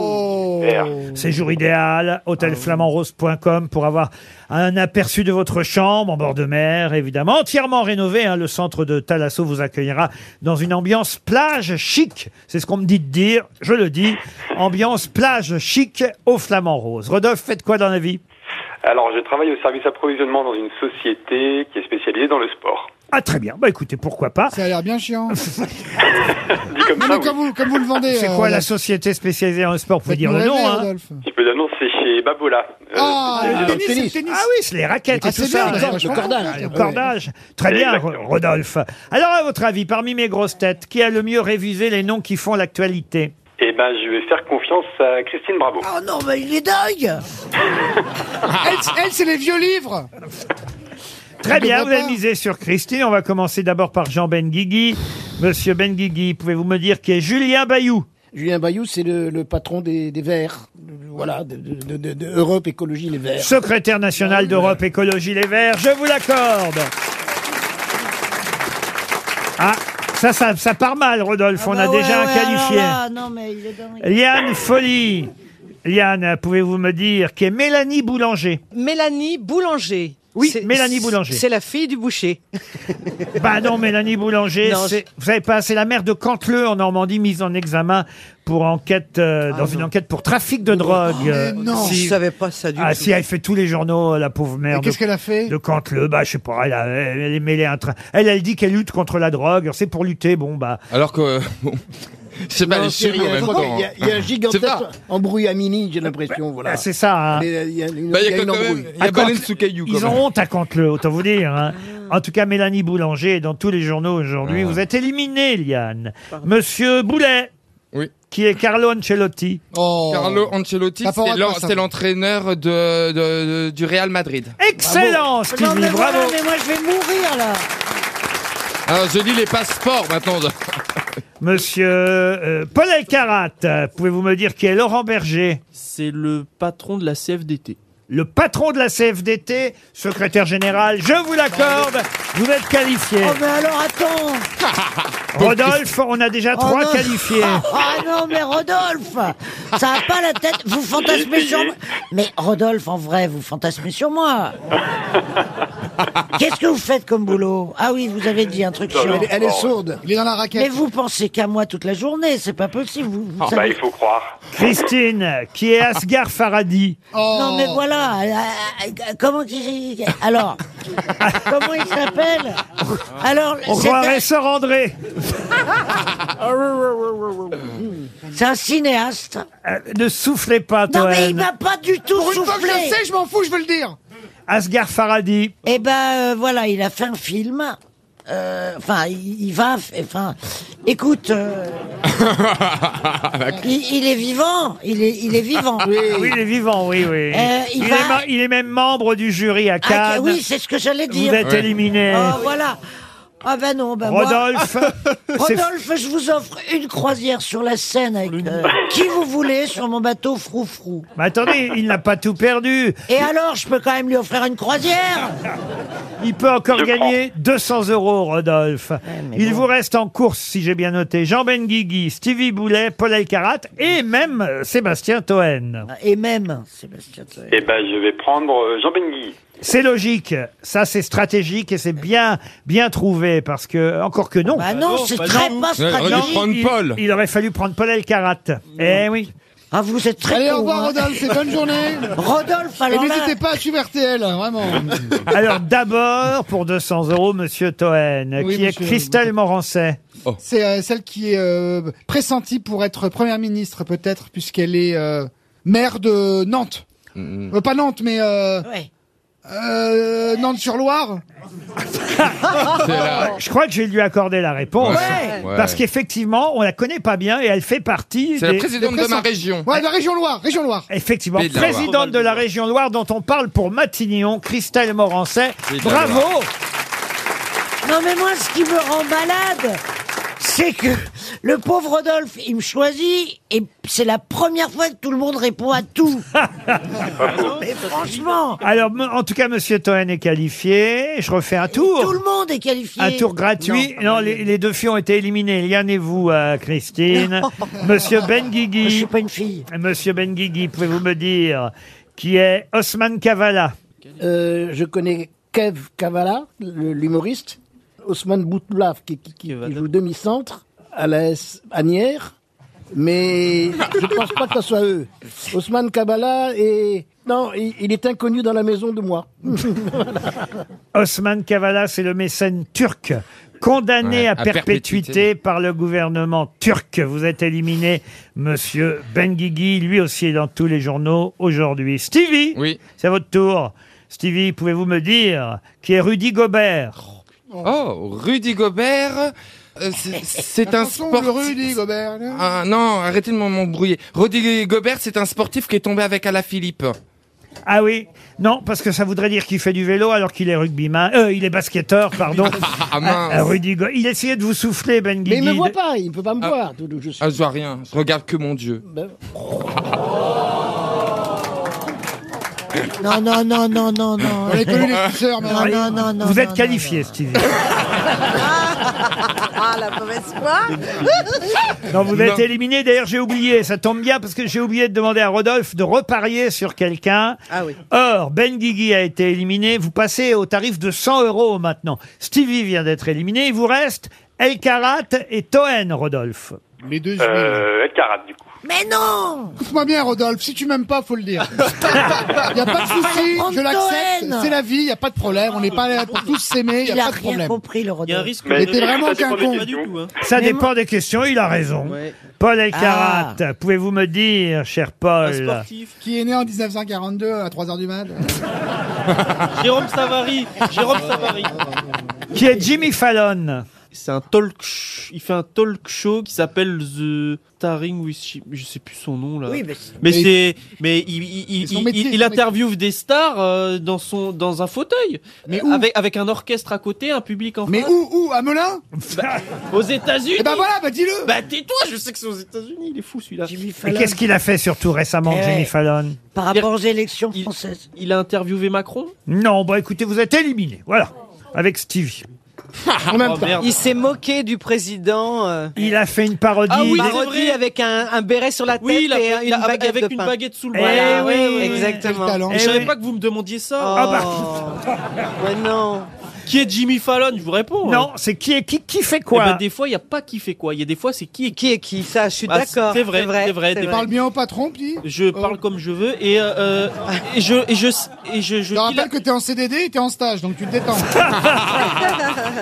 [SPEAKER 2] Séjour idéal,
[SPEAKER 7] Ah
[SPEAKER 2] hôtelflamandrose.com pour avoir un aperçu de votre chambre en bord de mer, évidemment. Entièrement rénové, hein, le centre de Talasso vous accueillera dans une ambiance plage chic. C'est ce qu'on me dit de dire, je le dis. Ambiance plage chic au Flamand Rose. Rodolphe, faites quoi dans la vie
[SPEAKER 16] Alors, je travaille au service approvisionnement dans une société qui est spécialisée dans le sport.
[SPEAKER 2] Ah très bien, bah écoutez, pourquoi pas.
[SPEAKER 7] Ça a l'air bien chiant.
[SPEAKER 9] Ah,
[SPEAKER 16] Dit comme
[SPEAKER 7] Non,
[SPEAKER 16] ça,
[SPEAKER 7] mais comme vous, comme vous le vendez.
[SPEAKER 2] C'est
[SPEAKER 7] euh,
[SPEAKER 2] quoi la
[SPEAKER 7] Rodolphe.
[SPEAKER 2] société spécialisée en sport Vous pouvez dire
[SPEAKER 7] Faites-nous
[SPEAKER 2] le nom,
[SPEAKER 7] rêver,
[SPEAKER 2] hein.
[SPEAKER 7] Rodolphe.
[SPEAKER 16] Je peux l'annoncer chez Babola. Euh,
[SPEAKER 7] Ah,
[SPEAKER 16] spécialisée
[SPEAKER 7] le
[SPEAKER 16] dans le
[SPEAKER 7] tennis,
[SPEAKER 16] tennis.
[SPEAKER 7] le tennis.
[SPEAKER 2] Ah oui, c'est les raquettes
[SPEAKER 7] Ah,
[SPEAKER 2] et tout
[SPEAKER 7] c'est
[SPEAKER 2] ça.
[SPEAKER 7] bien, le
[SPEAKER 2] d'accord,
[SPEAKER 7] cordage,
[SPEAKER 2] je comprends. Ah, Le
[SPEAKER 7] le cordage. Ouais.
[SPEAKER 2] cordage. Très bien,
[SPEAKER 16] Exactement.
[SPEAKER 2] Ro- Rodolphe. Alors, à votre avis, parmi mes grosses têtes, qui a le mieux révisé les noms qui font l'actualité
[SPEAKER 16] Eh ben, je vais faire confiance à Christine Bravo.
[SPEAKER 9] Oh non, mais il est dingue
[SPEAKER 7] Elle, elle, c'est les vieux livres.
[SPEAKER 2] Très bien,
[SPEAKER 7] devrait
[SPEAKER 2] vous avez
[SPEAKER 7] pas.
[SPEAKER 2] misé sur Christine. On va commencer d'abord par Jean Benguigui. Monsieur Benguigui, pouvez-vous me dire qui est Julien Bayou
[SPEAKER 8] Julien Bayou, c'est le, le patron des, des Verts. Le- Voilà, de, de- de- de Europe Écologie Les Verts. Ah
[SPEAKER 2] Secrétaire national d'Europe Écologie Les Verts, je vous l'accorde. Ah, ça, ça, ça part mal, Rodolphe. On a
[SPEAKER 9] Bah ouais,
[SPEAKER 2] déjà
[SPEAKER 9] ouais,
[SPEAKER 2] un qualifié.
[SPEAKER 9] alors là, non, mais il est dingue.
[SPEAKER 2] Liane Folie. Liane, pouvez-vous me dire qui est Mélanie Boulanger
[SPEAKER 14] Mélanie Boulanger. Oui,
[SPEAKER 2] Mélanie Boulanger.
[SPEAKER 14] C'est la fille du boucher.
[SPEAKER 2] Bah non, Mélanie Boulanger,
[SPEAKER 14] Non,
[SPEAKER 2] c'est-
[SPEAKER 14] je-
[SPEAKER 2] vous savez pas, c'est la mère de Canteleu en Normandie, mise en examen pour enquête,
[SPEAKER 14] Ah,
[SPEAKER 2] euh, dans une enquête pour trafic de drogue. euh, si-
[SPEAKER 14] Oh, je savais pas ça du
[SPEAKER 2] Ah
[SPEAKER 14] tout.
[SPEAKER 2] si, elle fait tous les journaux, euh, la pauvre mère.
[SPEAKER 7] Et qu'est-ce qu'elle a fait
[SPEAKER 2] De Canteleu, bah je sais pas, elle, a- elle est mêlée à un train. Elle, elle dit qu'elle lutte contre la drogue, alors c'est pour lutter, bon bah...
[SPEAKER 4] Alors que, euh, bon, je sais pas,
[SPEAKER 8] Non,
[SPEAKER 4] les
[SPEAKER 8] c'est-
[SPEAKER 4] chiffres en même temps.
[SPEAKER 8] Il y a- il y a un
[SPEAKER 4] hein.
[SPEAKER 8] gigantesque
[SPEAKER 4] C'est pas-
[SPEAKER 8] embrouillamini, j'ai l'impression. Voilà.
[SPEAKER 2] Ah, c'est ça, hein.
[SPEAKER 8] Mais, euh, Il y a une,
[SPEAKER 4] Bah, il y a
[SPEAKER 8] il y a une
[SPEAKER 4] quand même-
[SPEAKER 8] embrouille.
[SPEAKER 4] il y a
[SPEAKER 2] À
[SPEAKER 4] Baleine
[SPEAKER 2] Canteleu,
[SPEAKER 4] sous caillou, quand
[SPEAKER 2] Ils
[SPEAKER 4] même.
[SPEAKER 2] ont honte à Canteleu, autant vous dire. hein.
[SPEAKER 8] Ah.
[SPEAKER 2] En tout cas, Mélanie Boulanger est dans tous les journaux aujourd'hui. Vous êtes éliminé, Liane. Monsieur Boulet, qui est Carlo Ancelotti.
[SPEAKER 4] Carlo Ancelotti,
[SPEAKER 2] T'as pas
[SPEAKER 4] c'est
[SPEAKER 2] honte,
[SPEAKER 4] l'en-
[SPEAKER 2] ça.
[SPEAKER 4] c'est l'entraîneur de, de- du Real Madrid.
[SPEAKER 2] Excellent, Stevie,
[SPEAKER 9] Non, mais voilà,
[SPEAKER 2] bravo.
[SPEAKER 9] mais moi, je vais mourir, là
[SPEAKER 4] Alors, Ah, je dis les passeports maintenant.
[SPEAKER 2] Monsieur euh, Paul Elkarat, euh, pouvez-vous me dire qui est Laurent Berger
[SPEAKER 5] C'est le patron de la CFDT.
[SPEAKER 2] Le patron de la CFDT, secrétaire général, je vous l'accorde, vous êtes qualifié.
[SPEAKER 9] Oh, mais alors, attends
[SPEAKER 2] Rodolphe, on a déjà
[SPEAKER 9] Oh
[SPEAKER 2] trois
[SPEAKER 9] non.
[SPEAKER 2] qualifiés.
[SPEAKER 9] Ah non, mais Rodolphe Ça a pas la tête Vous fantasmez sur moi Mais Rodolphe, en vrai, vous fantasmez sur moi Qu'est-ce que vous faites comme boulot Ah oui, vous avez dit un truc
[SPEAKER 8] Non,
[SPEAKER 9] chiant.
[SPEAKER 8] elle est- elle est
[SPEAKER 16] Oh.
[SPEAKER 8] sourde.
[SPEAKER 9] Il est dans la raquette. Mais vous pensez qu'à moi toute la journée, c'est pas possible. Vous, vous
[SPEAKER 16] Ah, bah,
[SPEAKER 9] savez-
[SPEAKER 16] il faut croire.
[SPEAKER 2] Christine, qui est Asgar Faradi.
[SPEAKER 8] Oh.
[SPEAKER 9] Non mais voilà, euh, euh, comment il... Alors, comment il s'appelle Alors,
[SPEAKER 2] On
[SPEAKER 9] c'est
[SPEAKER 2] croirait Sœur André.
[SPEAKER 9] un- c'est un cinéaste.
[SPEAKER 2] Euh, ne soufflez pas,
[SPEAKER 9] Non mais il
[SPEAKER 2] Toen.
[SPEAKER 9] m'a pas du tout
[SPEAKER 7] Pour une fois que je
[SPEAKER 9] soufflé.
[SPEAKER 7] le sais, je m'en fous, je veux le dire.
[SPEAKER 2] Asghar Faradi.
[SPEAKER 9] Eh ben euh, voilà, il a fait un film. Euh, Enfin, il, il va. f- Enfin, écoute, euh, il, il est vivant. Il est, il est vivant.
[SPEAKER 2] Ah Oui, il est vivant, oui, oui.
[SPEAKER 9] Euh, il
[SPEAKER 2] il,
[SPEAKER 9] va-
[SPEAKER 2] est ma- il est même membre du jury à
[SPEAKER 9] Ah,
[SPEAKER 2] Cannes.
[SPEAKER 9] oui, c'est ce que j'allais
[SPEAKER 2] Vous
[SPEAKER 9] dire.
[SPEAKER 2] êtes Ouais. éliminé.
[SPEAKER 9] Oh, voilà. Ah ben non, ben moi-
[SPEAKER 2] Rodolphe, c'est-
[SPEAKER 9] Rodolphe, je vous offre une croisière sur la Seine avec euh, qui vous voulez sur mon bateau froufrou.
[SPEAKER 2] Mais attendez, il n'a pas tout perdu.
[SPEAKER 9] Et alors, je peux quand même lui offrir une croisière
[SPEAKER 2] Il peut encore gagner 200 euros, Rodolphe. Il vous reste en course, si j'ai bien noté, Jean Benguigui, Stevie Boulet, Paul Alcarat et même euh, Sébastien Toen.
[SPEAKER 9] Ah, Et même, Sébastien. Toen.
[SPEAKER 16] Eh ben, je vais prendre euh, Jean Benguy.
[SPEAKER 2] C'est logique, ça c'est stratégique et c'est bien bien trouvé parce que encore que non.
[SPEAKER 9] Bah non, c'est très pas stratégique.
[SPEAKER 2] il, il aurait fallu prendre Paul Elkarat. Eh oui.
[SPEAKER 9] Ah vous êtes très
[SPEAKER 7] Allez,
[SPEAKER 9] con,
[SPEAKER 7] au revoir,
[SPEAKER 9] hein.
[SPEAKER 7] Rodolphe, et bonne journée.
[SPEAKER 9] Rodolphe,
[SPEAKER 7] Et
[SPEAKER 9] alors là-
[SPEAKER 7] n'hésitez pas à suivre RTL, hein, vraiment.
[SPEAKER 2] Euh, Alors d'abord pour 200 euros, Monsieur Toen,
[SPEAKER 7] Oui,
[SPEAKER 2] qui
[SPEAKER 7] monsieur.
[SPEAKER 2] est Christelle Morancet.
[SPEAKER 9] Oh.
[SPEAKER 7] C'est euh, celle qui est euh, pressentie pour être première ministre, peut-être, puisqu'elle est euh, maire de Nantes.
[SPEAKER 4] Mm-hmm.
[SPEAKER 7] Euh, pas Nantes, mais euh,
[SPEAKER 9] Ouais.
[SPEAKER 7] euh, Nantes-sur-Loire.
[SPEAKER 2] Ouais, Je crois que je vais lui accorder la réponse.
[SPEAKER 7] Ouais.
[SPEAKER 4] Ouais.
[SPEAKER 2] Parce qu'effectivement, on la connaît pas bien et elle fait partie.
[SPEAKER 4] C'est la
[SPEAKER 2] des-
[SPEAKER 4] présidente de ma région.
[SPEAKER 7] Ouais, de la région Loire, région Loire.
[SPEAKER 2] Effectivement,
[SPEAKER 4] Pays de la Loire.
[SPEAKER 2] présidente de la région Loire dont on parle pour Matignon, Christelle Morancet.
[SPEAKER 4] Pays de la
[SPEAKER 2] Bravo
[SPEAKER 4] Loire.
[SPEAKER 9] Non mais moi, ce qui me rend malade, c'est que le pauvre Rodolphe, il me choisit et c'est la première fois que tout le monde répond à tout.
[SPEAKER 2] Ah,
[SPEAKER 9] Mais franchement,
[SPEAKER 2] Alors, m- en tout cas, Monsieur Toen est qualifié. Je refais un tour.
[SPEAKER 9] tout le monde est qualifié.
[SPEAKER 2] Un tour gratuit. Non, les, les deux filles ont été éliminées. Yann et vous, euh, Christine. Monsieur Benguigui. Je suis
[SPEAKER 9] pas une fille.
[SPEAKER 2] Monsieur Benguigui, pouvez-vous me dire qui est Osman Kavala
[SPEAKER 8] Euh, je connais Kev Kavala, le- l'humoriste, Osman Boutblaf, qui, qui- qui- qui joue demi-centre, à la S Anière, mais je pense pas que ce soit eux. Osman Kavala est... Non, il, il est inconnu dans la maison de moi.
[SPEAKER 2] Osman Kavala, c'est le mécène turc. Condamné
[SPEAKER 11] Ouais,
[SPEAKER 2] à,
[SPEAKER 11] à
[SPEAKER 2] perpétuité,
[SPEAKER 11] perpétuité.
[SPEAKER 2] par le gouvernement turc. Vous êtes éliminé, monsieur Benguigui. Lui aussi est dans tous les journaux aujourd'hui. Stevie
[SPEAKER 4] Oui.
[SPEAKER 2] C'est à votre tour. Stevie, pouvez-vous me dire qui est Rudy Gobert
[SPEAKER 4] Oh, Rudy Gobert, euh, c'est- c'est un
[SPEAKER 2] Attention,
[SPEAKER 4] sport.
[SPEAKER 2] le
[SPEAKER 8] Rudy Gobert.
[SPEAKER 4] Ah non, arrêtez de m'en- m'embrouiller. Rudy Gobert, c'est un sportif qui est tombé avec Alaphilippe.
[SPEAKER 2] Ah oui Non, parce que ça voudrait dire qu'il fait du vélo alors qu'il est rugbyman. Euh, il est basketteur, pardon.
[SPEAKER 4] Ah, mince.
[SPEAKER 2] Ah, Rudy Go- Il essayait de vous souffler, Ben
[SPEAKER 8] Mais il me
[SPEAKER 2] Guigui.
[SPEAKER 8] voit pas, il peut pas me
[SPEAKER 4] Ah.
[SPEAKER 8] voir. d'où- d'où je suis.
[SPEAKER 4] Ah, je vois rien. Je regarde que mon Dieu.
[SPEAKER 9] Non, non, non, non, non, non.
[SPEAKER 8] On est connus les petites sœurs,
[SPEAKER 9] Non,
[SPEAKER 8] maintenant.
[SPEAKER 9] non, non, non.
[SPEAKER 2] Vous êtes
[SPEAKER 9] non,
[SPEAKER 2] qualifié, Stevie.
[SPEAKER 14] Ah, la mauvaise foi
[SPEAKER 2] Non, vous êtes éliminé. D'ailleurs, j'ai oublié. Ça tombe bien parce que j'ai oublié de demander à Rodolphe de reparier sur quelqu'un.
[SPEAKER 14] Ah oui.
[SPEAKER 2] Or, Ben Guigui a été éliminé. Vous passez au tarif de 100 euros maintenant. Stevie vient d'être éliminé. Il vous reste El Karat et Toen, Rodolphe.
[SPEAKER 8] Les deux
[SPEAKER 16] Euh, El Karat, du coup.
[SPEAKER 9] Mais non
[SPEAKER 7] Écoute-moi bien, Rodolphe, si tu m'aimes pas, faut le dire. Il a pas de souci,
[SPEAKER 9] Prends
[SPEAKER 7] je
[SPEAKER 9] Toen.
[SPEAKER 7] l'accepte, c'est la vie, il a pas de problème, on n'est pas là pour tous s'aimer, il
[SPEAKER 9] Il a
[SPEAKER 7] a pas de
[SPEAKER 9] rien
[SPEAKER 7] problème.
[SPEAKER 9] compris, le
[SPEAKER 5] Il y a un
[SPEAKER 9] Rodolphe.
[SPEAKER 5] risque.
[SPEAKER 7] Mais
[SPEAKER 5] de-
[SPEAKER 7] t'es vraiment
[SPEAKER 5] Ça
[SPEAKER 7] qu'un
[SPEAKER 5] dépend des
[SPEAKER 7] con.
[SPEAKER 5] questions, hein.
[SPEAKER 2] Ça dépend des questions. Il a raison.
[SPEAKER 5] Ouais.
[SPEAKER 2] Paul El
[SPEAKER 9] Ah.
[SPEAKER 2] Karat, pouvez-vous me dire, cher
[SPEAKER 5] Un
[SPEAKER 2] Paul
[SPEAKER 5] sportif.
[SPEAKER 7] Qui est né en 1942 à 3h du mat.
[SPEAKER 5] Jérôme Savary. Jérôme Savary.
[SPEAKER 2] Qui est Jimmy Fallon
[SPEAKER 5] C'est un talk sh- Il fait un talk show qui s'appelle The Starring with She- Je sais plus son nom là.
[SPEAKER 9] Oui, mais c'est-
[SPEAKER 5] Mais c'est. Mais il, il, il,
[SPEAKER 7] son
[SPEAKER 5] il-
[SPEAKER 7] métier,
[SPEAKER 5] il
[SPEAKER 7] son métier.
[SPEAKER 5] interviewe des stars euh, dans, son, dans un fauteuil.
[SPEAKER 7] Mais
[SPEAKER 5] Euh,
[SPEAKER 7] où
[SPEAKER 5] avec, avec un orchestre à côté, un public en
[SPEAKER 7] Mais
[SPEAKER 5] face.
[SPEAKER 7] où, où, à Melun
[SPEAKER 5] Bah, Aux États-Unis
[SPEAKER 7] Eh ben voilà, bah dis-le
[SPEAKER 5] Bah tais-toi, je sais que c'est aux États-Unis, il est fou celui-là.
[SPEAKER 9] Jimmy
[SPEAKER 2] Et
[SPEAKER 9] Fallon.
[SPEAKER 2] qu'est-ce qu'il a fait surtout récemment,
[SPEAKER 9] Eh
[SPEAKER 2] Jimmy
[SPEAKER 9] ouais.
[SPEAKER 2] Fallon
[SPEAKER 9] Par rapport aux élections françaises.
[SPEAKER 5] Il a interviewé Macron
[SPEAKER 2] Non, bah écoutez, vous êtes éliminé. Voilà. Avec Stevie.
[SPEAKER 7] En même
[SPEAKER 5] Oh,
[SPEAKER 7] temps.
[SPEAKER 5] merde.
[SPEAKER 14] Il s'est moqué du président. euh,
[SPEAKER 2] Il a fait une parodie.
[SPEAKER 5] Ah oui,
[SPEAKER 2] de-
[SPEAKER 5] c'est
[SPEAKER 14] parodie
[SPEAKER 5] vrai.
[SPEAKER 14] avec un, un béret sur la tête
[SPEAKER 5] Oui, il a
[SPEAKER 14] et
[SPEAKER 5] fait- il
[SPEAKER 14] une
[SPEAKER 5] a-
[SPEAKER 14] baguette
[SPEAKER 5] avec
[SPEAKER 14] de
[SPEAKER 5] une
[SPEAKER 14] pain.
[SPEAKER 5] baguette sous le
[SPEAKER 2] Eh
[SPEAKER 5] bras.
[SPEAKER 2] Voilà, oui, oui, oui.
[SPEAKER 14] exactement.
[SPEAKER 7] Quel talent.
[SPEAKER 5] Je
[SPEAKER 2] Eh
[SPEAKER 5] savais
[SPEAKER 2] oui.
[SPEAKER 5] pas que vous me demandiez ça.
[SPEAKER 2] Ah bah.
[SPEAKER 14] Oh. Ouais, non.
[SPEAKER 5] Qui est Jimmy Fallon Je vous réponds. hein.
[SPEAKER 2] Non, c'est qui est qui qui fait
[SPEAKER 5] Eh
[SPEAKER 2] quoi
[SPEAKER 5] ben, des fois, il n'y a pas qui fait quoi. Il y a des fois, c'est qui est qui.
[SPEAKER 14] Qui est qui Ça, je suis
[SPEAKER 5] Ah,
[SPEAKER 14] d'accord.
[SPEAKER 5] c'est vrai, c'est vrai, t'es
[SPEAKER 7] Parle bien au patron, puis. Oh.
[SPEAKER 5] Je parle comme je veux et, euh, euh, et je et je et je, je
[SPEAKER 7] Je te
[SPEAKER 5] dis la-
[SPEAKER 7] rappelle que t'es en CDD et t'es en stage, donc tu te détends.
[SPEAKER 9] Ah.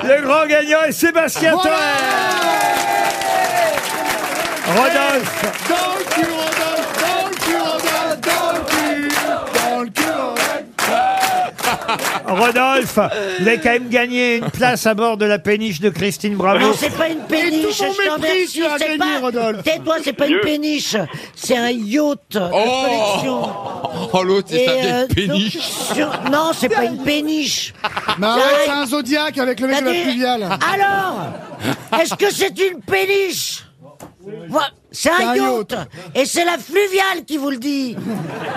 [SPEAKER 2] Le grand gagnant est Sébastien Toen. Rodolphe.
[SPEAKER 7] Dans le cul, Rodolphe, dans le cul, Rodolphe, dans le cul, dans le cul, Rodolphe.
[SPEAKER 2] Rodolphe, vous avez quand même gagné une place à bord de la péniche de Christine
[SPEAKER 9] Non,
[SPEAKER 2] Bravo.
[SPEAKER 9] c'est pas une péniche,
[SPEAKER 7] Ah tout mon
[SPEAKER 9] je t'en
[SPEAKER 7] mépris,
[SPEAKER 9] remercie,
[SPEAKER 7] tu as
[SPEAKER 9] c'est
[SPEAKER 7] gagné,
[SPEAKER 9] pas-
[SPEAKER 7] Rodolphe.
[SPEAKER 9] Tais-toi, c'est pas une
[SPEAKER 16] Mieux.
[SPEAKER 9] péniche, c'est un yacht de
[SPEAKER 4] Oh.
[SPEAKER 9] collection.
[SPEAKER 4] Oh, l'autre, c'est sa
[SPEAKER 9] Et, euh,
[SPEAKER 4] vieille péniche.
[SPEAKER 9] donc, sur- Non, c'est pas une péniche.
[SPEAKER 7] Mais arrête, c'est un zodiaque avec le mec de
[SPEAKER 9] T'as
[SPEAKER 7] la
[SPEAKER 9] dit-
[SPEAKER 7] pluviale.
[SPEAKER 9] Alors, est-ce que c'est une péniche Voi- C'est un,
[SPEAKER 7] un
[SPEAKER 9] yacht.
[SPEAKER 7] yacht.
[SPEAKER 9] Et c'est la fluviale qui vous le dit.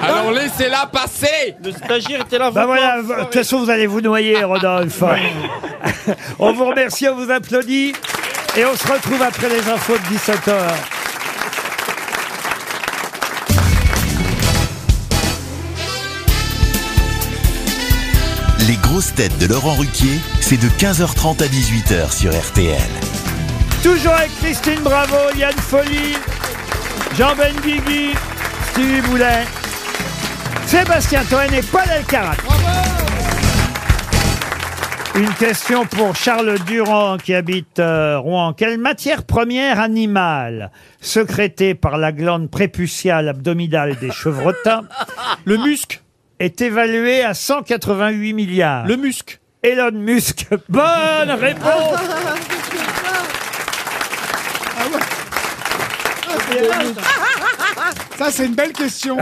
[SPEAKER 4] Alors laissez-la passer
[SPEAKER 5] le stagiaire était là.
[SPEAKER 2] Bah
[SPEAKER 5] vous voir,
[SPEAKER 2] voilà, de toute
[SPEAKER 5] enfoiré.
[SPEAKER 2] façon, vous allez vous noyer, Rodolphe. on vous remercie, on vous applaudit. Et on se retrouve après les infos de 17h.
[SPEAKER 1] Les grosses têtes de Laurent Ruquier, c'est de 15h30 à 18h sur RTL.
[SPEAKER 2] Toujours avec Christine Bravo, Yann Folly, Jean Benguigui, Stevie Boulet, Sébastien Toen et Paul Alcarat. Une question pour Charles Durand qui habite euh, Rouen. Quelle matière première animale, sécrétée par la glande prépuciale abdominale des chevrotins,
[SPEAKER 5] le musc,
[SPEAKER 2] est évaluée à 188 milliards
[SPEAKER 5] le musc.
[SPEAKER 2] Elon Musk. Bonne réponse
[SPEAKER 7] Ça, c'est une belle question.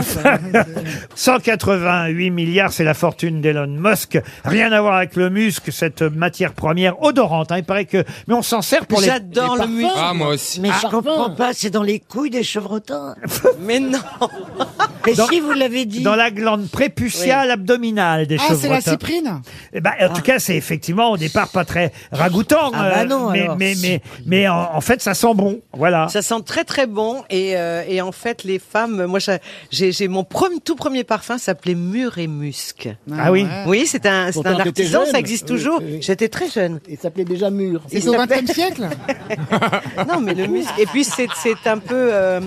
[SPEAKER 2] 188 milliards, c'est la fortune d'Elon Musk. Rien à voir avec le musc, cette matière première odorante. hein. Il paraît que, mais on s'en sert pour les.
[SPEAKER 9] J'adore
[SPEAKER 2] les
[SPEAKER 9] le musc.
[SPEAKER 2] parfums.
[SPEAKER 4] Ah, moi aussi.
[SPEAKER 9] Mais
[SPEAKER 2] Ah.
[SPEAKER 9] je comprends pas, c'est dans les couilles des chevrotins. Mais non. Mais
[SPEAKER 2] Dans-
[SPEAKER 9] si vous l'avez dit.
[SPEAKER 2] Dans la glande préputiale abdominale des
[SPEAKER 7] Ah, c'est la
[SPEAKER 2] chevrotins.
[SPEAKER 7] cyprine
[SPEAKER 2] Eh ben, en
[SPEAKER 9] Ah.
[SPEAKER 2] tout cas, c'est effectivement au départ pas très ragoûtant, euh,
[SPEAKER 14] Ah bah non,
[SPEAKER 2] mais,
[SPEAKER 14] alors.
[SPEAKER 2] mais mais mais en, en fait ça sent bon, voilà.
[SPEAKER 14] Ça sent très très bon et, euh, et en fait les femmes, moi j'ai- j'ai j'ai mon premier- tout premier parfum s'appelait Mur et Musc.
[SPEAKER 2] Ah oui.
[SPEAKER 14] Oui, c'est un, c'est
[SPEAKER 8] Pourtant,
[SPEAKER 14] un
[SPEAKER 8] t'étais
[SPEAKER 14] artisan,
[SPEAKER 8] jeune.
[SPEAKER 14] ça existe toujours.
[SPEAKER 8] Oui, oui.
[SPEAKER 14] J'étais très jeune.
[SPEAKER 8] Il s'appelait déjà Mur.
[SPEAKER 14] Il s'appelait-
[SPEAKER 8] siècle
[SPEAKER 14] Non mais le musc. Et puis c'est c'est un peu... euh,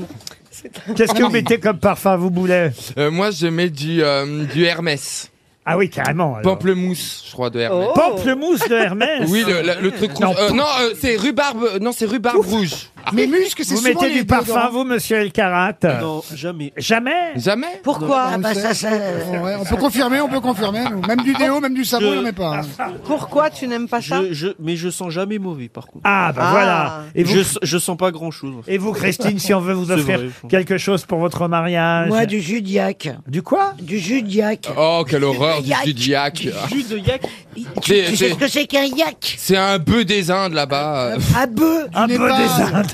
[SPEAKER 2] Qu'est-ce que vous mettez comme parfum, vous boulet
[SPEAKER 4] Euh, moi, je mets du, euh, du Hermès.
[SPEAKER 2] Ah oui, carrément. alors. Oh.
[SPEAKER 4] Pamplemousse, je crois, de Hermès.
[SPEAKER 2] Pamplemousse de Hermès.
[SPEAKER 4] Oui, le, le- le truc rouge.
[SPEAKER 2] Non, Ah.
[SPEAKER 4] Euh, non, euh, c'est rhubarbe. euh, Non, c'est rhubarbe rouge.
[SPEAKER 7] Mais musc, c'est
[SPEAKER 2] Vous
[SPEAKER 7] souvent
[SPEAKER 2] mettez
[SPEAKER 7] les
[SPEAKER 2] du parfum,
[SPEAKER 7] déodorants.
[SPEAKER 2] vous, monsieur El Karat
[SPEAKER 7] Euh,
[SPEAKER 5] Non, jamais.
[SPEAKER 2] Jamais
[SPEAKER 4] Jamais
[SPEAKER 14] Pourquoi
[SPEAKER 7] Ah, bah, ça, ça, euh, ouais, on peut confirmer, on peut confirmer. nous. Même
[SPEAKER 2] Ah,
[SPEAKER 7] du déo, même du savon, on n'en met pas. hein.
[SPEAKER 14] Pourquoi tu n'aimes pas ça
[SPEAKER 5] Je, je, mais je sens jamais mauvais, par contre.
[SPEAKER 2] Ah, bah
[SPEAKER 5] Ah.
[SPEAKER 2] voilà. Et vous,
[SPEAKER 5] je, s- je sens pas grand chose.
[SPEAKER 2] et vous, Christine, si on veut vous
[SPEAKER 5] C'est
[SPEAKER 2] offrir
[SPEAKER 5] vrai.
[SPEAKER 2] quelque chose pour votre mariage
[SPEAKER 9] Moi, du jus de yak.
[SPEAKER 2] Du quoi
[SPEAKER 9] Du jus de yak.
[SPEAKER 4] Oh, quelle horreur du
[SPEAKER 9] Yak.
[SPEAKER 4] judiac.
[SPEAKER 5] Jus de yak.
[SPEAKER 4] C'est-
[SPEAKER 9] Tu sais
[SPEAKER 4] c'est-
[SPEAKER 9] ce que c'est qu'un yak
[SPEAKER 4] C'est un bœuf des Indes là-bas.
[SPEAKER 7] Ah,
[SPEAKER 4] Euh,
[SPEAKER 9] Un bœuf
[SPEAKER 2] Un peu
[SPEAKER 7] Népal.
[SPEAKER 2] des Indes.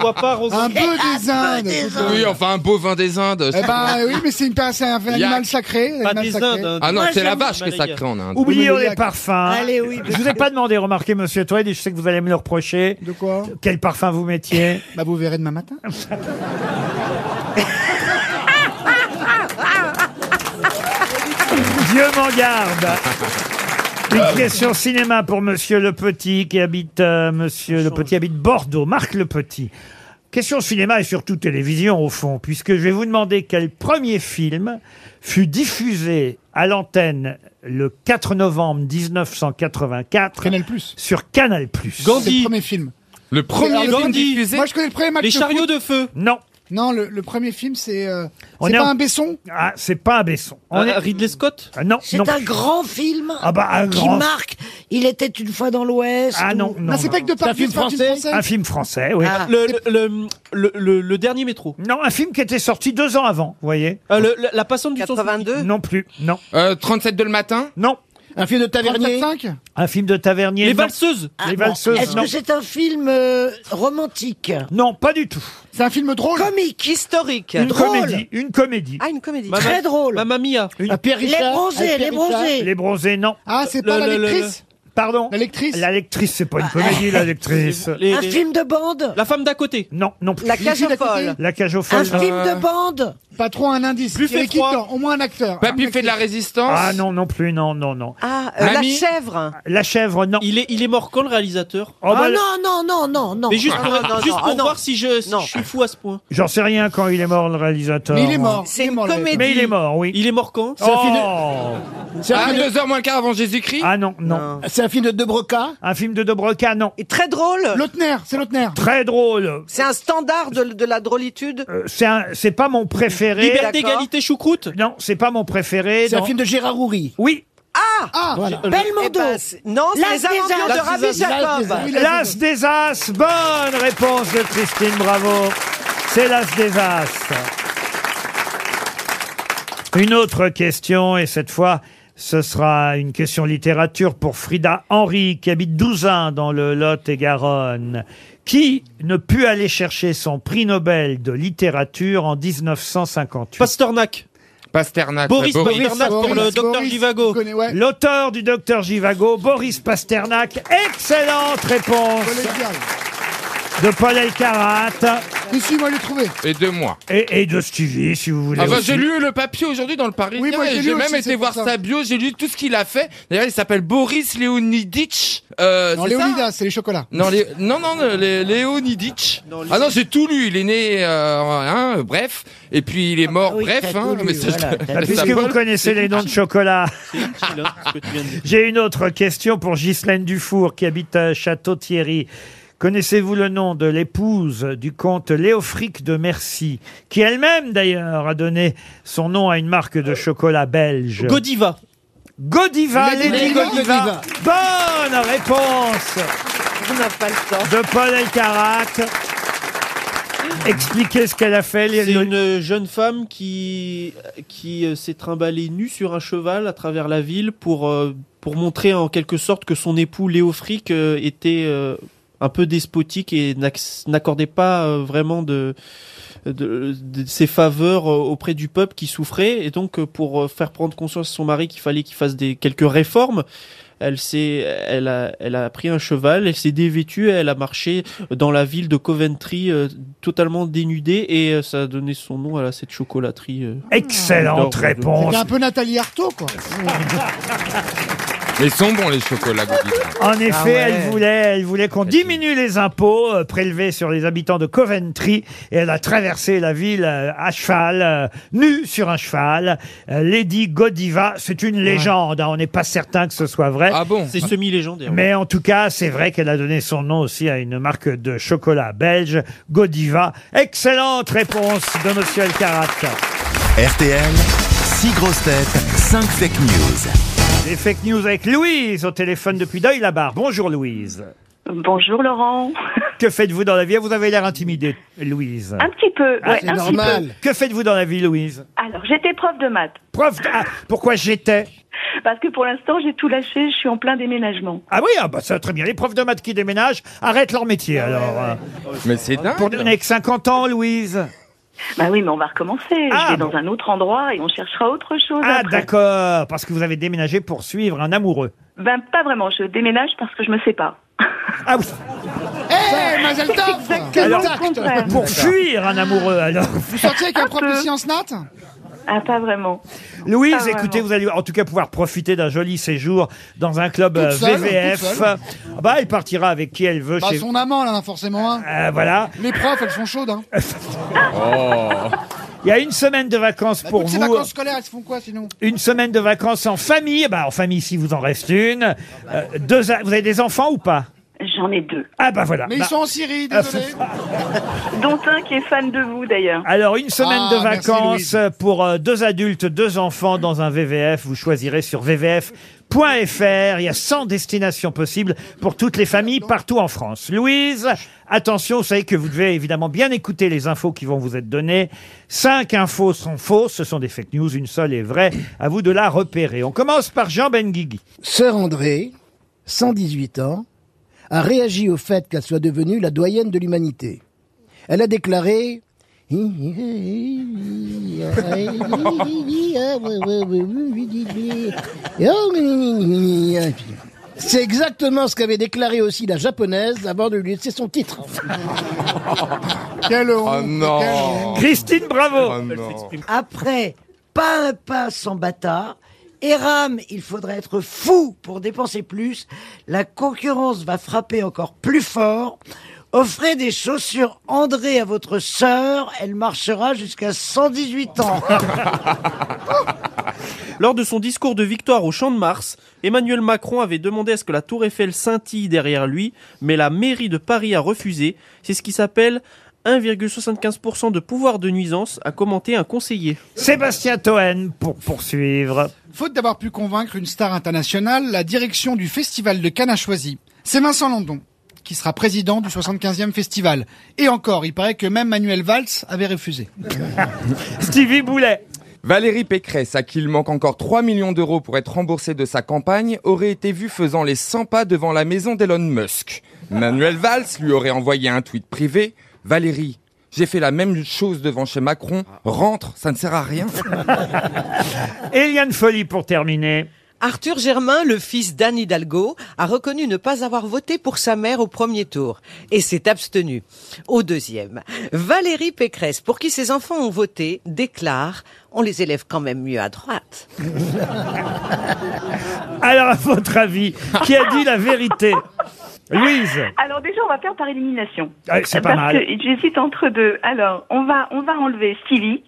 [SPEAKER 5] Sois pas rose.
[SPEAKER 7] Un peu des Indes. écoute.
[SPEAKER 4] Oui, enfin un bovin des Indes.
[SPEAKER 7] Eh ben oui, mais c'est une c'est un animal sacré. un
[SPEAKER 5] Pas
[SPEAKER 7] animal
[SPEAKER 5] des
[SPEAKER 7] sacré.
[SPEAKER 5] Indes. hein.
[SPEAKER 4] Ah non,
[SPEAKER 9] Moi,
[SPEAKER 4] c'est la
[SPEAKER 9] j'aime
[SPEAKER 4] vache
[SPEAKER 5] le
[SPEAKER 4] que ça
[SPEAKER 5] Malaga.
[SPEAKER 4] crée en Inde.
[SPEAKER 2] Oh. Oublions
[SPEAKER 7] le
[SPEAKER 2] les
[SPEAKER 7] yak.
[SPEAKER 2] parfums.
[SPEAKER 9] Allez, oui.
[SPEAKER 2] Je vous ai pas demandé, remarquez, monsieur Toed, et je sais que vous allez me le reprocher,
[SPEAKER 7] De quoi
[SPEAKER 2] quel parfum vous mettiez.
[SPEAKER 7] Bah vous verrez demain matin.
[SPEAKER 9] Ah,
[SPEAKER 2] Dieu m'en garde Une question cinéma pour Monsieur Le Petit qui habite euh, Monsieur Le Petit habite Bordeaux. Marc Le Petit. Question cinéma et surtout télévision au fond, puisque je vais vous demander quel premier film fut diffusé à l'antenne le 4 novembre 1984
[SPEAKER 7] Canal Plus.
[SPEAKER 2] sur Canal+.
[SPEAKER 7] C'est le
[SPEAKER 5] Gandhi.
[SPEAKER 7] premier film.
[SPEAKER 4] Le premier
[SPEAKER 7] Alors, le
[SPEAKER 4] film
[SPEAKER 7] Gandhi.
[SPEAKER 4] diffusé.
[SPEAKER 7] Moi je connais le premier match.
[SPEAKER 5] Les
[SPEAKER 7] de
[SPEAKER 5] chariots
[SPEAKER 7] foot.
[SPEAKER 5] de feu.
[SPEAKER 2] Non,
[SPEAKER 7] Non, le, le premier film c'est. euh,
[SPEAKER 2] On
[SPEAKER 7] c'est
[SPEAKER 2] est
[SPEAKER 7] pas
[SPEAKER 2] en-
[SPEAKER 7] un Besson.
[SPEAKER 2] ah, c'est pas un Besson. On
[SPEAKER 7] Euh,
[SPEAKER 5] Ah,
[SPEAKER 2] est-
[SPEAKER 5] Ridley Scott.
[SPEAKER 2] Ah, non, non.
[SPEAKER 9] C'est un grand film
[SPEAKER 2] Ah bah, un
[SPEAKER 9] qui
[SPEAKER 2] grand-
[SPEAKER 9] marque. Il était une fois dans l'Ouest.
[SPEAKER 2] Ah
[SPEAKER 9] ou-
[SPEAKER 2] non, non.
[SPEAKER 7] Non, Bah, c'est
[SPEAKER 2] non.
[SPEAKER 7] pas que de
[SPEAKER 5] C'est un film
[SPEAKER 7] Pardieu, c'est pas
[SPEAKER 5] français
[SPEAKER 2] Un film français, oui.
[SPEAKER 9] Ah.
[SPEAKER 5] Le, le, le, le- le dernier métro.
[SPEAKER 2] Non, un film qui était sorti deux ans avant, vous voyez.
[SPEAKER 5] Euh, le- le- la passante du sang.
[SPEAKER 14] 82
[SPEAKER 2] Non plus, non,
[SPEAKER 4] Euh, 37 de le matin.
[SPEAKER 2] non.
[SPEAKER 8] Un film de Tavernier
[SPEAKER 7] 37,5
[SPEAKER 2] Un film de Tavernier.
[SPEAKER 5] Les
[SPEAKER 2] non.
[SPEAKER 5] valseuses.
[SPEAKER 9] Ah
[SPEAKER 2] Les
[SPEAKER 9] bon.
[SPEAKER 2] valseuses,
[SPEAKER 9] Est-ce
[SPEAKER 2] non.
[SPEAKER 9] que c'est un film euh, romantique
[SPEAKER 2] Non, pas du tout.
[SPEAKER 7] C'est un film drôle.
[SPEAKER 9] Comique
[SPEAKER 14] Historique.
[SPEAKER 2] Une
[SPEAKER 9] Drôle.
[SPEAKER 2] comédie, une comédie.
[SPEAKER 14] Ah, une comédie.
[SPEAKER 5] Maman-
[SPEAKER 9] Très drôle. Ah,
[SPEAKER 5] Mamma mia.
[SPEAKER 8] Un Pierre
[SPEAKER 9] Les
[SPEAKER 8] Richard
[SPEAKER 9] bronzés,
[SPEAKER 8] Un
[SPEAKER 9] les
[SPEAKER 8] Pierre Richard
[SPEAKER 9] bronzés.
[SPEAKER 2] Les bronzés, non.
[SPEAKER 7] Ah c'est
[SPEAKER 5] Le-
[SPEAKER 7] pas
[SPEAKER 5] le- le-
[SPEAKER 7] l'électrice.
[SPEAKER 2] Pardon
[SPEAKER 7] L'électrice.
[SPEAKER 2] La lectrice, c'est pas
[SPEAKER 9] Ah.
[SPEAKER 2] une comédie, la lectrice.
[SPEAKER 5] Les-
[SPEAKER 9] Un
[SPEAKER 5] les-
[SPEAKER 9] film de bande
[SPEAKER 5] La femme d'à côté.
[SPEAKER 2] Non, non plus.
[SPEAKER 14] La cage
[SPEAKER 7] Lucie d'à
[SPEAKER 14] aux
[SPEAKER 7] côté.
[SPEAKER 14] folles.
[SPEAKER 2] La cage aux
[SPEAKER 9] Un
[SPEAKER 2] folles. non.
[SPEAKER 9] film de bande
[SPEAKER 7] Pas trop un indice.
[SPEAKER 5] Buffet
[SPEAKER 7] Il y avait qui
[SPEAKER 5] froid.
[SPEAKER 7] dedans Au moins un acteur.
[SPEAKER 4] Papy fait de la résistance.
[SPEAKER 2] Ah non, non plus, non, non, non.
[SPEAKER 14] Ah, euh, la
[SPEAKER 4] Mamie.
[SPEAKER 14] chèvre.
[SPEAKER 2] La chèvre, non.
[SPEAKER 5] Il est, il est mort quand le réalisateur
[SPEAKER 2] Oh, bah,
[SPEAKER 9] Ah non, non, non, non, non.
[SPEAKER 5] Mais juste pour,
[SPEAKER 14] non, non,
[SPEAKER 5] juste
[SPEAKER 14] non,
[SPEAKER 5] pour
[SPEAKER 14] ah, non.
[SPEAKER 5] voir si, je, si
[SPEAKER 14] Non.
[SPEAKER 5] je suis fou à ce point.
[SPEAKER 2] J'en sais rien quand il est mort, le réalisateur.
[SPEAKER 7] Mais il est mort.
[SPEAKER 14] C'est
[SPEAKER 7] Il est
[SPEAKER 14] une
[SPEAKER 7] mort, le-
[SPEAKER 14] comédie.
[SPEAKER 2] Mais il est mort, oui.
[SPEAKER 5] Il est mort quand
[SPEAKER 2] Oh
[SPEAKER 8] C'est un
[SPEAKER 4] Ah,
[SPEAKER 8] film de-
[SPEAKER 4] deux heures moins le quart avant Jésus-Christ.
[SPEAKER 2] Ah non, non,
[SPEAKER 14] Non.
[SPEAKER 8] C'est un film de De Broca
[SPEAKER 2] Un film de De Broca, non.
[SPEAKER 14] Et très drôle.
[SPEAKER 7] Lautner, c'est Lautner.
[SPEAKER 2] Très drôle.
[SPEAKER 14] C'est un standard de, de la drôlitude.
[SPEAKER 2] Euh, c'est un- c'est pas mon préféré.
[SPEAKER 5] Liberté,
[SPEAKER 14] D'accord.
[SPEAKER 5] égalité, choucroute.
[SPEAKER 2] Non, c'est pas mon préféré.
[SPEAKER 8] C'est un
[SPEAKER 2] non.
[SPEAKER 8] film de Gérard Roury.
[SPEAKER 2] Oui,
[SPEAKER 7] Ah
[SPEAKER 8] Voilà.
[SPEAKER 14] Eh
[SPEAKER 9] Belmondo.
[SPEAKER 14] ben, c'est- non, c'est
[SPEAKER 9] L'As
[SPEAKER 14] les aventures
[SPEAKER 9] des As.
[SPEAKER 14] de Rabbi
[SPEAKER 8] L'As des As.
[SPEAKER 14] Jacob.
[SPEAKER 2] L'As des As, bonne réponse de Christine, bravo. C'est l'As des As. Une autre question, et cette fois, ce sera une question littérature pour Frida Henry, qui habite Douzin dans le Lot-et-Garonne. Qui ne put aller chercher son prix Nobel de littérature en 1958
[SPEAKER 5] Pasternak.
[SPEAKER 4] Pasternak.
[SPEAKER 5] Boris,
[SPEAKER 4] ouais,
[SPEAKER 5] Pasternak pour le
[SPEAKER 7] Boris,
[SPEAKER 5] docteur
[SPEAKER 7] Boris,
[SPEAKER 5] Givago.
[SPEAKER 7] tu connais, ouais.
[SPEAKER 2] L'auteur du docteur Givago, Boris Pasternak. Excellente réponse
[SPEAKER 7] Collégial.
[SPEAKER 2] de Paul Elkarat.
[SPEAKER 7] Si, si, moi, je l'ai trouvé.
[SPEAKER 4] Et deux mois.
[SPEAKER 2] Et, et de Stevie, si vous voulez.
[SPEAKER 4] Ah bah,
[SPEAKER 2] aussi.
[SPEAKER 4] j'ai lu le papier aujourd'hui dans le Parisien
[SPEAKER 7] Oui, moi, j'ai
[SPEAKER 4] et
[SPEAKER 7] lu
[SPEAKER 4] j'ai
[SPEAKER 7] aussi,
[SPEAKER 4] même
[SPEAKER 7] c'est
[SPEAKER 4] été
[SPEAKER 7] pour
[SPEAKER 4] voir
[SPEAKER 7] ça.
[SPEAKER 4] sa bio, j'ai lu tout ce qu'il a fait. D'ailleurs, il s'appelle Boris Leoniditch. Euh,
[SPEAKER 7] Non,
[SPEAKER 4] c'est ça
[SPEAKER 7] Léonidas, c'est les chocolats.
[SPEAKER 4] Non, Lé- non, non, non, Lé- Leoniditch.
[SPEAKER 5] Non,
[SPEAKER 4] Ah non, j'ai tout lu. Il est né, euh, hein, euh, bref. Et puis il est mort,
[SPEAKER 9] Ah oui,
[SPEAKER 4] bref.
[SPEAKER 9] t'as
[SPEAKER 4] hein,
[SPEAKER 9] tout lu,
[SPEAKER 4] mais ça, je-
[SPEAKER 9] voilà, t'as
[SPEAKER 2] Ah,
[SPEAKER 4] ça
[SPEAKER 2] Puisque
[SPEAKER 4] vole.
[SPEAKER 2] vous connaissez les noms de chocolat,
[SPEAKER 5] C'est utile, hein, ce que tu viens de dire.
[SPEAKER 2] j'ai une autre question pour Ghislaine Dufour qui habite à Château-Thierry. Connaissez-vous le nom de l'épouse du comte Léofric de Mercy, qui elle-même d'ailleurs a donné son nom à une marque de chocolat belge
[SPEAKER 5] Godiva.
[SPEAKER 2] Godiva,
[SPEAKER 7] Lady
[SPEAKER 2] Lady
[SPEAKER 7] Godiva.
[SPEAKER 2] Godiva. Bonne réponse
[SPEAKER 14] On n'a pas le temps.
[SPEAKER 2] de Paul Elkarat. Expliquez ce qu'elle a fait.
[SPEAKER 5] C'est une euh, jeune femme qui, qui euh, s'est trimballée nue sur un cheval à travers la ville pour, euh, pour montrer en quelque sorte que son époux Léo Frick euh, était euh, un peu despotique et n'acc- n'accordait pas euh, vraiment de, de, de ses faveurs euh, auprès du peuple qui souffrait. Et donc, euh, pour euh, faire prendre conscience à son mari qu'il fallait qu'il fasse des, quelques réformes, elle s'est, elle a, elle a pris un cheval, elle s'est dévêtue, elle a marché dans la ville de Coventry euh, totalement dénudée et euh, ça a donné son nom à la- cette chocolaterie. euh, d'or,
[SPEAKER 2] Excellente
[SPEAKER 5] de-
[SPEAKER 2] réponse.
[SPEAKER 7] C'était un peu Nathalie Arthaud, quoi.
[SPEAKER 4] Mais ils sont bons les chocolats. Gaudiband.
[SPEAKER 2] En effet, elle voulait, elle voulait qu'on diminue les impôts euh, prélevés sur les habitants de Coventry et elle a traversé la ville euh, à cheval, euh, nue sur un cheval. Euh, Lady Godiva, c'est une légende, hein, on n'est pas certain que ce soit vrai.
[SPEAKER 5] Ah bon C'est semi-légendaire.
[SPEAKER 2] Mais en tout cas, c'est vrai qu'elle a donné son nom aussi à une marque de chocolat belge, Godiva. Excellente réponse de Monsieur Elkarat.
[SPEAKER 1] RTL, 6 grosses têtes, 5 fake news.
[SPEAKER 2] Les fake news avec Louise au téléphone depuis Deuil-la-Barre. Bonjour Louise.
[SPEAKER 13] Bonjour Laurent.
[SPEAKER 2] Que faites-vous dans la vie Vous avez l'air intimidée, Louise.
[SPEAKER 13] Un petit peu,
[SPEAKER 2] Ah,
[SPEAKER 13] ouais, un petit peu.
[SPEAKER 2] Que faites-vous dans la vie, Louise
[SPEAKER 13] Alors, j'étais prof de maths.
[SPEAKER 2] Prof de- ah, Pourquoi j'étais
[SPEAKER 13] Parce que pour l'instant, j'ai tout lâché, je suis en plein déménagement.
[SPEAKER 2] Ah oui, ah bah, ça va très bien. Les profs de maths qui déménagent arrêtent leur métier,
[SPEAKER 13] Ah
[SPEAKER 2] alors.
[SPEAKER 4] Mais c'est dingue.
[SPEAKER 2] Pour donner que 50 ans, Louise
[SPEAKER 13] Bah oui, mais on va recommencer.
[SPEAKER 2] Ah,
[SPEAKER 13] je vais
[SPEAKER 2] bon.
[SPEAKER 13] dans un autre endroit et on cherchera autre chose
[SPEAKER 2] Ah
[SPEAKER 13] après.
[SPEAKER 2] d'accord, parce que vous avez déménagé pour suivre un amoureux.
[SPEAKER 13] Ben, pas vraiment, je déménage parce que je me sépare.
[SPEAKER 2] Ah oui
[SPEAKER 7] Hé, Eh, Mazel Tov
[SPEAKER 2] Alors,
[SPEAKER 7] Tact.
[SPEAKER 2] pour fuir un amoureux, alors.
[SPEAKER 13] Ah,
[SPEAKER 7] Vous sortiez avec un prof de
[SPEAKER 13] peu.
[SPEAKER 7] sciences nat
[SPEAKER 13] Ah, pas vraiment.
[SPEAKER 2] Louise,
[SPEAKER 13] Pas
[SPEAKER 2] écoutez, vous allez en tout cas pouvoir profiter d'un joli séjour dans un club
[SPEAKER 7] Toute
[SPEAKER 2] euh,
[SPEAKER 7] seule, toute
[SPEAKER 2] VVF.
[SPEAKER 7] seule.
[SPEAKER 2] Ah Bah, elle partira avec qui elle veut
[SPEAKER 7] Bah,
[SPEAKER 2] chez
[SPEAKER 7] son amant, là, forcément. hein.
[SPEAKER 2] Euh, voilà.
[SPEAKER 7] Les profs, elles sont chaudes. Hein.
[SPEAKER 2] Il y a une semaine de vacances
[SPEAKER 7] Bah,
[SPEAKER 2] pour
[SPEAKER 7] Oh. toutes
[SPEAKER 2] vous.
[SPEAKER 7] ces vacances scolaires, elles se font quoi sinon
[SPEAKER 2] Une semaine de vacances en famille, bah en famille si vous en reste une. Euh, deux, a- vous avez des enfants ou pas
[SPEAKER 13] J'en ai deux.
[SPEAKER 2] Ah bah voilà.
[SPEAKER 7] Mais
[SPEAKER 2] Bah,
[SPEAKER 7] ils sont en Syrie, désolé.
[SPEAKER 13] Dont un qui est fan de vous d'ailleurs.
[SPEAKER 2] Alors une semaine
[SPEAKER 7] Ah,
[SPEAKER 2] de
[SPEAKER 7] merci,
[SPEAKER 2] vacances
[SPEAKER 7] Louise.
[SPEAKER 2] euh, pour euh, deux adultes, deux enfants dans un VVF. Vous choisirez sur vvf.fr. Il y a 100 destinations possibles pour toutes les familles partout en France. Louise, attention, vous savez que vous devez évidemment bien écouter les infos qui vont vous être données. Cinq infos sont fausses, ce sont des fake news, une seule est vraie. À vous de la repérer. On commence par Jean Benguigui.
[SPEAKER 8] Sœur André, 118 ans, a réagi au fait qu'elle soit devenue la doyenne de l'humanité. Elle a déclaré C'est exactement ce qu'avait déclaré aussi la japonaise avant de lui laisser son titre.
[SPEAKER 7] Quelle honte
[SPEAKER 4] Oh non.
[SPEAKER 2] Christine Bravo.
[SPEAKER 9] Après, pas un pas sans bâtard. Et Ram, il faudrait être fou pour dépenser plus. La concurrence va frapper encore plus fort. Offrez des chaussures André à votre sœur, elle marchera jusqu'à 118 ans.
[SPEAKER 5] Lors de son discours de victoire au Champ de Mars, Emmanuel Macron avait demandé à ce que la Tour Eiffel scintille derrière lui, mais la mairie de Paris a refusé. C'est ce qui s'appelle 1,75% de pouvoir de nuisance, a commenté un conseiller.
[SPEAKER 2] Sébastien Toen pour poursuivre.
[SPEAKER 7] Faute d'avoir pu convaincre une star internationale, la direction du Festival de Cannes a choisi. C'est Vincent Landon, qui sera président du 75e festival. Et encore, il paraît que même Manuel Valls avait refusé.
[SPEAKER 2] Stevie Boulet.
[SPEAKER 4] Valérie Pécresse, à qui il manque encore 3 millions d'euros pour être remboursée de sa campagne, aurait été vue faisant les 100 pas devant la maison d'Elon Musk. Manuel Valls lui aurait envoyé un tweet privé. Valérie, j'ai fait la même chose devant chez Macron. Rentre, ça ne sert à rien.
[SPEAKER 2] Eliane Folly pour terminer.
[SPEAKER 14] Arthur Germain, le fils d'Anne Hidalgo, a reconnu ne pas avoir voté pour sa mère au premier tour et s'est abstenu au deuxième. Valérie Pécresse, pour qui ses enfants ont voté, déclare On les élève quand même mieux à droite.
[SPEAKER 2] Alors, à votre avis, qui a dit la vérité Louise
[SPEAKER 13] Alors déjà, on va faire par élimination.
[SPEAKER 2] Ah, c'est pas
[SPEAKER 13] Parce
[SPEAKER 2] mal.
[SPEAKER 13] que j'hésite entre deux. Alors, on va, on va enlever Stevie.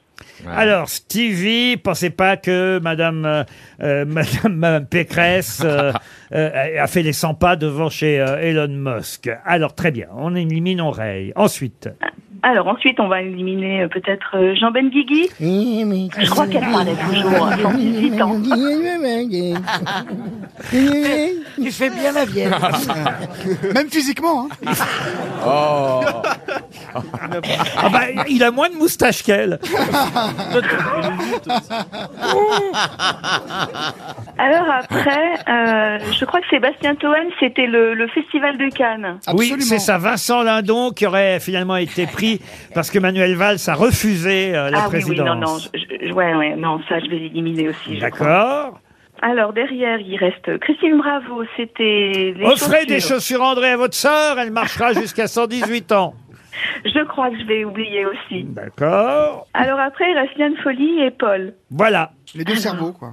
[SPEAKER 2] Alors, Stevie, pensez pas que Madame, euh, euh, Madame euh, Pécresse euh, euh, a fait les 100 pas devant chez euh, Elon Musk. Alors, très bien, on élimine Oreille. Ensuite,
[SPEAKER 13] Alors ensuite, on va éliminer euh, peut-être euh, Jean Benguigui. Je crois qu'elle parlait toujours à 118 ans.
[SPEAKER 9] tu fais bien la vieille.
[SPEAKER 7] Même physiquement. hein.
[SPEAKER 4] Oh.
[SPEAKER 2] Ah bah, il a moins de moustache qu'elle.
[SPEAKER 9] ah.
[SPEAKER 13] Alors après, euh, je crois que Sébastien Toen, c'était le, le festival de Cannes.
[SPEAKER 2] Oui, c'est ça. Vincent Lindon qui aurait finalement été pris parce que Manuel Valls a refusé euh, la
[SPEAKER 13] ah oui, oui,
[SPEAKER 2] présidence.
[SPEAKER 13] non, non, je- je- je- ouais, ouais, non, ça je vais l'éliminer aussi. je
[SPEAKER 2] D'accord.
[SPEAKER 13] crois. Alors derrière, il reste Christine Bravo, c'était. les
[SPEAKER 2] Offrez des chaussures André à votre sœur, elle marchera jusqu'à 118 ans.
[SPEAKER 13] Je crois que je vais oublier aussi.
[SPEAKER 2] Ben. D'accord.
[SPEAKER 13] Alors après, il reste Liane Folie et Paul.
[SPEAKER 2] Voilà.
[SPEAKER 13] Les deux cerveaux, quoi.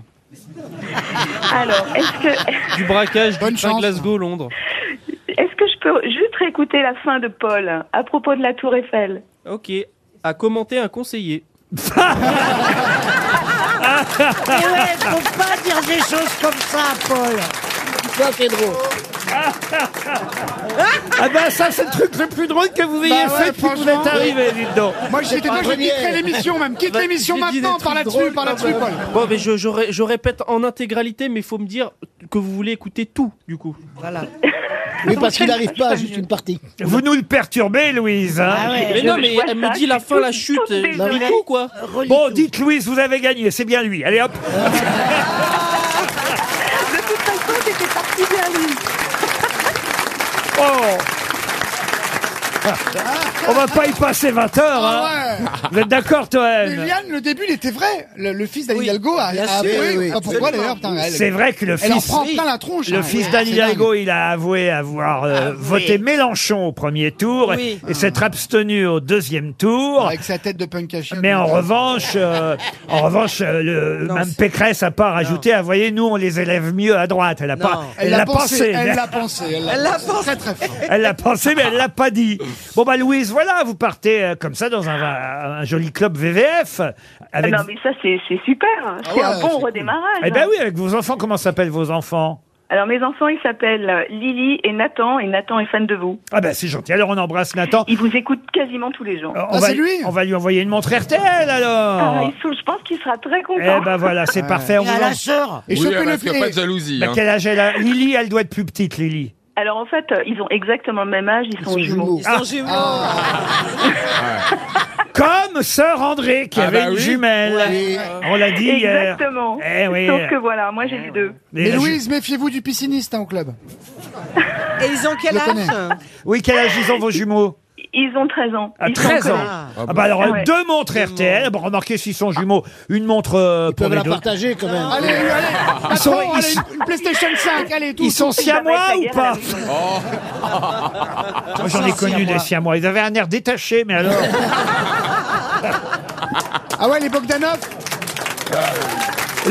[SPEAKER 13] Alors, est-ce que,
[SPEAKER 5] Du braquage du pain Glasgow, Londres.
[SPEAKER 13] est-ce que je peux juste réécouter la fin de Paul à propos de la Tour Eiffel
[SPEAKER 5] Ok. A commenté un conseiller.
[SPEAKER 9] Ah, Mais ouais, faut pas dire des choses comme ça, Paul. Ça, c'est drôle.
[SPEAKER 2] Ah bah ça c'est le truc le plus drôle que vous ayez
[SPEAKER 7] Bah ouais,
[SPEAKER 2] fait depuis que vous
[SPEAKER 7] franchement.
[SPEAKER 2] êtes arrivé, dites donc.
[SPEAKER 7] Moi, j'ai été- moi, j'ai quitté l'émission, même. Quitte
[SPEAKER 5] Bah,
[SPEAKER 7] l'émission
[SPEAKER 5] j'ai dit des
[SPEAKER 7] maintenant,
[SPEAKER 5] trucs
[SPEAKER 7] par là-dessus,
[SPEAKER 5] drôles,
[SPEAKER 7] par là-dessus,
[SPEAKER 5] non,
[SPEAKER 7] Paul.
[SPEAKER 5] bah, Bon, mais je, je ré- je répète en intégralité, mais il faut me dire que vous voulez écouter tout, du coup. Voilà.
[SPEAKER 8] Mais parce qu'il n'arrive pas à juste une partie.
[SPEAKER 2] Vous nous le perturbez, Louise. hein.
[SPEAKER 8] Ah ouais.
[SPEAKER 5] Mais non, mais elle me dit la fin, la chute. Je dis tout, quoi.
[SPEAKER 2] Bon, dites Louise, vous avez gagné, c'est bien lui. Allez hop.
[SPEAKER 13] De toute façon, c'était parti bien lui.
[SPEAKER 2] Oh. On va pas y passer 20 heures.
[SPEAKER 7] Ah
[SPEAKER 2] hein.
[SPEAKER 7] ouais.
[SPEAKER 2] Vous êtes d'accord, toi
[SPEAKER 7] Mais Liane, le début, il était vrai. Le, le fils d'Anne Hidalgo a,
[SPEAKER 2] bien
[SPEAKER 7] a
[SPEAKER 2] sûr.
[SPEAKER 7] avoué.
[SPEAKER 2] Oui, oui,
[SPEAKER 7] Enfin, Ah, pourquoi
[SPEAKER 2] absolument.
[SPEAKER 7] d'ailleurs putain, elle-
[SPEAKER 2] C'est vrai que le
[SPEAKER 7] Elle en
[SPEAKER 2] fils-
[SPEAKER 7] prend plein la tronche.
[SPEAKER 2] Le
[SPEAKER 7] hein.
[SPEAKER 2] fils
[SPEAKER 7] Ouais,
[SPEAKER 2] d'Anne
[SPEAKER 7] c'est
[SPEAKER 2] Hidalgo, il a avoué avoir euh, voté Mélenchon au premier tour
[SPEAKER 7] Ah Oui.
[SPEAKER 2] et s'être abstenu au deuxième tour.
[SPEAKER 7] Avec sa tête de punk à chien.
[SPEAKER 2] Mais en revanche, euh, en revanche, euh, le,
[SPEAKER 7] Non,
[SPEAKER 2] Mme
[SPEAKER 7] c'est-
[SPEAKER 2] Pécresse n'a pas rajouté. Ah, voyez, nous, on les élève mieux à droite. Elle a pas,
[SPEAKER 7] Elle l'a pensé. Oh, Elle l'a pensé.
[SPEAKER 2] Elle l'a
[SPEAKER 7] pensé. Très, très fort.
[SPEAKER 2] Elle l'a pensé, mais elle l'a pas dit. Bon bah Louise, voilà, vous partez euh, comme ça dans un, un joli club VVF. Avec...
[SPEAKER 13] Ah
[SPEAKER 2] Ah
[SPEAKER 13] Non, mais ça, c'est c'est super. hein. c'est
[SPEAKER 2] ouais,
[SPEAKER 13] un
[SPEAKER 2] c'est
[SPEAKER 13] bon redémarrage.
[SPEAKER 2] Eh ben oui, avec vos enfants, comment s'appellent vos enfants
[SPEAKER 13] Alors, mes enfants, ils s'appellent euh, Lily et Nathan, et Nathan est fan de vous.
[SPEAKER 2] Ah ben c'est gentil. Alors on embrasse Nathan.
[SPEAKER 13] Il vous écoute quasiment tous les jours.
[SPEAKER 15] Ah,
[SPEAKER 2] on, va, on va Ah, lui envoyer une montre RTL alors.
[SPEAKER 13] Ah, il sou- je pense qu'il sera très content.
[SPEAKER 2] Eh ben voilà, c'est parfait. on vous en-
[SPEAKER 4] Et oui, parce qu'il n'y a pas de jalousie.
[SPEAKER 2] Bah,
[SPEAKER 4] hein.
[SPEAKER 2] quel âge elle a Lily, elle doit être plus petite, Lily.
[SPEAKER 13] Alors en fait, euh, ils ont exactement le même âge, ils, sont, jumeaux.
[SPEAKER 2] Ils sont Ah.
[SPEAKER 13] jumeaux.
[SPEAKER 2] Comme sœur André qui
[SPEAKER 13] Ah
[SPEAKER 2] avait
[SPEAKER 13] bah
[SPEAKER 2] une
[SPEAKER 13] oui.
[SPEAKER 2] jumelle.
[SPEAKER 13] Oui.
[SPEAKER 2] On l'a dit hier.
[SPEAKER 13] Exactement.
[SPEAKER 2] Eh oui. eh
[SPEAKER 13] Sauf que voilà, moi j'ai les deux.
[SPEAKER 2] Mais
[SPEAKER 7] Mais
[SPEAKER 2] la-
[SPEAKER 7] Louise, méfiez-vous du pisciniste hein, au club.
[SPEAKER 13] Et ils ont
[SPEAKER 7] quel Je le âge connais.
[SPEAKER 2] Oui, quel âge ils ont vos jumeaux
[SPEAKER 13] Ils ont 13 ans.
[SPEAKER 2] À
[SPEAKER 13] Ils sont
[SPEAKER 2] 13 ans.
[SPEAKER 13] collés.
[SPEAKER 2] Ah bah alors,
[SPEAKER 13] Ouais.
[SPEAKER 2] deux montres RTL. Bon, remarquez s'ils sont jumeaux. Une montre euh, pour
[SPEAKER 8] peuvent
[SPEAKER 2] les
[SPEAKER 8] la
[SPEAKER 2] deux.
[SPEAKER 8] partager quand même.
[SPEAKER 7] Allez, allez.
[SPEAKER 2] Ils sont-
[SPEAKER 7] attends,
[SPEAKER 2] ils
[SPEAKER 7] allez,
[SPEAKER 2] sont-
[SPEAKER 7] une- une PlayStation 5. Allez, tout.
[SPEAKER 2] Ils sont
[SPEAKER 7] tout.
[SPEAKER 2] siamois ou pas Moi, J'en ai
[SPEAKER 7] Attention,
[SPEAKER 2] connu
[SPEAKER 7] siamois.
[SPEAKER 2] des siamois. Ils avaient un air détaché, mais alors.
[SPEAKER 7] Ah ouais, les Bogdanov.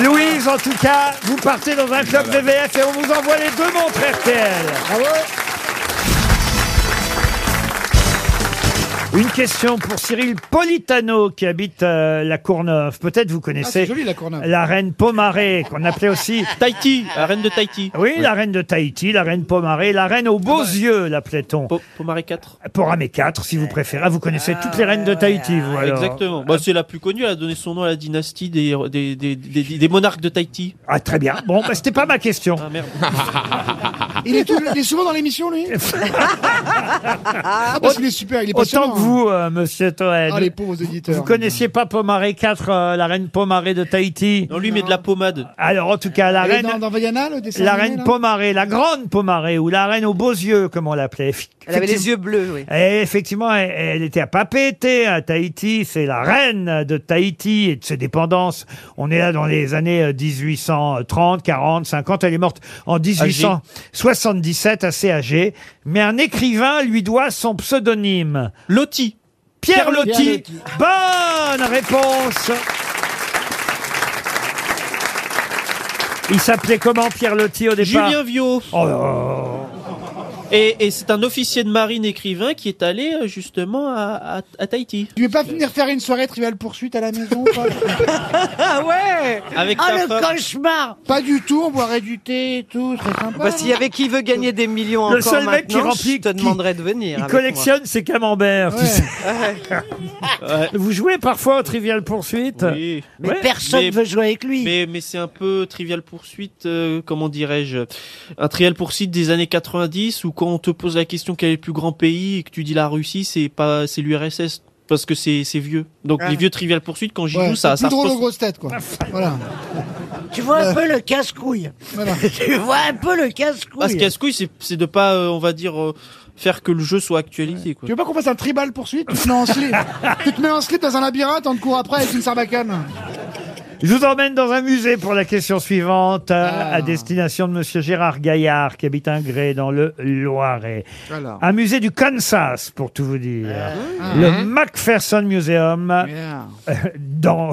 [SPEAKER 2] Louise, en tout cas, vous partez dans un club VVF et on vous envoie les deux montres RTL.
[SPEAKER 7] Ah
[SPEAKER 2] Une question pour Cyril Politano qui habite euh, la Courneuve. Peut-être vous connaissez
[SPEAKER 7] Ah, c'est joli, la Courneuve.
[SPEAKER 2] reine Pomaré qu'on appelait aussi
[SPEAKER 5] Tahiti, la reine de Tahiti. Ah bah.
[SPEAKER 2] Oui, la reine de Tahiti, la reine Pomaré, la reine aux beaux yeux, l'appelait-on.
[SPEAKER 5] Pomaré 4.
[SPEAKER 2] Poramé 4 si vous préférez. Ah, vous connaissez toutes les reines de Tahiti, vous alors.
[SPEAKER 5] Exactement. Bah, c'est la plus connue. Elle a donné son nom à la dynastie des, des, des, des- des monarques de Tahiti.
[SPEAKER 2] Ah très bien. Bon, bah, c'était pas ma question.
[SPEAKER 5] Ah merde.
[SPEAKER 7] Il est, tout- il est souvent dans l'émission, lui Ah, parce qu'il est super, il est
[SPEAKER 2] Autant
[SPEAKER 7] passionnant. hein.
[SPEAKER 2] que vous, euh, monsieur Toen.
[SPEAKER 7] Ah, les pauvres auditeurs.
[SPEAKER 2] Vous connaissiez pas Pomaré 4, euh, la reine Pomaré de Tahiti
[SPEAKER 5] Non, lui met de la pommade.
[SPEAKER 2] Alors, en tout cas, la
[SPEAKER 7] Elle est
[SPEAKER 2] reine...
[SPEAKER 7] dans, dans Vaiana, le dessin
[SPEAKER 2] La
[SPEAKER 7] animé,
[SPEAKER 2] reine
[SPEAKER 7] là
[SPEAKER 2] Pomaré, la grande Pomaré, ou la reine aux beaux yeux, comme on l'appelait.
[SPEAKER 14] Elle avait les
[SPEAKER 2] Effectivement-
[SPEAKER 14] yeux bleus, oui.
[SPEAKER 2] Et effectivement, elle, elle était à Papété, à Tahiti. C'est la reine de Tahiti et de ses dépendances. On est là dans les années euh, 1830, 40, 50. Elle est morte en 1877, assez âgée. Mais un écrivain lui doit son pseudonyme.
[SPEAKER 5] Loti.
[SPEAKER 2] Pierre,
[SPEAKER 5] Pierre
[SPEAKER 2] Loti.
[SPEAKER 5] Loti.
[SPEAKER 2] Bonne réponse. Il s'appelait comment Pierre Loti au départ
[SPEAKER 5] Julien Viau.
[SPEAKER 2] Oh là là.
[SPEAKER 5] Et, et c'est un officier de marine écrivain qui est allé euh, justement à, à- à Tahiti.
[SPEAKER 7] Tu veux pas venir faire une soirée trivial poursuite à la maison Paul
[SPEAKER 14] Ah ouais
[SPEAKER 5] Avec
[SPEAKER 14] Ah,
[SPEAKER 5] ta
[SPEAKER 14] le
[SPEAKER 5] femme.
[SPEAKER 14] cauchemar
[SPEAKER 7] Pas du tout, on boirait du thé et tout, c'est sympa.
[SPEAKER 14] bah, S'il y avait qui veut gagner des millions
[SPEAKER 2] Le
[SPEAKER 14] encore
[SPEAKER 2] seul mec qui
[SPEAKER 14] maintenant,
[SPEAKER 2] remplit-
[SPEAKER 14] je te
[SPEAKER 2] qui-
[SPEAKER 14] demanderais de venir.
[SPEAKER 2] Il
[SPEAKER 14] avec moi.
[SPEAKER 2] collectionne ses camemberts. tu sais. Vous jouez parfois au Trivial poursuite
[SPEAKER 5] Oui. Ouais. Mais-
[SPEAKER 2] jouer avec lui.
[SPEAKER 5] Mais, mais c'est un peu trivial poursuite, euh, comment dirais-je, un trivial poursuite des années 90 où quand on te pose la question quel est le plus grand pays et que tu dis la Russie, c'est pas c'est l'URSS parce que c'est c'est vieux. Donc
[SPEAKER 7] Ah.
[SPEAKER 5] les vieux trivial poursuites quand j'y
[SPEAKER 7] Ouais,
[SPEAKER 5] joue ça
[SPEAKER 7] c'est
[SPEAKER 5] ça
[SPEAKER 7] plus drôle aux
[SPEAKER 5] repose-
[SPEAKER 7] grosses têtes, quoi. voilà. Euh.
[SPEAKER 9] Tu vois un peu le casse-couille. tu vois un peu le casse-couille.
[SPEAKER 2] Ah,
[SPEAKER 5] Parce qu'à ce coup, c'est c'est de pas euh, on va dire euh, faire que le jeu soit actualisé quoi.
[SPEAKER 7] Tu veux pas qu'on fasse un tribal poursuite Tu te mets en slip. tu te mets en slip dans un labyrinthe, on te court après avec une sarbacane.
[SPEAKER 2] Je vous emmène dans un musée pour la question suivante, euh, à destination de Monsieur Gérard Gaillard, qui habite Ingré, dans le Loiret.
[SPEAKER 7] Voilà.
[SPEAKER 2] Un musée du Kansas, pour tout vous dire.
[SPEAKER 7] Ah.
[SPEAKER 2] le
[SPEAKER 7] Mhm.
[SPEAKER 2] Macpherson Museum, euh, dans...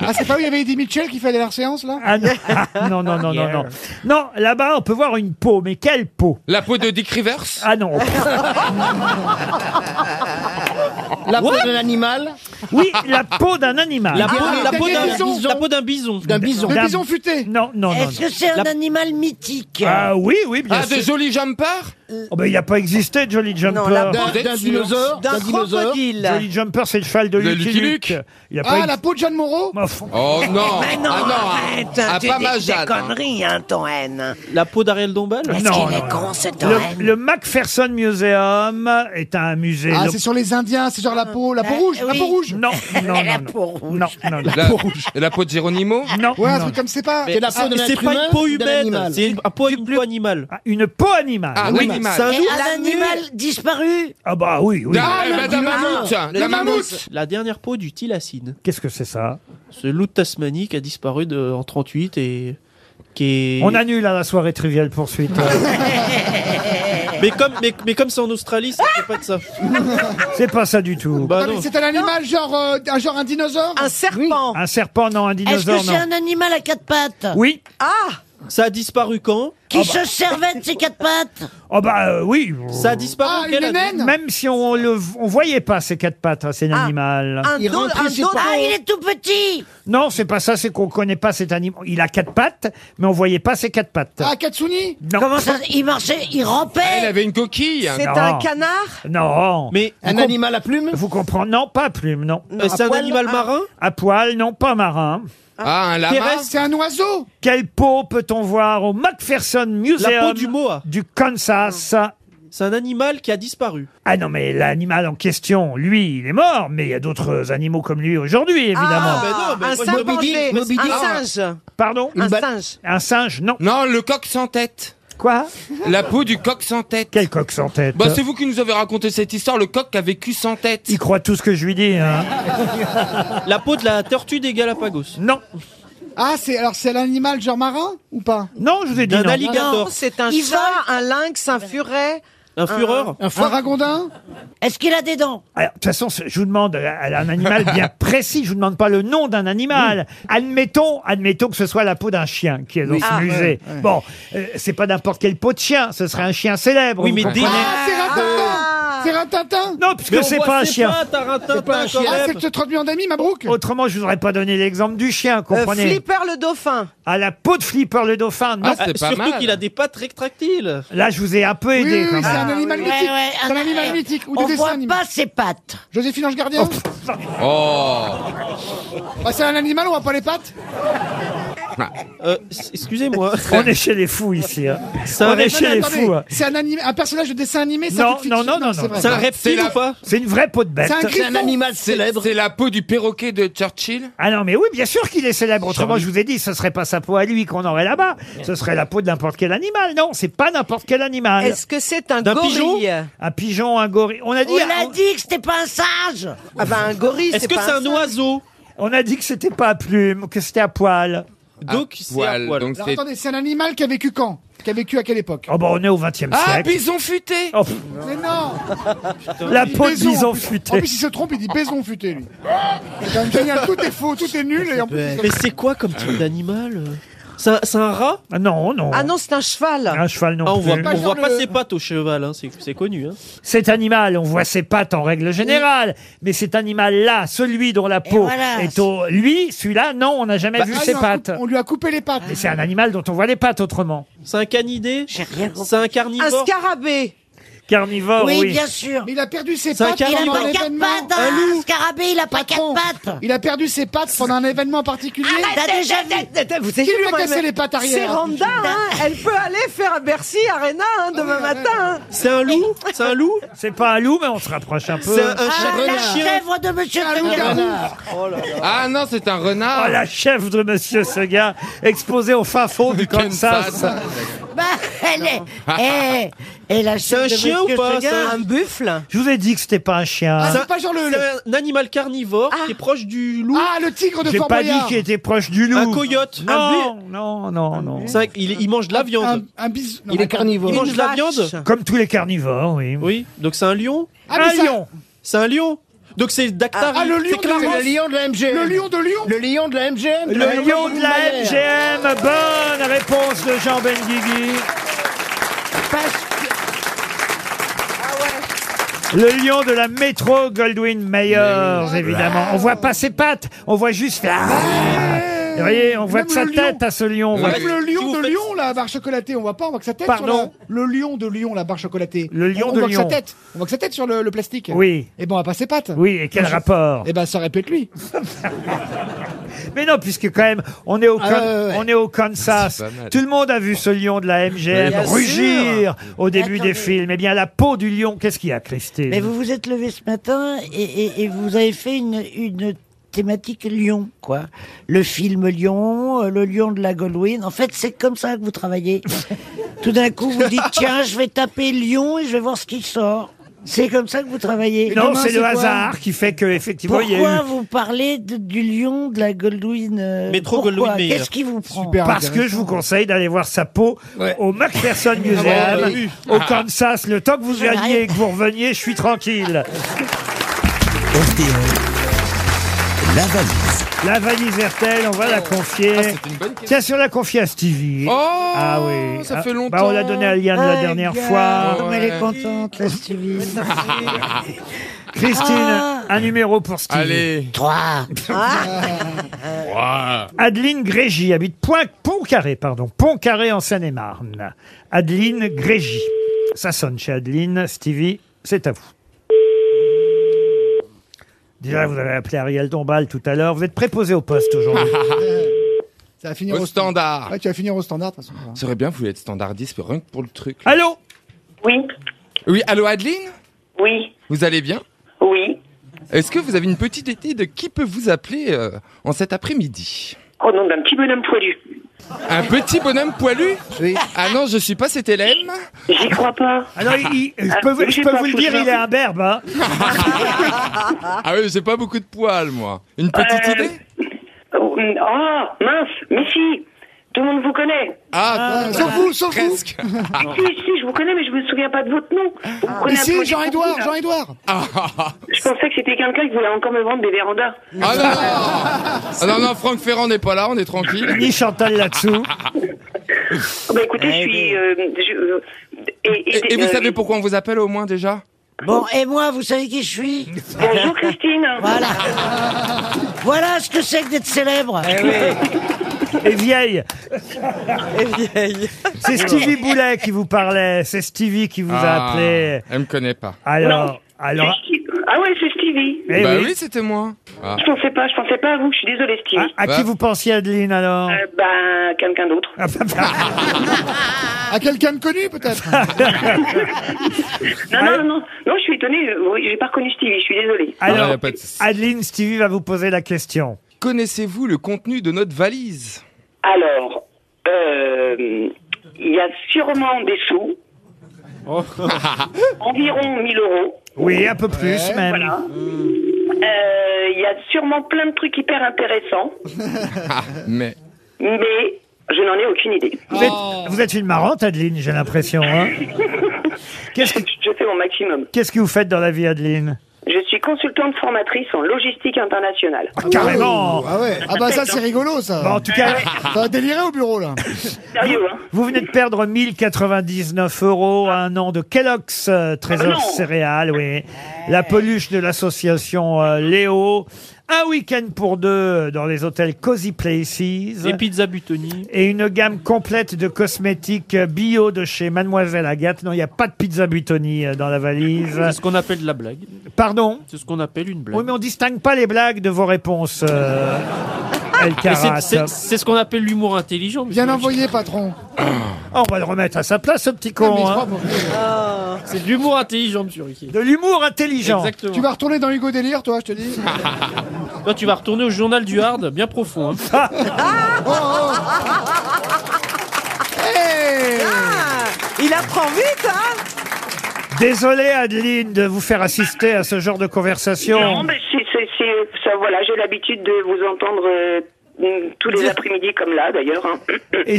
[SPEAKER 7] Ah, c'est pas où il y avait Eddie Mitchell qui faisait la séance, là
[SPEAKER 2] Ah non, ah, non, non, non, non, non. Non, là-bas, on peut voir une peau, mais quelle peau
[SPEAKER 4] La peau de Dick Rivers
[SPEAKER 2] Ah non
[SPEAKER 8] La peau d'un animal
[SPEAKER 2] Oui, la peau d'un animal.
[SPEAKER 5] La peau,
[SPEAKER 9] Ah,
[SPEAKER 5] la peau d'un bison. La peau d'un bison. D'un
[SPEAKER 8] bison.
[SPEAKER 2] D'un- Non, non, non.
[SPEAKER 9] Est-ce
[SPEAKER 2] non.
[SPEAKER 9] que c'est un
[SPEAKER 2] La-
[SPEAKER 9] animal mythique
[SPEAKER 2] Ah oui, oui, bien
[SPEAKER 4] Ah,
[SPEAKER 2] sûr.
[SPEAKER 4] de jolis jumpers
[SPEAKER 2] Oh, ben, il n'a pas existé, Jolly Jumper.
[SPEAKER 4] Non, la peau D'un- d'un dinosaure,
[SPEAKER 7] d'un d'un dinosaure. crocodile.
[SPEAKER 2] Jolly Jumper, c'est le cheval de
[SPEAKER 4] De
[SPEAKER 2] Lucky
[SPEAKER 4] Lucky
[SPEAKER 2] Luke.
[SPEAKER 4] Luke.
[SPEAKER 2] Il a pas
[SPEAKER 7] Ah,
[SPEAKER 2] ex-
[SPEAKER 7] la peau de Jeanne Moreau
[SPEAKER 4] Oh non
[SPEAKER 7] Mais non,
[SPEAKER 4] ah,
[SPEAKER 7] arrête,
[SPEAKER 4] non. Ah,
[SPEAKER 7] tu
[SPEAKER 4] pas
[SPEAKER 7] dis
[SPEAKER 4] ma
[SPEAKER 7] des
[SPEAKER 4] Jeanne.
[SPEAKER 7] conneries,
[SPEAKER 9] hein, ton haine.
[SPEAKER 5] La peau d'Ariel Dombal
[SPEAKER 2] Non, non, non. le, le Macpherson Museum est un musée.
[SPEAKER 7] Ah,
[SPEAKER 2] Le-
[SPEAKER 7] c'est sur les Indiens, c'est genre la peau, la peau
[SPEAKER 14] Euh,
[SPEAKER 7] rouge, la peau rouge
[SPEAKER 2] Non, non, non, non. Non, non, non.
[SPEAKER 4] La, la peau de Géronimo
[SPEAKER 2] Non.
[SPEAKER 7] Ouais, un
[SPEAKER 2] non,
[SPEAKER 7] truc comme c'est pas.
[SPEAKER 5] Mais c'est- c'est pas une peau humaine, c'est une, un peau- une peau animale.
[SPEAKER 2] Une peau animale.
[SPEAKER 5] Ah, oui, animal. c'est un
[SPEAKER 9] Et
[SPEAKER 5] loup.
[SPEAKER 9] un animal disparu
[SPEAKER 2] Ah bah oui, oui.
[SPEAKER 4] Ah,
[SPEAKER 5] Le
[SPEAKER 4] bah, d'un
[SPEAKER 5] dinosaure.
[SPEAKER 4] mammouth, tiens,
[SPEAKER 5] Le
[SPEAKER 4] d'un
[SPEAKER 5] dinosaure.
[SPEAKER 4] mammouth.
[SPEAKER 5] La dernière peau du thylacine.
[SPEAKER 2] Qu'est-ce que c'est ça
[SPEAKER 5] Ce loup de Tasmanie qui a disparu de- en 38 et qui est...
[SPEAKER 2] On annule à la soirée triviale poursuite.
[SPEAKER 5] Mais comme mais, mais comme c'est en Australie, ça fait pas de ça.
[SPEAKER 2] c'est pas ça du tout.
[SPEAKER 5] Bah
[SPEAKER 7] Ah, mais
[SPEAKER 5] non.
[SPEAKER 7] C'est un animal genre, euh, un genre un dinosaure Un
[SPEAKER 14] serpent
[SPEAKER 2] Un serpent, non, un
[SPEAKER 9] Est-ce que
[SPEAKER 2] dinosaure,
[SPEAKER 9] c'est
[SPEAKER 2] non.
[SPEAKER 9] un animal à quatre pattes
[SPEAKER 2] Oui.
[SPEAKER 9] Ah
[SPEAKER 5] Ça a disparu quand Ah bah.
[SPEAKER 9] Qui se servait de ses quatre pattes
[SPEAKER 2] Oh bah euh, oui.
[SPEAKER 5] Ça a disparu
[SPEAKER 7] Ah, une naine
[SPEAKER 2] Même si on le on voyait pas ces quatre pattes, hein, c'est un animal.
[SPEAKER 9] Il rentrait ses pattes. Ah, il est tout petit
[SPEAKER 2] Non, c'est pas ça, c'est qu'on connaît pas cet animal. Il a quatre pattes, mais on voyait pas ses quatre pattes.
[SPEAKER 7] Ah, Katsuni
[SPEAKER 2] Non.
[SPEAKER 9] Comment ça Il marchait, il rampait
[SPEAKER 4] Elle avait une coquille.
[SPEAKER 14] C'est
[SPEAKER 2] Non.
[SPEAKER 14] un canard
[SPEAKER 2] Non.
[SPEAKER 5] Mais
[SPEAKER 7] Un animal à plumes
[SPEAKER 2] Vous comprenez Non, pas à plume, non.
[SPEAKER 5] mais c'est un animal marin
[SPEAKER 2] À poil, non, pas marin.
[SPEAKER 4] Ah, un lama
[SPEAKER 7] Terrestre, c'est un oiseau
[SPEAKER 2] Quelle peau peut-on voir au Macpherson Museum
[SPEAKER 5] La peau du Moa.
[SPEAKER 2] du Kansas
[SPEAKER 5] C'est un animal qui a disparu.
[SPEAKER 2] Ah non, mais l'animal en question, lui, il est mort, mais il y a d'autres animaux comme lui aujourd'hui, évidemment.
[SPEAKER 5] Ah, ben non, mais
[SPEAKER 14] Un
[SPEAKER 5] moi,
[SPEAKER 14] singe
[SPEAKER 5] Moby Dick,
[SPEAKER 14] enlevé.
[SPEAKER 5] Moby Dick.
[SPEAKER 14] Un singe
[SPEAKER 2] Pardon
[SPEAKER 14] Un
[SPEAKER 7] balle-
[SPEAKER 14] singe
[SPEAKER 2] Un singe, non.
[SPEAKER 4] Non, le coq sans tête.
[SPEAKER 2] Quoi
[SPEAKER 4] La peau du coq sans tête.
[SPEAKER 2] Quel coq sans tête
[SPEAKER 4] Bah, c'est vous qui nous avez raconté cette histoire, le coq qui a vécu sans tête.
[SPEAKER 2] Il croit tout ce que je lui dis, hein.
[SPEAKER 5] La peau de la tortue des Galapagos.
[SPEAKER 2] Non.
[SPEAKER 7] Ah, c'est alors c'est l'animal genre marin ou pas
[SPEAKER 2] Non, je vous ai dit
[SPEAKER 5] D'un
[SPEAKER 2] non.
[SPEAKER 5] alligator.
[SPEAKER 14] Non, c'est un
[SPEAKER 9] Il
[SPEAKER 14] chat, un lynx, un furet.
[SPEAKER 5] Un fureur
[SPEAKER 7] Un ragondin
[SPEAKER 9] Est-ce qu'il a des dents
[SPEAKER 2] Alors, De toute façon, c'est- je vous demande euh, un animal bien précis. Je vous demande pas le nom d'un animal. Admettons, admettons que ce soit la peau d'un chien qui est dans ce
[SPEAKER 14] Ah,
[SPEAKER 2] musée. Bon, euh, c'est pas n'importe quelle peau de chien. Ce serait un chien célèbre.
[SPEAKER 5] Oui,
[SPEAKER 2] vous
[SPEAKER 5] mais
[SPEAKER 2] comprenez
[SPEAKER 5] des-
[SPEAKER 7] Ah, c'est Ratatin C'est Ratatin
[SPEAKER 2] Non, puisque c'est pas un chien.
[SPEAKER 5] C'est pas un chien.
[SPEAKER 7] Ah, c'est que tu te traduis en demi, Mabrouk
[SPEAKER 2] Autrement, je vous aurais pas donné l'exemple du chien.
[SPEAKER 14] Euh,
[SPEAKER 2] Comprenez
[SPEAKER 14] Flipper le dauphin.
[SPEAKER 2] À la peau de Flipper le dauphin. Non.
[SPEAKER 4] Ah, c'est pas
[SPEAKER 5] Surtout
[SPEAKER 4] mal.
[SPEAKER 5] qu'il a des pattes rétractiles.
[SPEAKER 2] Là, je vous ai un peu
[SPEAKER 7] Oui,
[SPEAKER 2] aidé.
[SPEAKER 7] oui,
[SPEAKER 2] quand
[SPEAKER 7] oui, c'est
[SPEAKER 2] même.
[SPEAKER 7] un animal
[SPEAKER 9] Ouais,
[SPEAKER 7] mythique
[SPEAKER 9] ouais,
[SPEAKER 7] C'est un animal
[SPEAKER 9] euh,
[SPEAKER 7] mythique ou
[SPEAKER 9] On
[SPEAKER 7] des dessins
[SPEAKER 9] voit
[SPEAKER 7] animés.
[SPEAKER 9] pas ses pattes.
[SPEAKER 7] Joséphine Ange Gardien
[SPEAKER 4] Oh.
[SPEAKER 2] Oh.
[SPEAKER 7] Ah, C'est un animal, on voit pas les pattes
[SPEAKER 5] Euh, s- Excusez-moi.
[SPEAKER 2] On est chez les fous ici. hein.
[SPEAKER 5] un
[SPEAKER 2] On est
[SPEAKER 5] vrai-
[SPEAKER 2] chez les
[SPEAKER 7] attendez,
[SPEAKER 2] fous. hein.
[SPEAKER 7] C'est un, animé- un personnage de dessin animé, ça
[SPEAKER 2] Non,
[SPEAKER 7] fait
[SPEAKER 2] non,
[SPEAKER 7] fiction.
[SPEAKER 2] non, non,
[SPEAKER 7] c'est
[SPEAKER 2] non.
[SPEAKER 7] vrai.
[SPEAKER 5] C'est un reptile
[SPEAKER 4] la-
[SPEAKER 5] ou pas
[SPEAKER 2] C'est une vraie peau de bête.
[SPEAKER 7] C'est un griffon.
[SPEAKER 4] célèbre. C'est la peau du perroquet de Churchill.
[SPEAKER 2] Ah non, mais oui, bien sûr qu'il est célèbre. Autrement, je vous ai dit, ce serait pas sa peau à lui qu'on aurait là-bas. Ce serait la peau de n'importe quel animal. Non, c'est pas n'importe quel animal.
[SPEAKER 14] Est-ce que c'est un
[SPEAKER 5] D'un pigeon
[SPEAKER 14] gorille
[SPEAKER 2] Un pigeon, un gorille. On a dit,
[SPEAKER 9] On l'a dit que c'était pas un singe
[SPEAKER 14] Ah bah un gorille,
[SPEAKER 5] Est-ce que
[SPEAKER 14] pas
[SPEAKER 5] c'est un
[SPEAKER 14] singe.
[SPEAKER 5] oiseau
[SPEAKER 2] on a dit que c'était pas à plume, que c'était à poil.
[SPEAKER 5] Donc c'est à poil.
[SPEAKER 4] donc
[SPEAKER 7] Alors
[SPEAKER 4] c'est-
[SPEAKER 7] attendez, c'est un animal qui a vécu quand Qui a vécu à quelle époque
[SPEAKER 2] Oh bah, on est au 20 e
[SPEAKER 4] Ah,
[SPEAKER 2] siècle.
[SPEAKER 4] bison futé
[SPEAKER 2] Oh, pff,
[SPEAKER 7] Mais non
[SPEAKER 2] la peau de
[SPEAKER 7] Bison,
[SPEAKER 2] bison
[SPEAKER 7] en plus. En
[SPEAKER 2] futé.
[SPEAKER 7] plus, il se trompe, il dit baison futé, lui. C'est quand même génial, tout est faux, tout est nul, et en plus, il se-
[SPEAKER 5] Mais c'est quoi comme type d'animal C'est un, c'est un rat
[SPEAKER 2] Ah non, non.
[SPEAKER 14] Ah non, c'est un cheval.
[SPEAKER 2] Un cheval non
[SPEAKER 5] Ah, On
[SPEAKER 2] plus.
[SPEAKER 5] voit, on
[SPEAKER 7] genre
[SPEAKER 5] voit pas
[SPEAKER 7] le-
[SPEAKER 5] ses pattes au cheval, hein, c'est c'est connu. Hein.
[SPEAKER 2] Cet animal, on voit ses pattes en règle générale, mais cet animal-là, celui dont la peau
[SPEAKER 9] voilà.
[SPEAKER 2] est au... Lui, celui-là, non, on n'a jamais vu
[SPEAKER 7] Ah,
[SPEAKER 2] ses
[SPEAKER 7] il a un coup-
[SPEAKER 2] pattes.
[SPEAKER 7] On lui a coupé les pattes.
[SPEAKER 2] Et c'est un animal dont on voit les pattes autrement.
[SPEAKER 5] C'est un canidé
[SPEAKER 9] J'ai rien compris.
[SPEAKER 5] C'est un
[SPEAKER 14] Un
[SPEAKER 5] carnivore
[SPEAKER 14] scarabée.
[SPEAKER 2] Carnivore, Oh, oui.
[SPEAKER 9] oui, bien sûr.
[SPEAKER 7] Mais il a perdu ses
[SPEAKER 9] C'est un
[SPEAKER 7] pattes pendant
[SPEAKER 9] carnivore. Il
[SPEAKER 7] un
[SPEAKER 9] a pas
[SPEAKER 7] événement.
[SPEAKER 9] quatre pattes, hein, Un loup. scarabée, il a pas
[SPEAKER 7] Patron,
[SPEAKER 9] quatre pattes.
[SPEAKER 7] Il a perdu ses pattes pendant un événement particulier.
[SPEAKER 9] T'as déjà
[SPEAKER 14] Vous
[SPEAKER 7] Qui
[SPEAKER 14] savez
[SPEAKER 7] lui a
[SPEAKER 14] comment
[SPEAKER 7] cassé
[SPEAKER 14] elle-
[SPEAKER 7] les pattes arrière
[SPEAKER 14] C'est Randa, hein, elle peut aller faire à Bercy Arena hein, demain matin. hein.
[SPEAKER 2] C'est un loup C'est un loup C'est pas un loup, mais on se rapproche un peu.
[SPEAKER 14] C'est un- un
[SPEAKER 9] Ah, la chèvre de Monsieur Federer.
[SPEAKER 4] Ah non, c'est un renard.
[SPEAKER 2] Oh, la chef de Monsieur Seguin, exposée au fin fond du Kansas.
[SPEAKER 4] Kansas.
[SPEAKER 9] Bah, elle est. Eh, et la
[SPEAKER 5] C'est un
[SPEAKER 9] chèvre de
[SPEAKER 5] chien ou
[SPEAKER 9] Monsieur
[SPEAKER 5] pas
[SPEAKER 9] Seguin.
[SPEAKER 5] ça Ah,
[SPEAKER 14] buffle
[SPEAKER 2] Je vous ai dit que c'était pas un chien.
[SPEAKER 7] Ah,
[SPEAKER 5] C'est un- c'est un animal carnivore qui est proche du loup.
[SPEAKER 7] Ah, le tigre
[SPEAKER 2] J'ai pas dit qu'il était proche du loup.
[SPEAKER 5] Un coyote.
[SPEAKER 2] Non, non, non, non.
[SPEAKER 5] C'est vrai qu'il il mange de la viande.
[SPEAKER 7] Un bis- non,
[SPEAKER 5] Il est
[SPEAKER 7] attends.
[SPEAKER 5] carnivore. Il mange de la
[SPEAKER 7] Une vache.
[SPEAKER 5] viande
[SPEAKER 2] Comme tous les carnivores, oui.
[SPEAKER 5] Oui, donc c'est un lion
[SPEAKER 7] Ah, mais Un ça- lion.
[SPEAKER 5] C'est un lion Donc c'est Dactar.
[SPEAKER 7] Ah, le lion,
[SPEAKER 5] c'est
[SPEAKER 7] de,
[SPEAKER 5] Clarence.
[SPEAKER 7] le lion de la MGM. Le lion de Lyon. Le lion de la MGM.
[SPEAKER 2] Le lion de la MGM, bonne réponse de Jean Benguigui.
[SPEAKER 7] Ah
[SPEAKER 2] Le lion de la métro Goldwyn Mayer, évidemment. On voit pas ses pattes, on voit juste là. Vous voyez, on voit
[SPEAKER 7] Même
[SPEAKER 2] que sa
[SPEAKER 7] le
[SPEAKER 2] tête à ce lion. on voit
[SPEAKER 7] Même
[SPEAKER 2] que-
[SPEAKER 7] le lion de Lyon, la barre chocolatée, on voit pas, on voit que sa tête
[SPEAKER 2] Pardon
[SPEAKER 7] sur la- le lion de Lyon, la barre chocolatée.
[SPEAKER 2] Le lion
[SPEAKER 7] on, on
[SPEAKER 2] de
[SPEAKER 7] voit que sa
[SPEAKER 2] Lyon.
[SPEAKER 7] tête, on voit que sa tête sur le, le plastique.
[SPEAKER 2] Oui.
[SPEAKER 7] Et ben on va pas ses pattes.
[SPEAKER 2] Oui, et quel
[SPEAKER 7] Moi, je-
[SPEAKER 2] rapport
[SPEAKER 7] Eh ben ça aurait pu être lui.
[SPEAKER 2] Mais non, puisque quand même, on est au,
[SPEAKER 7] Ah
[SPEAKER 2] Kan-
[SPEAKER 7] ouais, ouais.
[SPEAKER 2] on est au Kansas.
[SPEAKER 7] C'est pas mal.
[SPEAKER 2] Tout le monde a vu ce lion de la MGM
[SPEAKER 9] Bien sûr.
[SPEAKER 2] rugir au début
[SPEAKER 9] Attendez.
[SPEAKER 2] des films. Eh bien, la peau du lion, qu'est-ce qu'il y a, Christine
[SPEAKER 9] Mais vous vous êtes levé ce matin et, et- et vous avez fait une, une thématique Lyon, quoi. Le film Lyon, euh, le lion de la Goldwyn. En fait, c'est comme ça que vous travaillez. Tout d'un coup, vous dites tiens, je vais taper Lyon et je vais voir ce qui sort. C'est comme ça que vous travaillez.
[SPEAKER 2] Non, c'est le hasard qui fait que effectivement il y
[SPEAKER 9] Pourquoi
[SPEAKER 2] a eu.
[SPEAKER 9] vous parlez de- du lion de la Goldwyn euh,
[SPEAKER 2] Métro
[SPEAKER 9] pourquoi
[SPEAKER 2] Goldwyn Mayer.
[SPEAKER 9] Qu'est-ce qui vous prend
[SPEAKER 2] Parce que je vous conseille d'aller voir sa peau au McPherson
[SPEAKER 9] Ah, bah
[SPEAKER 2] Museum,
[SPEAKER 9] oui.
[SPEAKER 2] au Kansas. Le temps que vous
[SPEAKER 9] Ça n'arrive.
[SPEAKER 2] alliez et que vous reveniez, je suis tranquille.
[SPEAKER 1] La valise.
[SPEAKER 2] La valise RTL, on va la confier. Tiens, si on la confie à Stevie. ah oui.
[SPEAKER 4] ça
[SPEAKER 2] Ah,
[SPEAKER 4] fait longtemps.
[SPEAKER 2] bah, on l'a donnée à Liane la
[SPEAKER 9] Ah,
[SPEAKER 2] dernière
[SPEAKER 9] gars,
[SPEAKER 2] fois.
[SPEAKER 9] comme Elle est contente, la Stevie.
[SPEAKER 2] Christine,
[SPEAKER 9] Ah.
[SPEAKER 2] un numéro pour Stevie.
[SPEAKER 4] Allez.
[SPEAKER 9] Trois.
[SPEAKER 2] Adeline Grégy habite Point- Pont-Carré, pardon, Pont-Carré en Seine-et-Marne. Adeline Grégy. Ça sonne chez Adeline. Stevie, c'est à vous. Déjà, vous avez appelé Ariel Dombal tout à l'heure. Vous êtes préposé au poste aujourd'hui.
[SPEAKER 7] Ah, Ça va finir
[SPEAKER 4] Au
[SPEAKER 7] au,
[SPEAKER 4] standard.
[SPEAKER 7] Ouais, tu vas finir au standard de toute façon.
[SPEAKER 4] Ça aurait bien voulu être standardiste, mais rien que pour le truc.
[SPEAKER 2] Allô
[SPEAKER 4] Oui. Oui, allô Adeline
[SPEAKER 3] Oui.
[SPEAKER 4] Vous allez bien
[SPEAKER 3] Oui.
[SPEAKER 4] Est-ce que vous avez une petite idée de qui peut vous appeler euh, en cet après-midi
[SPEAKER 3] Au nom d'un petit bonhomme poilu.
[SPEAKER 4] Un petit bonhomme poilu Oui. Ah non, je suis pas cet élève.
[SPEAKER 3] J'y crois pas. Ah,
[SPEAKER 2] Alors, il- il- je peux, vous- je peux vous le dire, il est un berbe. hein.
[SPEAKER 4] Ah oui, j'ai pas beaucoup de poils, moi. Une
[SPEAKER 3] Euh,
[SPEAKER 4] petite idée
[SPEAKER 3] Oh, mince, mais si, tout le monde vous connaît.
[SPEAKER 4] Ah,
[SPEAKER 7] Sauf vous, sauf vous.
[SPEAKER 3] Si, si, je vous connais, mais je me souviens pas de votre nom. Vous me prenez
[SPEAKER 7] Ah, Mais
[SPEAKER 3] un peu
[SPEAKER 7] si,
[SPEAKER 3] pour-
[SPEAKER 7] Jean-Édouard, Jean-Édouard.
[SPEAKER 3] Je pensais que c'était quelqu'un qui voulait encore me vendre des vérandas.
[SPEAKER 4] Ah non, non, Franck Ferrand n'est pas là, on est tranquille.
[SPEAKER 2] Ni Chantal là-dessous.
[SPEAKER 3] Oh, bah, écoutez, je suis. euh, je- euh, et,
[SPEAKER 4] Et, et vous
[SPEAKER 3] euh,
[SPEAKER 4] savez pourquoi on vous appelle au moins déjà
[SPEAKER 9] Eh, Bon, et moi, vous savez qui je suis
[SPEAKER 3] Bonjour Christine.
[SPEAKER 9] Voilà. Voilà ce que c'est que d'être célèbre.
[SPEAKER 2] Eh Et vieille. C'est Stevie Boulet qui vous parlait. C'est Stevie qui vous a
[SPEAKER 4] Ah,
[SPEAKER 2] appelé.
[SPEAKER 4] Elle me connaît pas.
[SPEAKER 2] Alors, alors.
[SPEAKER 3] Ah ouais, c'est Stevie.
[SPEAKER 2] Eh
[SPEAKER 4] bah
[SPEAKER 2] oui.
[SPEAKER 4] oui, c'était moi. Bah. Ah.
[SPEAKER 3] Je pensais pas, je pensais pas à vous. Je suis désolée, Stevie.
[SPEAKER 2] Ah, À qui vous pensiez, Adeline, alors Ah, bah.
[SPEAKER 3] Euh, bah, quelqu'un d'autre.
[SPEAKER 7] À quelqu'un de connu peut-être.
[SPEAKER 3] Non, non, non, non, je suis étonnée. euh, oui, J'ai pas reconnu Stevie, je suis désolée.
[SPEAKER 4] Ah, y
[SPEAKER 2] Alors,
[SPEAKER 4] a pas de souci.
[SPEAKER 2] Adeline, Stevie va vous poser la question.
[SPEAKER 4] Connaissez-vous le contenu de notre valise
[SPEAKER 3] Alors, euh, il y a sûrement des sous, environ 1000 euros.
[SPEAKER 2] Oui, un peu plus même.
[SPEAKER 3] Voilà. Euh, Il y a sûrement plein de trucs hyper intéressants,
[SPEAKER 4] Ah, mais.
[SPEAKER 3] mais je n'en ai aucune idée.
[SPEAKER 2] Vous,
[SPEAKER 4] Oh.
[SPEAKER 2] êtes, Oh. vous êtes une marrante, Adeline, j'ai l'impression. hein. Qu'est-ce que,
[SPEAKER 3] Je fais mon maximum.
[SPEAKER 2] qu'est-ce que vous faites dans la vie, Adeline
[SPEAKER 3] Je suis consultante formatrice en logistique internationale.
[SPEAKER 2] Carrément
[SPEAKER 7] Ah ouais. Ah bah ça c'est rigolo ça.
[SPEAKER 2] Bah, En tout cas,
[SPEAKER 7] Ça va délirer au bureau là.
[SPEAKER 3] Sérieux, hein
[SPEAKER 2] vous venez de perdre 1099 euros à un an de Kellogg's euh, Trésor
[SPEAKER 3] Ah non
[SPEAKER 2] Céréales, oui. La peluche de l'association euh, Léo Un week-end pour deux dans les hôtels Cozy Places.
[SPEAKER 5] Les pizzas Butoni.
[SPEAKER 2] Et une gamme complète de cosmétiques euh, bio de chez Mademoiselle Agathe. Non, il n'y a pas de pizza Butoni euh, dans la valise.
[SPEAKER 5] C'est ce qu'on appelle de la blague.
[SPEAKER 2] Pardon
[SPEAKER 5] C'est ce qu'on appelle une blague.
[SPEAKER 2] Oui, mais on distingue pas les blagues de vos réponses. euh, El
[SPEAKER 5] Et
[SPEAKER 2] Karat.
[SPEAKER 5] c'est- c'est- C'est ce qu'on appelle l'humour intelligent.
[SPEAKER 7] Bien envoyé, patron.
[SPEAKER 2] Ah, on va le remettre à sa place, ce petit con.
[SPEAKER 5] mais je
[SPEAKER 2] hein.
[SPEAKER 5] crois, bon.
[SPEAKER 9] Oh.
[SPEAKER 5] C'est de l'humour intelligent, monsieur Riquet.
[SPEAKER 2] De l'humour intelligent.
[SPEAKER 5] Exactement.
[SPEAKER 7] Tu vas retourner dans Hugo Délire, toi, je te dis.
[SPEAKER 5] Toi, tu vas retourner au journal du Hard, bien profond. hein.
[SPEAKER 4] Oh,
[SPEAKER 14] Il apprend vite, hein
[SPEAKER 2] Désolé, Adeline, de vous faire assister à ce genre de conversation.
[SPEAKER 15] Non, mais c'est, c'est- c'est- ça, voilà, j'ai l'habitude de vous entendre euh, tous les après-midi comme là, d'ailleurs. hein.
[SPEAKER 2] Et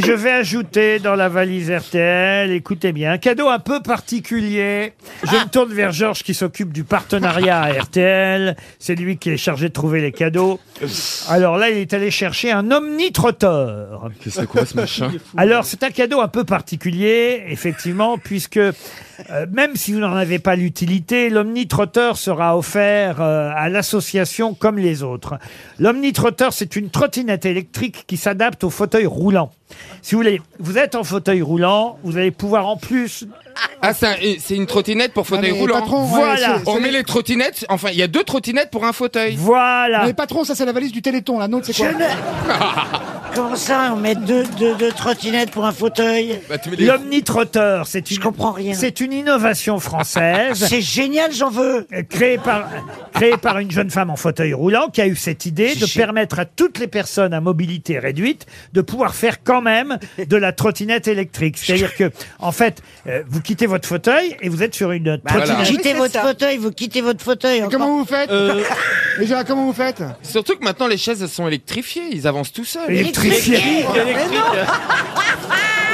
[SPEAKER 2] je vais ajouter dans la valise RTL, écoutez bien, un cadeau un peu particulier. Je me tourne vers Georges qui s'occupe du partenariat à RTL. C'est lui qui est chargé de trouver les cadeaux. Alors là, il est allé chercher un omnitroteur.
[SPEAKER 4] Qu'est-ce que c'est quoi, ce machin
[SPEAKER 2] Alors c'est un cadeau un peu particulier, effectivement, puisque euh, même si vous n'en avez pas l'utilité, l'omnitrotteur sera offert euh, à l'association comme les autres. L'omnitrotteur, c'est une trottinette électrique qui s'adapte au fauteuil roulant. Si vous voulez, vous êtes en fauteuil roulant, vous allez pouvoir en plus...
[SPEAKER 4] Ah, c'est un- et c'est une trottinette pour fauteuil
[SPEAKER 2] Ah, mais
[SPEAKER 4] roulant.
[SPEAKER 2] patron, ouais,
[SPEAKER 4] voilà.
[SPEAKER 2] c'est- c'est-
[SPEAKER 4] On met les trottinettes. Enfin, il y a deux trottinettes pour un fauteuil.
[SPEAKER 2] Voilà.
[SPEAKER 7] Mais patron, ça c'est la valise du Téléthon, la nôtre c'est quoi
[SPEAKER 9] Comment ça, Ah, on met deux, deux, deux trottinettes pour un fauteuil
[SPEAKER 2] L'omnitrotteur, c'est une... C'est une innovation française.
[SPEAKER 9] Ah,
[SPEAKER 2] Euh,
[SPEAKER 9] C'est génial, j'en veux.
[SPEAKER 2] Créée par, créée par une jeune femme en fauteuil roulant qui a eu cette idée de permettre à toutes les personnes à mobilité réduite de pouvoir faire quand même de la trottinette électrique. C'est-à-dire que, en fait, euh, vous quittez votre fauteuil et vous êtes sur une
[SPEAKER 7] Bah
[SPEAKER 2] trottinette.
[SPEAKER 9] Vous Bah, quittez votre fauteuil, vous quittez votre fauteuil.
[SPEAKER 7] Comment vous faites
[SPEAKER 4] Euh.
[SPEAKER 7] Déjà, comment vous faites
[SPEAKER 4] Surtout que maintenant les chaises elles sont électrifiées, ils avancent tout seuls.
[SPEAKER 7] Électrifiées. Électrifiées,
[SPEAKER 9] électriques.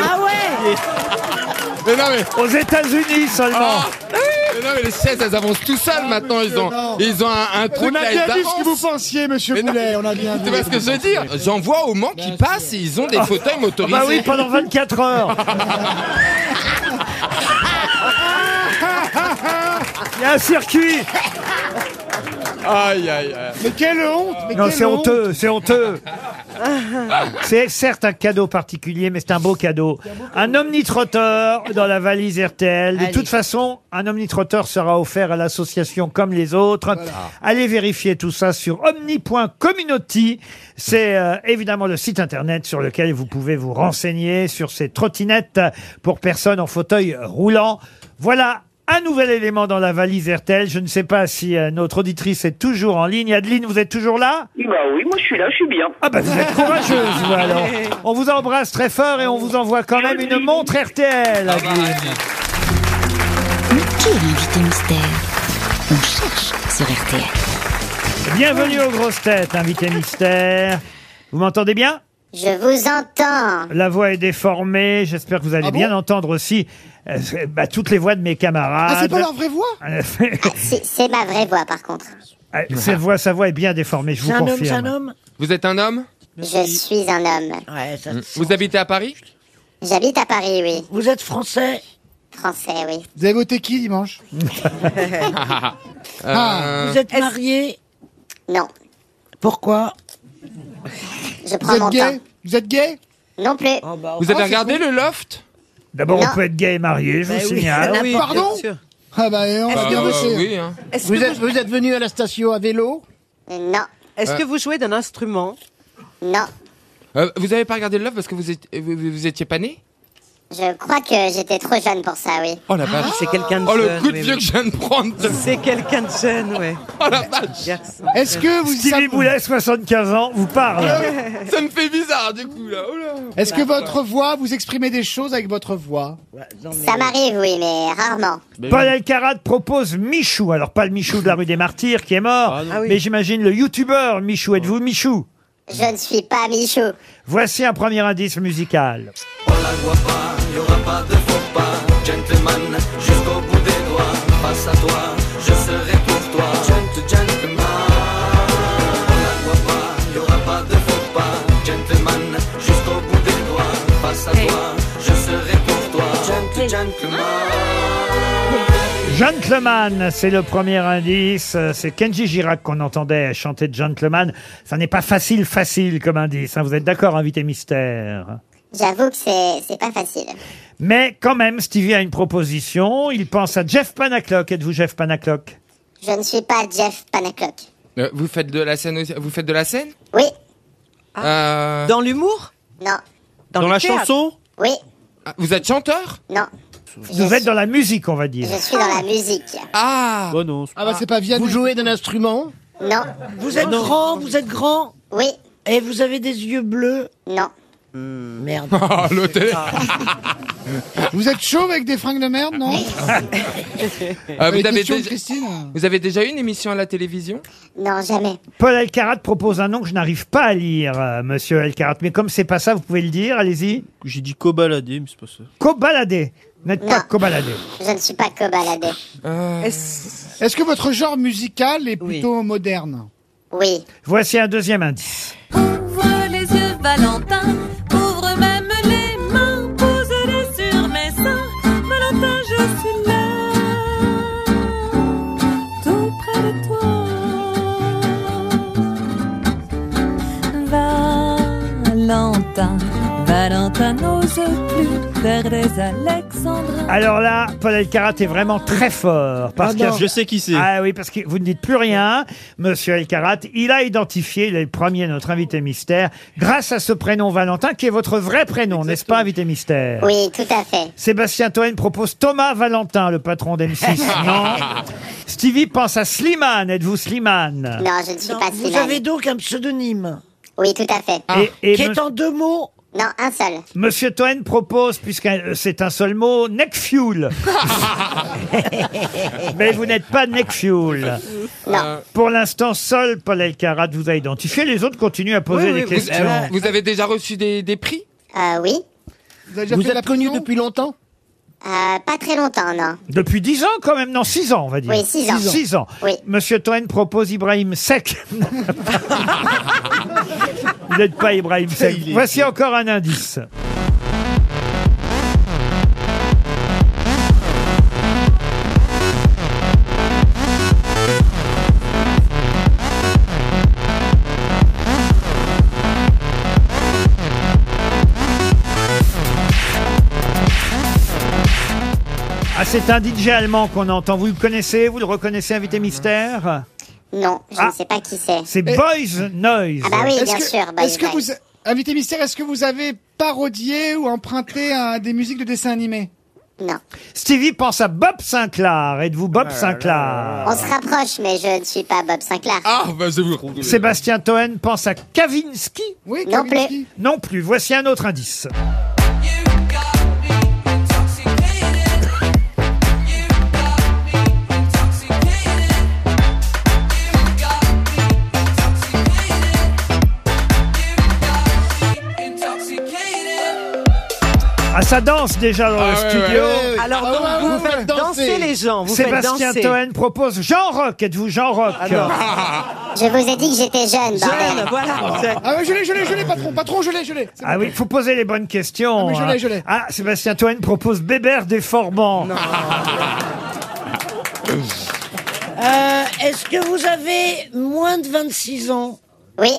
[SPEAKER 9] Ah ouais
[SPEAKER 4] Mais non, mais... Ah.
[SPEAKER 2] Aux États-Unis seulement. Ah,
[SPEAKER 4] mais non mais les chaises elles avancent tout seules maintenant, ils ont ils ont un, un truc
[SPEAKER 7] On a
[SPEAKER 4] là,
[SPEAKER 7] bien
[SPEAKER 4] ils
[SPEAKER 7] vu ce que
[SPEAKER 4] avancent.
[SPEAKER 7] vous pensiez, monsieur
[SPEAKER 4] Mais non.
[SPEAKER 7] Boulet, on a bien
[SPEAKER 4] Tu
[SPEAKER 7] vu.
[SPEAKER 4] vois ce que je veux dire J'en vois au Mans qui passent et ils ont des
[SPEAKER 2] Ah.
[SPEAKER 4] fauteuils motorisés.
[SPEAKER 2] Ah bah oui, pendant 24 heures. Il y a un circuit.
[SPEAKER 4] Aïe aïe aïe.
[SPEAKER 7] Mais quelle honte mais
[SPEAKER 2] Non,
[SPEAKER 7] quelle
[SPEAKER 2] c'est
[SPEAKER 7] honte.
[SPEAKER 2] honteux, c'est honteux. C'est certes un cadeau particulier, mais c'est un beau cadeau. Un omnitrotteur dans la valise RTL. De toute façon, un omnitrotteur sera offert à l'association comme les autres. Allez vérifier tout ça sur omni.community. C'est euh, évidemment le site internet sur lequel vous pouvez vous renseigner sur ces trottinettes pour personnes en fauteuil roulant. Voilà. Un nouvel élément dans la valise RTL. Je ne sais pas si euh, notre auditrice est toujours en ligne. Adeline, vous êtes toujours là
[SPEAKER 15] Bah oui, moi je suis là, je suis bien.
[SPEAKER 2] ah bah vous êtes courageuse, vous, alors. On vous embrasse très fort et on vous envoie quand même une montre RTL.
[SPEAKER 4] Ah bah
[SPEAKER 12] Mais qui est l'invité mystère On cherche sur RTL.
[SPEAKER 2] Bienvenue aux grosses têtes, invité mystère. Vous m'entendez bien
[SPEAKER 17] Je vous entends.
[SPEAKER 2] La voix est déformée. J'espère que vous
[SPEAKER 17] Ah
[SPEAKER 2] allez bien entendre aussi euh, bah, toutes les voix de mes camarades.
[SPEAKER 17] Ah, c'est pas leur vraie voix C'est c'est ma vraie voix, par contre.
[SPEAKER 2] Euh, cette voix, sa voix est bien déformée, je vous
[SPEAKER 17] C'est un homme,
[SPEAKER 2] confirme.
[SPEAKER 17] c'est un homme
[SPEAKER 4] Vous êtes un homme
[SPEAKER 17] Je suis un homme.
[SPEAKER 4] Vous habitez à Paris
[SPEAKER 14] Ah,
[SPEAKER 17] J'habite à Paris, oui.
[SPEAKER 9] Vous êtes français
[SPEAKER 17] Français, oui.
[SPEAKER 7] Vous avez voté qui dimanche
[SPEAKER 2] Ah.
[SPEAKER 7] Ah,
[SPEAKER 4] Euh,
[SPEAKER 9] Vous êtes marié
[SPEAKER 17] Non.
[SPEAKER 9] Pourquoi
[SPEAKER 17] Je
[SPEAKER 7] Vous
[SPEAKER 17] prends
[SPEAKER 7] êtes
[SPEAKER 17] mon
[SPEAKER 7] gay
[SPEAKER 17] temps.
[SPEAKER 7] Vous êtes gay
[SPEAKER 17] Non plus.
[SPEAKER 2] bah,
[SPEAKER 4] Vous
[SPEAKER 2] oh,
[SPEAKER 4] avez regardé le loft
[SPEAKER 2] D'abord,
[SPEAKER 17] Non.
[SPEAKER 2] on peut être gay et marié, je
[SPEAKER 17] Bah
[SPEAKER 2] vous
[SPEAKER 17] oui,
[SPEAKER 2] signale.
[SPEAKER 17] n'importe-
[SPEAKER 2] Oui.
[SPEAKER 7] Pardon Ah bah, on
[SPEAKER 4] Bah,
[SPEAKER 7] va bien
[SPEAKER 4] euh,
[SPEAKER 7] bosser.
[SPEAKER 4] oui, hein.
[SPEAKER 14] Est-ce
[SPEAKER 8] Vous
[SPEAKER 14] que
[SPEAKER 8] êtes,
[SPEAKER 14] vous-
[SPEAKER 8] vous êtes venu à la station à vélo
[SPEAKER 17] Non.
[SPEAKER 14] Est-ce que
[SPEAKER 4] Euh.
[SPEAKER 14] vous jouez d'un instrument
[SPEAKER 17] Non.
[SPEAKER 4] Euh, vous avez pas regardé le loft parce que vous, êtes- vous, vous- vous étiez pas né
[SPEAKER 17] Je crois que j'étais trop jeune pour ça, oui.
[SPEAKER 4] Oh la vache
[SPEAKER 14] C'est quelqu'un de
[SPEAKER 4] Oh le
[SPEAKER 14] jeune,
[SPEAKER 4] coup de
[SPEAKER 14] oui,
[SPEAKER 4] vieux
[SPEAKER 14] oui.
[SPEAKER 4] que je viens de prendre
[SPEAKER 14] C'est quelqu'un de jeune, ouais.
[SPEAKER 4] Oh la vache
[SPEAKER 7] Est-ce que vous
[SPEAKER 2] Stevie Boulet, 75 ans, vous parle.
[SPEAKER 4] Ça me fait bizarre du coup là. Oh là.
[SPEAKER 7] Est-ce que votre voix, vous exprimez des choses avec votre voix
[SPEAKER 17] Ça m'arrive, oui, mais rarement.
[SPEAKER 2] Paul Elkarat propose Michou. Alors, pas le Michou de la rue des Martyrs qui est mort,
[SPEAKER 17] Ah oui.
[SPEAKER 2] mais j'imagine le youtubeur Michou. Êtes-vous Michou
[SPEAKER 17] Je ne suis pas Michou.
[SPEAKER 2] Voici un premier indice musical.
[SPEAKER 18] Gentleman, jusqu'au bout des doigts, face à toi, je serai pour toi. Gent- gentleman, on la voit pas, y aura pas de faux pas. Gentleman, jusqu'au bout des doigts, face à toi, je serai pour toi. Gent- gentleman.
[SPEAKER 2] Gentleman, c'est le premier indice. Euh, C'est Kenji Girac qu'on entendait chanter Gentleman. Ça n'est pas facile, facile comme indice. hein. Vous êtes d'accord, invité mystère
[SPEAKER 17] J'avoue que c'est c'est pas facile.
[SPEAKER 2] Mais quand même, Stevie a une proposition. Il pense à Jeff Panaclock. Êtes-vous Jeff Panaclock
[SPEAKER 17] Je ne suis pas Jeff Panaclock.
[SPEAKER 4] Euh, vous faites de la scène aussi- Vous faites de la scène
[SPEAKER 17] Oui.
[SPEAKER 4] Euh,
[SPEAKER 14] Dans l'humour
[SPEAKER 17] Non.
[SPEAKER 4] Dans Dans le la théâtre chanson
[SPEAKER 17] Oui.
[SPEAKER 4] Ah, Vous êtes chanteur
[SPEAKER 17] Non.
[SPEAKER 2] Vous êtes dans la musique, on va dire.
[SPEAKER 17] Je suis dans la musique.
[SPEAKER 4] Ah
[SPEAKER 5] Oh non.
[SPEAKER 7] Ah bah c'est pas Vianney. Vous jouez d'un instrument
[SPEAKER 17] Non.
[SPEAKER 9] Vous êtes grand, vous êtes grand
[SPEAKER 17] Oui.
[SPEAKER 9] Et vous avez des yeux bleus
[SPEAKER 17] Non.
[SPEAKER 2] Hmm.
[SPEAKER 9] Merde.
[SPEAKER 4] Ah, le télé-
[SPEAKER 7] Vous êtes chaud avec des fringues de merde, non
[SPEAKER 4] Ah, vous,
[SPEAKER 7] Les
[SPEAKER 4] avez
[SPEAKER 7] questions de
[SPEAKER 4] déjà...
[SPEAKER 7] Christine
[SPEAKER 4] vous avez déjà eu une émission à la télévision
[SPEAKER 17] Non, jamais.
[SPEAKER 2] Paul Alcarat propose un nom que je n'arrive pas à lire, euh, monsieur Alcarat. Mais comme c'est pas ça, vous pouvez le dire, allez-y.
[SPEAKER 5] J'ai dit cobaladé, mais c'est pas
[SPEAKER 2] Euh.
[SPEAKER 5] ça.
[SPEAKER 2] Cobaladé. Vous N'êtes pas
[SPEAKER 17] Non.
[SPEAKER 2] cobaladé.
[SPEAKER 17] Je ne suis pas cobaladé.
[SPEAKER 7] Est-ce que votre genre musical est plutôt moderne
[SPEAKER 17] Oui.
[SPEAKER 2] Voici un deuxième indice.
[SPEAKER 19] Ouvre les yeux, Valentin. Ouvre même les mains. Pose-les sur mes seins. Valentin, je suis là. Tout près de toi. Valentin. Valentin n'ose plus faire des Alexandrins.
[SPEAKER 2] Alors là, Paul Alcarat est vraiment très fort. Parce
[SPEAKER 5] Ah
[SPEAKER 2] que
[SPEAKER 5] non. Je sais qui c'est.
[SPEAKER 2] Ah oui, parce que vous ne dites plus rien, monsieur Alcarat. Il a identifié, il est le premier, notre invité mystère, grâce à ce prénom Valentin, qui est votre vrai prénom, n'est-ce pas, invité mystère
[SPEAKER 17] Oui, tout à fait.
[SPEAKER 2] Sébastien Toen propose Thomas Valentin, le patron d'M6. non. Stevie pense à Slimane. Êtes-vous Slimane
[SPEAKER 17] Non, je ne suis pas
[SPEAKER 9] Vous
[SPEAKER 17] Slimane.
[SPEAKER 9] avez donc un pseudonyme
[SPEAKER 17] Oui, tout à fait.
[SPEAKER 2] Et, et
[SPEAKER 9] qui est
[SPEAKER 2] mon-
[SPEAKER 9] en deux mots.
[SPEAKER 17] Non, un seul.
[SPEAKER 2] Monsieur Toen propose, puisque euh, c'est un seul mot, Neckfuel. Mais vous n'êtes pas Neckfuel.
[SPEAKER 17] Non.
[SPEAKER 2] Pour l'instant, seul Paul Elkarat vous a identifié. Les autres continuent à poser
[SPEAKER 4] Oui, oui,
[SPEAKER 2] des
[SPEAKER 4] vous-
[SPEAKER 2] questions.
[SPEAKER 4] euh, Vous, avez déjà reçu des, des prix
[SPEAKER 17] Euh, oui.
[SPEAKER 7] Vous, avez déjà
[SPEAKER 17] Vous
[SPEAKER 7] fait de la
[SPEAKER 17] êtes connu
[SPEAKER 7] prison
[SPEAKER 17] depuis longtemps euh, Pas très longtemps, non.
[SPEAKER 2] Depuis 10 ans, quand même, non, 6 ans, on va dire.
[SPEAKER 17] Oui, six ans.
[SPEAKER 2] Six ans.
[SPEAKER 17] Oui.
[SPEAKER 2] Monsieur Toen propose Ibrahim Sek. vous n'êtes pas Ibrahim Sek.
[SPEAKER 5] Il est
[SPEAKER 2] Voici encore un indice. Ah, c'est un DJ allemand qu'on entend. Vous le connaissez Vous le reconnaissez, invité mystère
[SPEAKER 17] Non, je
[SPEAKER 2] Ah.
[SPEAKER 17] ne sais pas qui c'est. Euh,
[SPEAKER 2] C'est Boys Noise.
[SPEAKER 17] Ah bah oui,
[SPEAKER 7] Euh, Est-ce
[SPEAKER 17] bien
[SPEAKER 7] que-
[SPEAKER 17] sûr. Bah,
[SPEAKER 7] Est-ce que
[SPEAKER 17] bah,
[SPEAKER 7] vous, invité mystère, est-ce que vous avez parodié ou emprunté à des musiques de dessins animés
[SPEAKER 17] Non.
[SPEAKER 2] Stevie pense à Bob Sinclair. Êtes-vous Bob Sinclair
[SPEAKER 17] On se rapproche, mais je ne suis pas Bob Sinclair.
[SPEAKER 4] Ah, bah je vous
[SPEAKER 2] Sébastien Toen pense à Kavinsky.
[SPEAKER 7] Oui,
[SPEAKER 17] Non plus.
[SPEAKER 7] Kavinsky.
[SPEAKER 2] Non plus. Voici un autre indice. Ah, ça danse déjà dans le
[SPEAKER 4] Ah, ouais,
[SPEAKER 2] studio.
[SPEAKER 14] Alors
[SPEAKER 7] Ah
[SPEAKER 14] donc,
[SPEAKER 7] ouais,
[SPEAKER 14] vous,
[SPEAKER 7] vous
[SPEAKER 14] faites
[SPEAKER 7] faites
[SPEAKER 14] danser.
[SPEAKER 7] danser.
[SPEAKER 14] les gens, vous
[SPEAKER 2] Sébastien
[SPEAKER 14] faites danser.
[SPEAKER 2] Toen propose Jean Rock. Êtes-vous Jean Rock
[SPEAKER 7] Ah,
[SPEAKER 17] Je vous ai dit que j'étais jeune,
[SPEAKER 14] Jeune,
[SPEAKER 17] bordel.
[SPEAKER 14] voilà. c'est-
[SPEAKER 7] Ah ouais, je l'ai, je l'ai, je l'ai, patron, patron, je l'ai, je l'ai. C'est
[SPEAKER 2] Ah oui, il faut poser les bonnes questions.
[SPEAKER 7] Ah oui, je l'ai,
[SPEAKER 2] hein.
[SPEAKER 7] je l'ai.
[SPEAKER 2] Ah, Sébastien Toen propose Bébert déformant.
[SPEAKER 9] Euh, Est-ce que vous avez moins de 26 ans
[SPEAKER 17] Oui,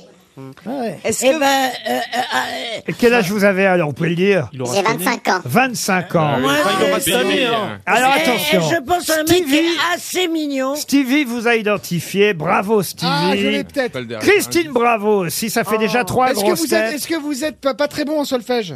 [SPEAKER 14] Est-ce
[SPEAKER 9] Eh
[SPEAKER 14] que-
[SPEAKER 9] ben, euh, euh, euh,
[SPEAKER 2] Et quel âge vous avez alors Vous pouvez le dire
[SPEAKER 17] j'ai 25 ans.
[SPEAKER 2] 25 ans.
[SPEAKER 9] moi,
[SPEAKER 5] va
[SPEAKER 9] c'est-
[SPEAKER 5] sonner, hein.
[SPEAKER 2] Ah, Alors
[SPEAKER 9] eh,
[SPEAKER 2] attention.
[SPEAKER 9] Je pense à un mec qui est assez mignon.
[SPEAKER 2] Stevie vous a identifié. Bravo Stevie.
[SPEAKER 7] Ah, je l'ai
[SPEAKER 4] Pas le
[SPEAKER 7] peut-être. Oh.
[SPEAKER 4] dernier.
[SPEAKER 2] Christine Bravo aussi, ça fait
[SPEAKER 9] Oh.
[SPEAKER 2] déjà trois
[SPEAKER 7] Est-ce que
[SPEAKER 2] grosses
[SPEAKER 7] vous êtes,
[SPEAKER 2] têtes.
[SPEAKER 7] est-ce que vous êtes pas, pas très bon en solfège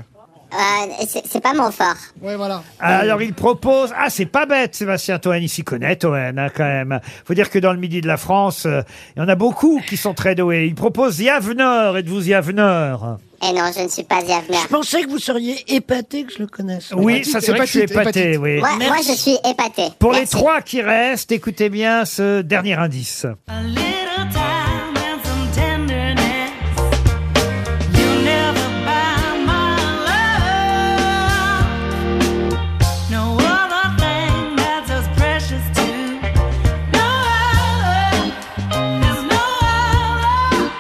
[SPEAKER 17] Euh, c'est c'est pas mon fort.
[SPEAKER 7] Ouais, voilà.
[SPEAKER 2] Alors il propose, ah c'est pas bête Sébastien Toen, il s'y connaît Toen hein, quand même. Faut dire que dans le midi de la France, euh, il y en a beaucoup qui sont très doués. Il propose Yaveneur, êtes-vous Yaveneur
[SPEAKER 17] Et non, je ne suis pas Yaveneur.
[SPEAKER 9] Je pensais que vous seriez épaté que je le connaisse.
[SPEAKER 7] Ah,
[SPEAKER 2] Oui, ça c'est vrai que je suis
[SPEAKER 7] hépatite,
[SPEAKER 2] épaté,
[SPEAKER 7] hépatite.
[SPEAKER 2] oui.
[SPEAKER 17] Moi, moi, je suis épaté.
[SPEAKER 2] Pour les trois qui restent, écoutez bien ce dernier indice.
[SPEAKER 19] A little time and some tenderness. You'll never buy my love. No other thing that's as precious to no other. There's no other.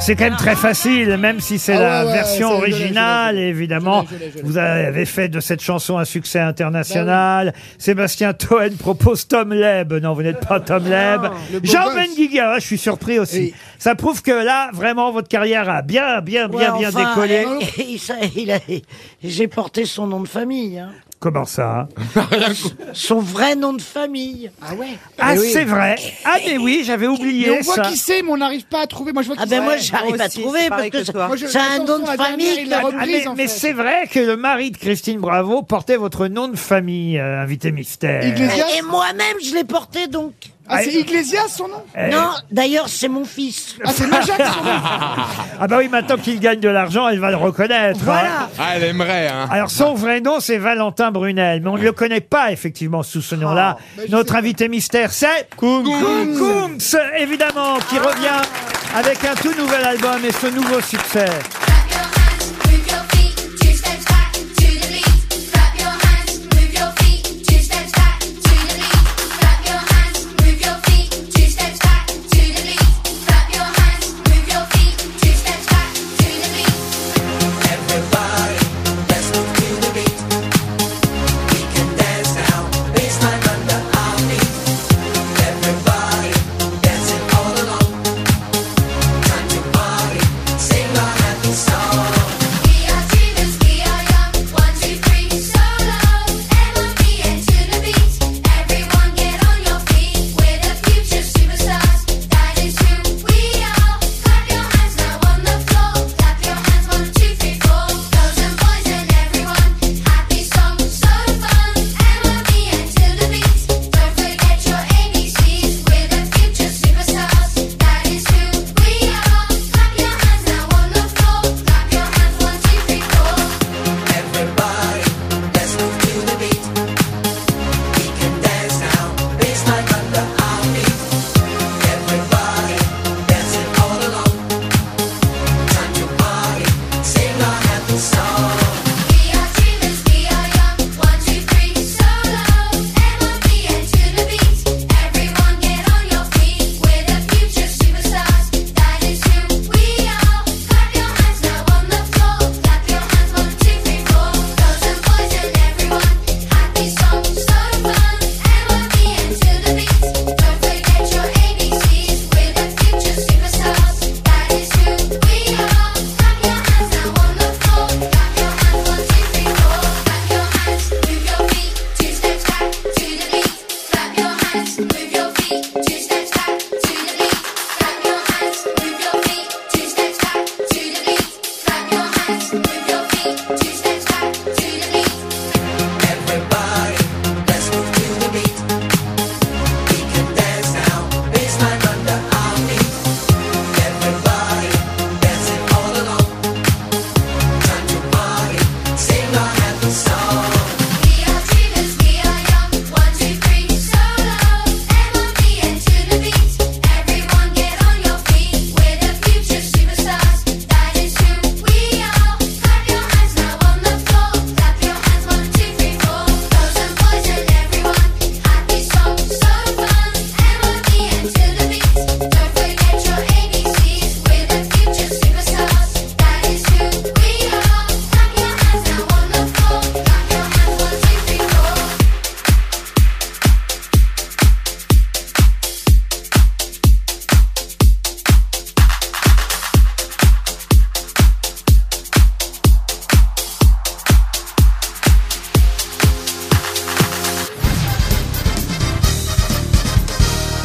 [SPEAKER 2] C'est quand même très facile, même si c'est
[SPEAKER 6] Ah
[SPEAKER 2] la
[SPEAKER 6] ouais, ouais,
[SPEAKER 2] version
[SPEAKER 6] c'est- je l'ai, je l'ai, je l'ai.
[SPEAKER 2] originale. Évidemment,
[SPEAKER 6] Je l'ai, je l'ai, Bah je l'ai.
[SPEAKER 2] vous avez fait de cette chanson un succès international. Sébastien Toen propose Tom Leb. Non, vous n'êtes pas Tom Leb.
[SPEAKER 6] Ah, le beau
[SPEAKER 2] Jean
[SPEAKER 6] gosse.
[SPEAKER 2] Benguigua, je suis surpris aussi. Ça prouve que là, vraiment, votre carrière a bien, bien, bien,
[SPEAKER 9] Ouais,
[SPEAKER 2] bien
[SPEAKER 9] enfin,
[SPEAKER 2] décollé.
[SPEAKER 9] euh, il s'a- il a- J'ai porté son nom de famille. hein.
[SPEAKER 2] Comment ça hein
[SPEAKER 9] Son vrai nom de famille. Ah ouais
[SPEAKER 2] Ah, c'est vrai. Ah, mais oui, j'avais oublié
[SPEAKER 7] Mais on voit
[SPEAKER 2] ça.
[SPEAKER 7] qui c'est, mais on n'arrive pas à trouver. Moi, je vois qui
[SPEAKER 9] Ah ben
[SPEAKER 7] c'est.
[SPEAKER 9] moi j'arrive à trouver parce que,
[SPEAKER 7] Moi, je-
[SPEAKER 9] ça- c'est un
[SPEAKER 7] la
[SPEAKER 9] nom de
[SPEAKER 7] chanson, la
[SPEAKER 9] famille.
[SPEAKER 7] dernière, il l'a
[SPEAKER 2] Ah,
[SPEAKER 7] reprise,
[SPEAKER 2] mais
[SPEAKER 7] en
[SPEAKER 2] mais
[SPEAKER 7] fait.
[SPEAKER 2] c'est vrai que le mari de Christine Bravo portait votre nom de famille, euh, invité mystère.
[SPEAKER 9] Et, et moi-même je l'ai porté donc. Euh.
[SPEAKER 7] Ah, c'est Iglesias son nom
[SPEAKER 2] Eh.
[SPEAKER 9] Non, d'ailleurs c'est mon fils.
[SPEAKER 7] Ah, c'est Majak son nom
[SPEAKER 2] ah bah oui, maintenant qu'il gagne de l'argent, elle va le reconnaître. hein.
[SPEAKER 4] Ah, elle aimerait, hein.
[SPEAKER 2] Alors son vrai nom c'est Valentin Brunel, mais on ne le connaît pas effectivement sous ce nom-là.
[SPEAKER 7] Oh,
[SPEAKER 2] Notre invité mystère c'est Koum Koum's, évidemment, qui
[SPEAKER 7] Ah.
[SPEAKER 2] revient avec un tout nouvel album et ce nouveau succès.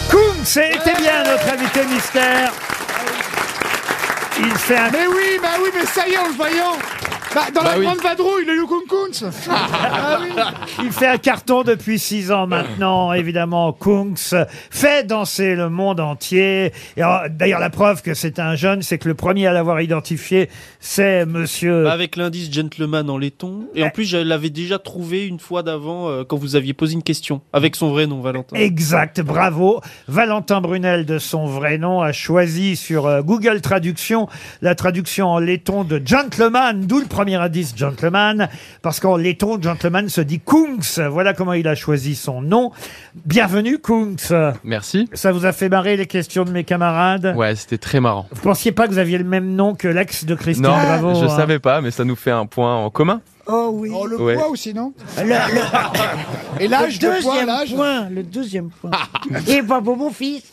[SPEAKER 2] Koum, c'était bien notre invité mystère. Il fait un
[SPEAKER 7] Mais oui, bah oui, mais ça y est, en le voyant. Bah, dans la
[SPEAKER 2] Bah oui.
[SPEAKER 7] grande vadrouille, le Yukunkuns. ah oui.
[SPEAKER 2] Il fait un carton depuis six ans maintenant, évidemment. Kungs fait danser le monde entier. Et alors, D'ailleurs, la preuve que c'est un jeune, c'est que le premier à l'avoir identifié, c'est monsieur.
[SPEAKER 5] Avec l'indice gentleman en laiton. Et en plus, je l'avais déjà trouvé une fois d'avant euh, quand vous aviez posé une question. Avec son vrai nom, Valentin.
[SPEAKER 2] Exact, bravo. Valentin Brunel, de son vrai nom, a choisi sur euh, Google Traduction la traduction en laiton de gentleman, d'où le premier indice, gentleman, parce qu'en laiton, gentleman se dit Kungs. Voilà comment il a choisi son nom. Bienvenue, Kungs.
[SPEAKER 20] Merci.
[SPEAKER 2] Ça vous a fait marrer les questions de mes camarades
[SPEAKER 20] Ouais, c'était très marrant.
[SPEAKER 2] Vous pensiez pas que vous aviez le même nom que l'ex de Christine
[SPEAKER 20] Non,
[SPEAKER 2] Bravo
[SPEAKER 20] je
[SPEAKER 2] hein.
[SPEAKER 20] savais pas, mais ça nous fait un point en commun.
[SPEAKER 9] Oh oui.
[SPEAKER 7] le
[SPEAKER 20] Ouais.
[SPEAKER 7] poids aussi, non
[SPEAKER 9] Et
[SPEAKER 7] l'âge,
[SPEAKER 9] le
[SPEAKER 7] le poids,
[SPEAKER 9] deuxième
[SPEAKER 7] l'âge
[SPEAKER 9] point, le deuxième point. Il est pas beau mon fils.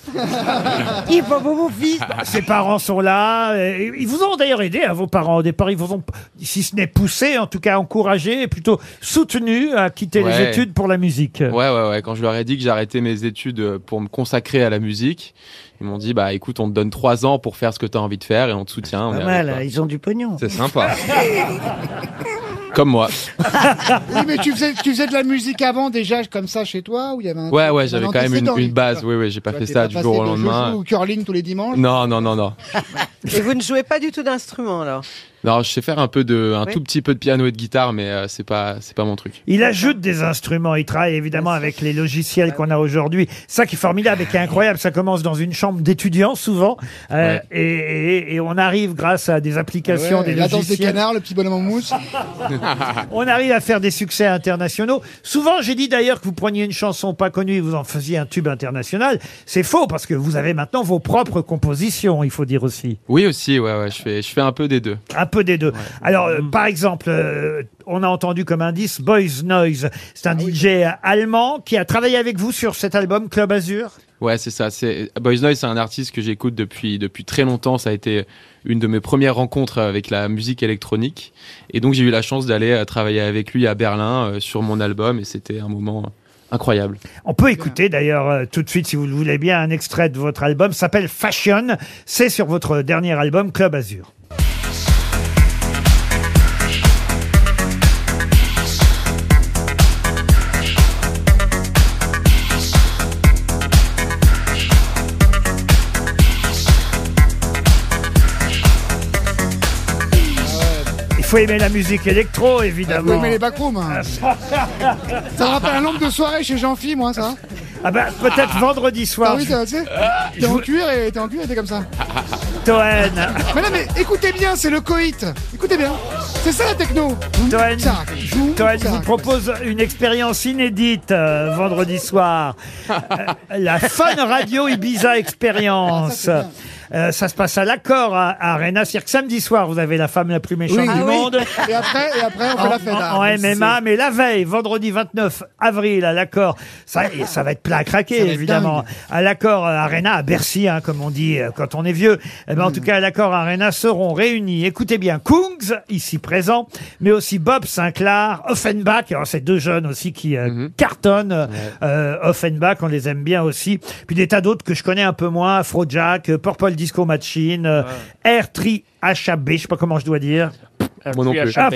[SPEAKER 9] Il est pas beau mon fils.
[SPEAKER 2] Ah, Ses parents sont là. et Ils vous ont d'ailleurs aidé, à vos parents, au départ. Ils vous ont, si ce n'est poussé, en tout cas encouragé et plutôt soutenu à quitter les
[SPEAKER 20] Ouais.
[SPEAKER 2] études pour la musique.
[SPEAKER 20] Ouais, ouais, ouais. Quand je leur ai dit que j'arrêtais mes études euh, pour me consacrer à la musique, ils m'ont dit bah écoute, on te donne trois ans pour faire ce que tu as envie de faire et on te soutient. on est
[SPEAKER 9] Pas
[SPEAKER 20] avec
[SPEAKER 9] mal,
[SPEAKER 20] toi.
[SPEAKER 9] ils ont du pognon.
[SPEAKER 20] C'est sympa. Comme moi.
[SPEAKER 7] Oui, mais tu faisais, tu faisais de la musique avant déjà, comme ça, chez toi où il y avait un
[SPEAKER 20] Ouais,
[SPEAKER 7] un
[SPEAKER 20] ouais, j'avais quand même une,
[SPEAKER 7] antécédent,
[SPEAKER 20] une
[SPEAKER 7] oui.
[SPEAKER 20] base. Oui, oui, j'ai pas
[SPEAKER 7] Tu vois,
[SPEAKER 20] fait
[SPEAKER 7] t'es
[SPEAKER 20] ça
[SPEAKER 7] pas
[SPEAKER 20] du
[SPEAKER 7] passé
[SPEAKER 20] jour au
[SPEAKER 7] de
[SPEAKER 20] lendemain.
[SPEAKER 7] joujou Ou curling tous les dimanches.
[SPEAKER 20] Non, non, non, non.
[SPEAKER 14] Et vous ne jouez pas du tout d'instrument, alors
[SPEAKER 20] Non, je sais faire un peu de, un
[SPEAKER 14] Oui.
[SPEAKER 20] tout petit peu de piano et de guitare, mais euh, c'est pas, c'est pas mon truc.
[SPEAKER 2] Il ajoute des instruments. Il travaille évidemment avec les logiciels qu'on a aujourd'hui. Ça qui est formidable et qui est incroyable, ça commence dans une chambre d'étudiants souvent, euh, et, et- et on arrive grâce à des applications,
[SPEAKER 7] Ouais,
[SPEAKER 2] des
[SPEAKER 7] la danse des
[SPEAKER 2] logiciels.
[SPEAKER 7] canards, le petit bonhomme en mousse.
[SPEAKER 2] On arrive à faire des succès internationaux. Souvent, j'ai dit d'ailleurs que vous preniez une chanson pas connue et vous en faisiez un tube international. C'est faux parce que vous avez maintenant vos propres compositions, il faut dire aussi.
[SPEAKER 20] Oui, aussi, ouais, ouais, je fais, je fais un peu des deux.
[SPEAKER 2] Un peu des deux. Alors, euh, par exemple, euh, on a entendu comme indice Boys Noise. C'est un DJ allemand qui a travaillé avec vous sur cet album Club Azur.
[SPEAKER 20] Ouais, c'est ça. C'est Boys Noise, c'est un artiste que j'écoute depuis depuis très longtemps. Ça a été une de mes premières rencontres avec la musique électronique, et donc j'ai eu la chance d'aller euh, travailler avec lui à Berlin euh, sur mon album, et c'était un moment euh, incroyable.
[SPEAKER 2] On peut écouter d'ailleurs euh, tout de suite, si vous le voulez bien, un extrait de votre album. Ça s'appelle Fashion. C'est sur votre dernier album Club Azur. Il faut aimer la musique électro,
[SPEAKER 7] Vous
[SPEAKER 2] évidemment. Ah,
[SPEAKER 7] aimez les backrooms hein. Ça rappelle un nombre de soirées chez Jean-Phi, moi, ça. hein.
[SPEAKER 2] Ah bah, peut-être vendredi
[SPEAKER 7] Ah
[SPEAKER 2] soir.
[SPEAKER 7] oui, t'as- tu sais,
[SPEAKER 2] Euh,
[SPEAKER 7] t'es en cuir et t'es en cuir et t'es comme ça.
[SPEAKER 2] Toen.
[SPEAKER 7] Mais non, mais écoutez bien, c'est le coït. Écoutez bien. C'est ça la techno.
[SPEAKER 2] Toen, Toen vous propose une expérience inédite euh, vendredi soir. Euh, la Fun Radio Ibiza Experience.
[SPEAKER 7] Ah,
[SPEAKER 2] Euh, ça se passe à l'accord à, à Arena. C'est-à-dire que samedi soir, vous avez la femme la plus méchante du monde.
[SPEAKER 7] Et après, et après, on fait
[SPEAKER 2] en,
[SPEAKER 7] la fête.
[SPEAKER 2] en-
[SPEAKER 7] Ah,
[SPEAKER 2] en
[SPEAKER 7] mais
[SPEAKER 2] MMA,
[SPEAKER 7] c'est-
[SPEAKER 2] mais la veille, vendredi 29 avril à l'accord, ça, et ça va être plein à craquer évidemment. À l'accord euh, Arena à Bercy, hein, comme on dit euh, quand on est vieux. Eh
[SPEAKER 7] Mm.
[SPEAKER 2] ben, En tout cas, à l'accord Arena seront réunis. Écoutez bien, Kungs ici présent, mais aussi Bob Sinclair, Offenbach. Alors ces deux jeunes aussi qui euh,
[SPEAKER 7] Mm-hmm.
[SPEAKER 2] cartonnent. euh, euh, Offenbach, on les aime bien aussi. Puis des tas d'autres que je connais un peu moins, Afrojack, euh, Purple Disco Machine, euh, Air Tree HAB, je sais pas comment je dois dire.
[SPEAKER 7] Euh,
[SPEAKER 20] Moi non plus.
[SPEAKER 2] Ah,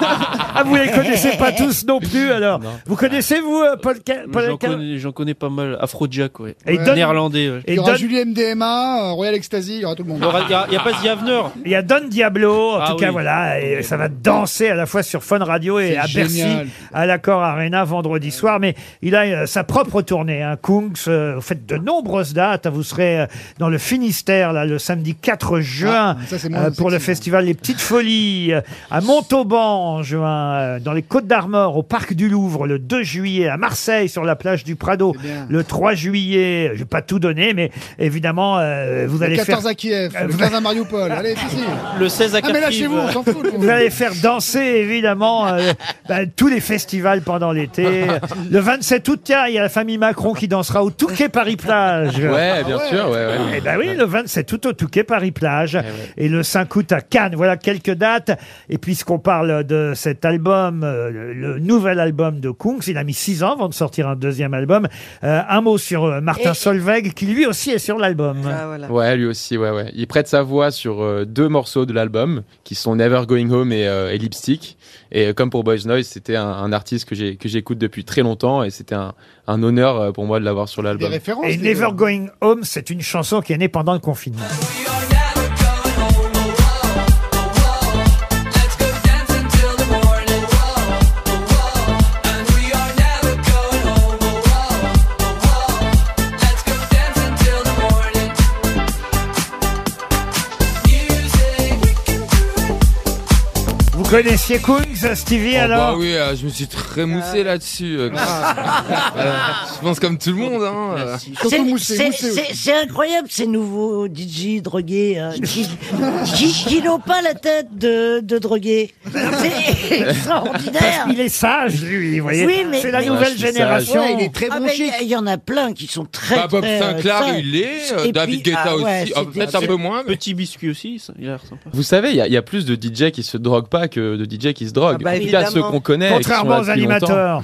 [SPEAKER 2] Ah, vous les connaissez pas tous non plus, alors. Vous connaissez, vous, euh, Paul, Ca- Paul
[SPEAKER 5] J'en
[SPEAKER 2] Ca-
[SPEAKER 5] connais, j'en connais pas mal. Afrojack, ouais.
[SPEAKER 2] Et il donne-
[SPEAKER 5] Néerlandais, ouais.
[SPEAKER 7] Il y aura Julie MDMA, euh, Royal Ecstasy, il y aura tout le monde.
[SPEAKER 5] Il y aura- il y a- il y a pas de Yavener.
[SPEAKER 2] Il y a Don Diablo, en
[SPEAKER 5] Ah
[SPEAKER 2] tout cas,
[SPEAKER 5] oui.
[SPEAKER 2] voilà, et ça va danser à la fois sur Fun Radio et
[SPEAKER 7] C'est
[SPEAKER 2] à
[SPEAKER 7] génial.
[SPEAKER 2] Bercy, à l'Accor Arena vendredi soir. Mais il a euh, sa propre tournée, hein, Kungs. euh, Vous faites de nombreuses dates. hein, Vous serez euh, dans le Finistère, là, le samedi 4
[SPEAKER 5] Ah,
[SPEAKER 2] juin, euh,
[SPEAKER 7] ça, c'est moins
[SPEAKER 2] pour
[SPEAKER 5] hein.
[SPEAKER 2] le festival Les Petites Folies, euh, à Montauban en juin, euh, dans les Côtes d'Armor, au Parc du Louvre, le 2 juillet, à Marseille, sur la plage du Prado,
[SPEAKER 7] bien.
[SPEAKER 2] le 3 juillet. Je vais pas tout donner, mais évidemment, euh, vous
[SPEAKER 7] Le
[SPEAKER 2] allez
[SPEAKER 7] 14
[SPEAKER 2] faire...
[SPEAKER 7] à Kiev,
[SPEAKER 2] Euh,
[SPEAKER 7] le 15 à Mariupol. Allez, si, si.
[SPEAKER 5] Le 16 à
[SPEAKER 7] Ah, mais là, chez
[SPEAKER 5] Kharkiv. euh,
[SPEAKER 7] vous, on s'en fout.
[SPEAKER 2] Vous allez faire danser évidemment euh, bah, tous les festivals pendant l'été. Le 27 août, tiens, il y a la famille Macron qui dansera au Touquet Paris Plage.
[SPEAKER 20] Ouais,
[SPEAKER 7] Ah
[SPEAKER 20] bien sûr, ouais, Eh ouais.
[SPEAKER 2] Eh ben oui, le 27 août au Touquet Paris Plage et le 5 août à Cannes. Voilà quelques dates. Et puisqu'on parle de cet album, euh, le, le nouvel album de Kungs, il a mis six ans avant de sortir un deuxième album. Euh, un mot sur euh, Martin
[SPEAKER 14] Et-
[SPEAKER 2] Solveig qui lui aussi est sur l'album.
[SPEAKER 14] Ah, voilà.
[SPEAKER 20] Ouais, lui aussi, ouais, ouais. Il prête sa voix sur euh, deux morceaux de l'album, qui sont Never Going Home et, euh, et Lipstick. Et euh, comme pour Boys Noise, c'était un, un artiste que j'ai- que j'écoute depuis très longtemps, et c'était un, un honneur euh, pour moi de l'avoir sur l'album.
[SPEAKER 7] références.
[SPEAKER 2] Et
[SPEAKER 7] les gars.
[SPEAKER 2] Never Going Home, c'est une chanson qui est née pendant le confinement. Vous connaissiez Kungs, Stevie,
[SPEAKER 4] Oh,
[SPEAKER 2] alors
[SPEAKER 4] bah oui, euh, je me suis très moussé là-dessus. euh, grave. Euh, je pense comme tout le monde. Hein, euh.
[SPEAKER 9] C'est- c'est- C'est c'est incroyable ces nouveaux DJ drogués euh, qui, qui, qui n'ont pas la tête de, de drogués. C'est
[SPEAKER 2] Parce
[SPEAKER 9] extraordinaire.
[SPEAKER 2] qu'il est sage, lui, vous voyez.
[SPEAKER 9] Oui, mais-
[SPEAKER 2] c'est la
[SPEAKER 9] mais-
[SPEAKER 2] nouvelle génération.
[SPEAKER 9] Ouais, il est très bon chic. Il y en a plein qui sont très.
[SPEAKER 4] Bah, Bob
[SPEAKER 9] très, euh,
[SPEAKER 4] Sinclair,
[SPEAKER 9] sages.
[SPEAKER 4] il est, euh,
[SPEAKER 9] Et
[SPEAKER 4] David
[SPEAKER 9] puis-
[SPEAKER 4] Guetta
[SPEAKER 9] ah ouais,
[SPEAKER 4] aussi,
[SPEAKER 9] c'est
[SPEAKER 4] ah,
[SPEAKER 9] des-
[SPEAKER 4] peut-être un peu moins. mais-
[SPEAKER 5] Petit biscuit aussi, ça, il a l'air sympa.
[SPEAKER 20] Vous savez, il y, a- il y a plus de DJ qui se droguent pas que de DJ qui se droguent.
[SPEAKER 5] bah,
[SPEAKER 20] en tout cas,
[SPEAKER 5] évidemment.
[SPEAKER 20] ceux qu'on connaît. et qui sont là
[SPEAKER 2] Contrairement aux
[SPEAKER 20] depuis longtemps.
[SPEAKER 2] animateurs.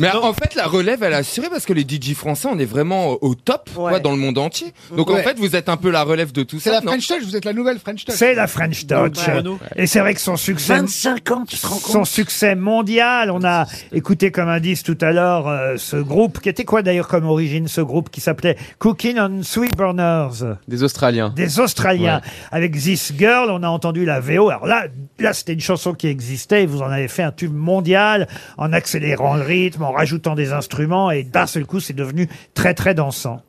[SPEAKER 4] Mais en fait, la relève, elle est assurée parce que les DJ français, on est vraiment euh, au top quoi, dans le monde entier. Donc en
[SPEAKER 2] Ouais.
[SPEAKER 4] fait, vous êtes un peu la relève de tout
[SPEAKER 7] C'est
[SPEAKER 4] ça.
[SPEAKER 7] la
[SPEAKER 4] non
[SPEAKER 7] French Touch, vous êtes la nouvelle French Touch.
[SPEAKER 2] C'est la French Touch.
[SPEAKER 7] Ouais, Renaud.
[SPEAKER 2] Et c'est vrai que son succès.
[SPEAKER 9] 25 ans, tu te rends compte
[SPEAKER 2] Son succès mondial. On a écouté comme indice tout à l'heure euh, ce groupe, qui était quoi d'ailleurs comme origine, ce groupe qui s'appelait Cooking on Sweet Burners.
[SPEAKER 20] Des Australiens.
[SPEAKER 2] Des Australiens. Avec This Girl, on a entendu la VO. Alors là, là c'était une chanson qui existait et vous en avez fait un tube mondial en accélérant le rythme, en rajoutant des instruments et d'un seul coup, c'est devenu très très dansant.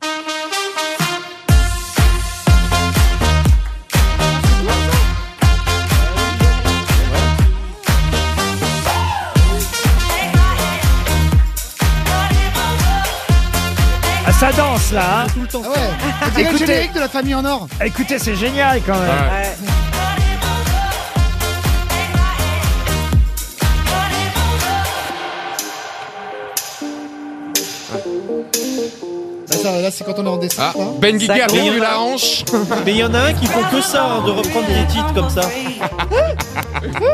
[SPEAKER 2] Ah, ça danse là. hein.
[SPEAKER 7] Ah ouais. C'est le
[SPEAKER 2] Écoutez-
[SPEAKER 7] générique de la famille en or.
[SPEAKER 2] Écoutez, c'est génial quand même.
[SPEAKER 7] Là, Bah, ça- là, c'est quand on est en hein. dessin.
[SPEAKER 4] Ah, Ben
[SPEAKER 7] Ça
[SPEAKER 4] Guigui a
[SPEAKER 7] compte.
[SPEAKER 4] revu la hanche.
[SPEAKER 5] Mais il y en a un qui font que ça, hein, de reprendre des titres comme ça.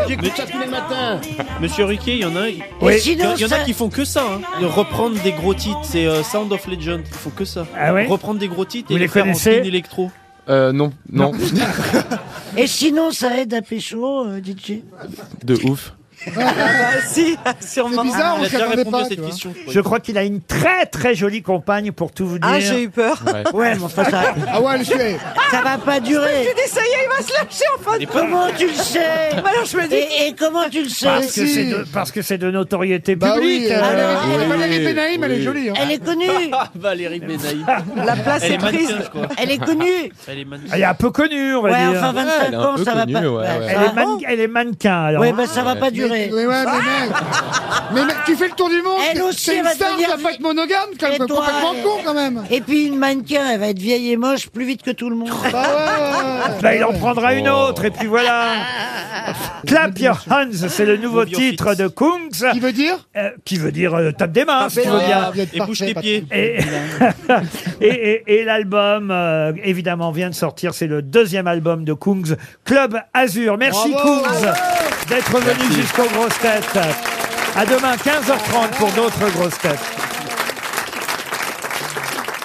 [SPEAKER 7] J'écoute ça tous les matins.
[SPEAKER 5] Monsieur Riquet, il y en a un.
[SPEAKER 2] Oui.
[SPEAKER 5] Il y, en- il y en a
[SPEAKER 2] Sinon, ça-
[SPEAKER 5] qui font que ça, hein, de reprendre des gros titres. C'est euh, Sound of Legend, ils font que ça.
[SPEAKER 2] Ah ouais
[SPEAKER 5] reprendre des gros titres
[SPEAKER 20] Vous
[SPEAKER 5] et
[SPEAKER 20] les
[SPEAKER 5] les faire en
[SPEAKER 20] connaissez
[SPEAKER 5] spin électro.
[SPEAKER 20] Euh, non, non,
[SPEAKER 9] Et sinon, ça aide à pécho, euh, DJ.
[SPEAKER 20] de ouf.
[SPEAKER 14] si, sûrement.
[SPEAKER 7] C'est bizarre, on s'y attendait pas, tu vois.
[SPEAKER 2] Je crois qu'il a une très très jolie compagne pour tout vous dire.
[SPEAKER 14] Ah, j'ai eu peur.
[SPEAKER 20] Ouais.
[SPEAKER 9] Ouais, mais enfin, ça,
[SPEAKER 7] Ah ouais, elle suit.
[SPEAKER 9] ça va pas durer.
[SPEAKER 14] Tu dis, ça y est, il va se lâcher en fin de compte.
[SPEAKER 9] Comment tu le sais
[SPEAKER 14] Mais alors, je me dis-
[SPEAKER 9] Et, et comment tu le sais
[SPEAKER 2] Parce que
[SPEAKER 7] si.
[SPEAKER 2] c'est de, parce que c'est de notoriété
[SPEAKER 7] Bah
[SPEAKER 2] publique.
[SPEAKER 7] oui, euh,
[SPEAKER 2] euh,
[SPEAKER 7] Valérie-
[SPEAKER 20] oui,
[SPEAKER 7] Valérie Benaïm, elle est
[SPEAKER 20] oui.
[SPEAKER 7] jolie. hein.
[SPEAKER 9] Elle est connue.
[SPEAKER 5] Valérie Benaïm.
[SPEAKER 14] La place
[SPEAKER 5] Elle
[SPEAKER 14] est
[SPEAKER 5] est
[SPEAKER 14] prise.
[SPEAKER 5] mannequin, je crois.
[SPEAKER 9] Elle est connue.
[SPEAKER 5] Elle est mannequin.
[SPEAKER 2] Elle est un peu connue, on va
[SPEAKER 9] Ouais,
[SPEAKER 2] dire.
[SPEAKER 9] enfin 25
[SPEAKER 20] elle est un
[SPEAKER 9] ans,
[SPEAKER 20] peu
[SPEAKER 9] ça va
[SPEAKER 20] connue,
[SPEAKER 9] pas.
[SPEAKER 20] ouais,
[SPEAKER 9] ouais,
[SPEAKER 20] ouais.
[SPEAKER 2] Elle,
[SPEAKER 9] ça
[SPEAKER 2] est man- elle est mannequin, alors.
[SPEAKER 9] Ouais, bah ça va pas durer. Ah. Eh,
[SPEAKER 7] Mais, mais ouais, mais mec. Mais mec, tu fais le tour du monde.
[SPEAKER 9] Elle aussi,
[SPEAKER 7] C'est
[SPEAKER 9] elle
[SPEAKER 7] une
[SPEAKER 9] va
[SPEAKER 7] star
[SPEAKER 9] devenir
[SPEAKER 7] de la fac monogame, quand
[SPEAKER 9] Et
[SPEAKER 7] même,
[SPEAKER 9] toi,
[SPEAKER 7] complètement
[SPEAKER 9] elle-
[SPEAKER 7] con quand même.
[SPEAKER 9] Et puis une mannequin, elle va être vieille et moche plus vite que tout le monde.
[SPEAKER 7] Bah ouais.
[SPEAKER 2] Bah, il en prendra une
[SPEAKER 20] Oh.
[SPEAKER 2] autre, et puis voilà. Clap your hands, c'est le nouveau
[SPEAKER 5] Bobby
[SPEAKER 2] titre
[SPEAKER 5] Ortiz.
[SPEAKER 2] de Kungs,
[SPEAKER 7] Qui veut dire
[SPEAKER 2] euh, qui veut dire euh, tape des mains, si tu veux bien.
[SPEAKER 7] Ah, vous êtes
[SPEAKER 5] Et
[SPEAKER 7] parfait,
[SPEAKER 5] bouge tes
[SPEAKER 7] Patrick.
[SPEAKER 5] pieds.
[SPEAKER 2] Et, et, et- et l'album, euh, évidemment, vient de sortir. C'est le deuxième album de Kungs, Club Azur. Merci
[SPEAKER 7] Bravo.
[SPEAKER 2] Kungs d'être venu jusqu'aux grosses têtes. À demain, 15h30 pour d'autres grosses têtes.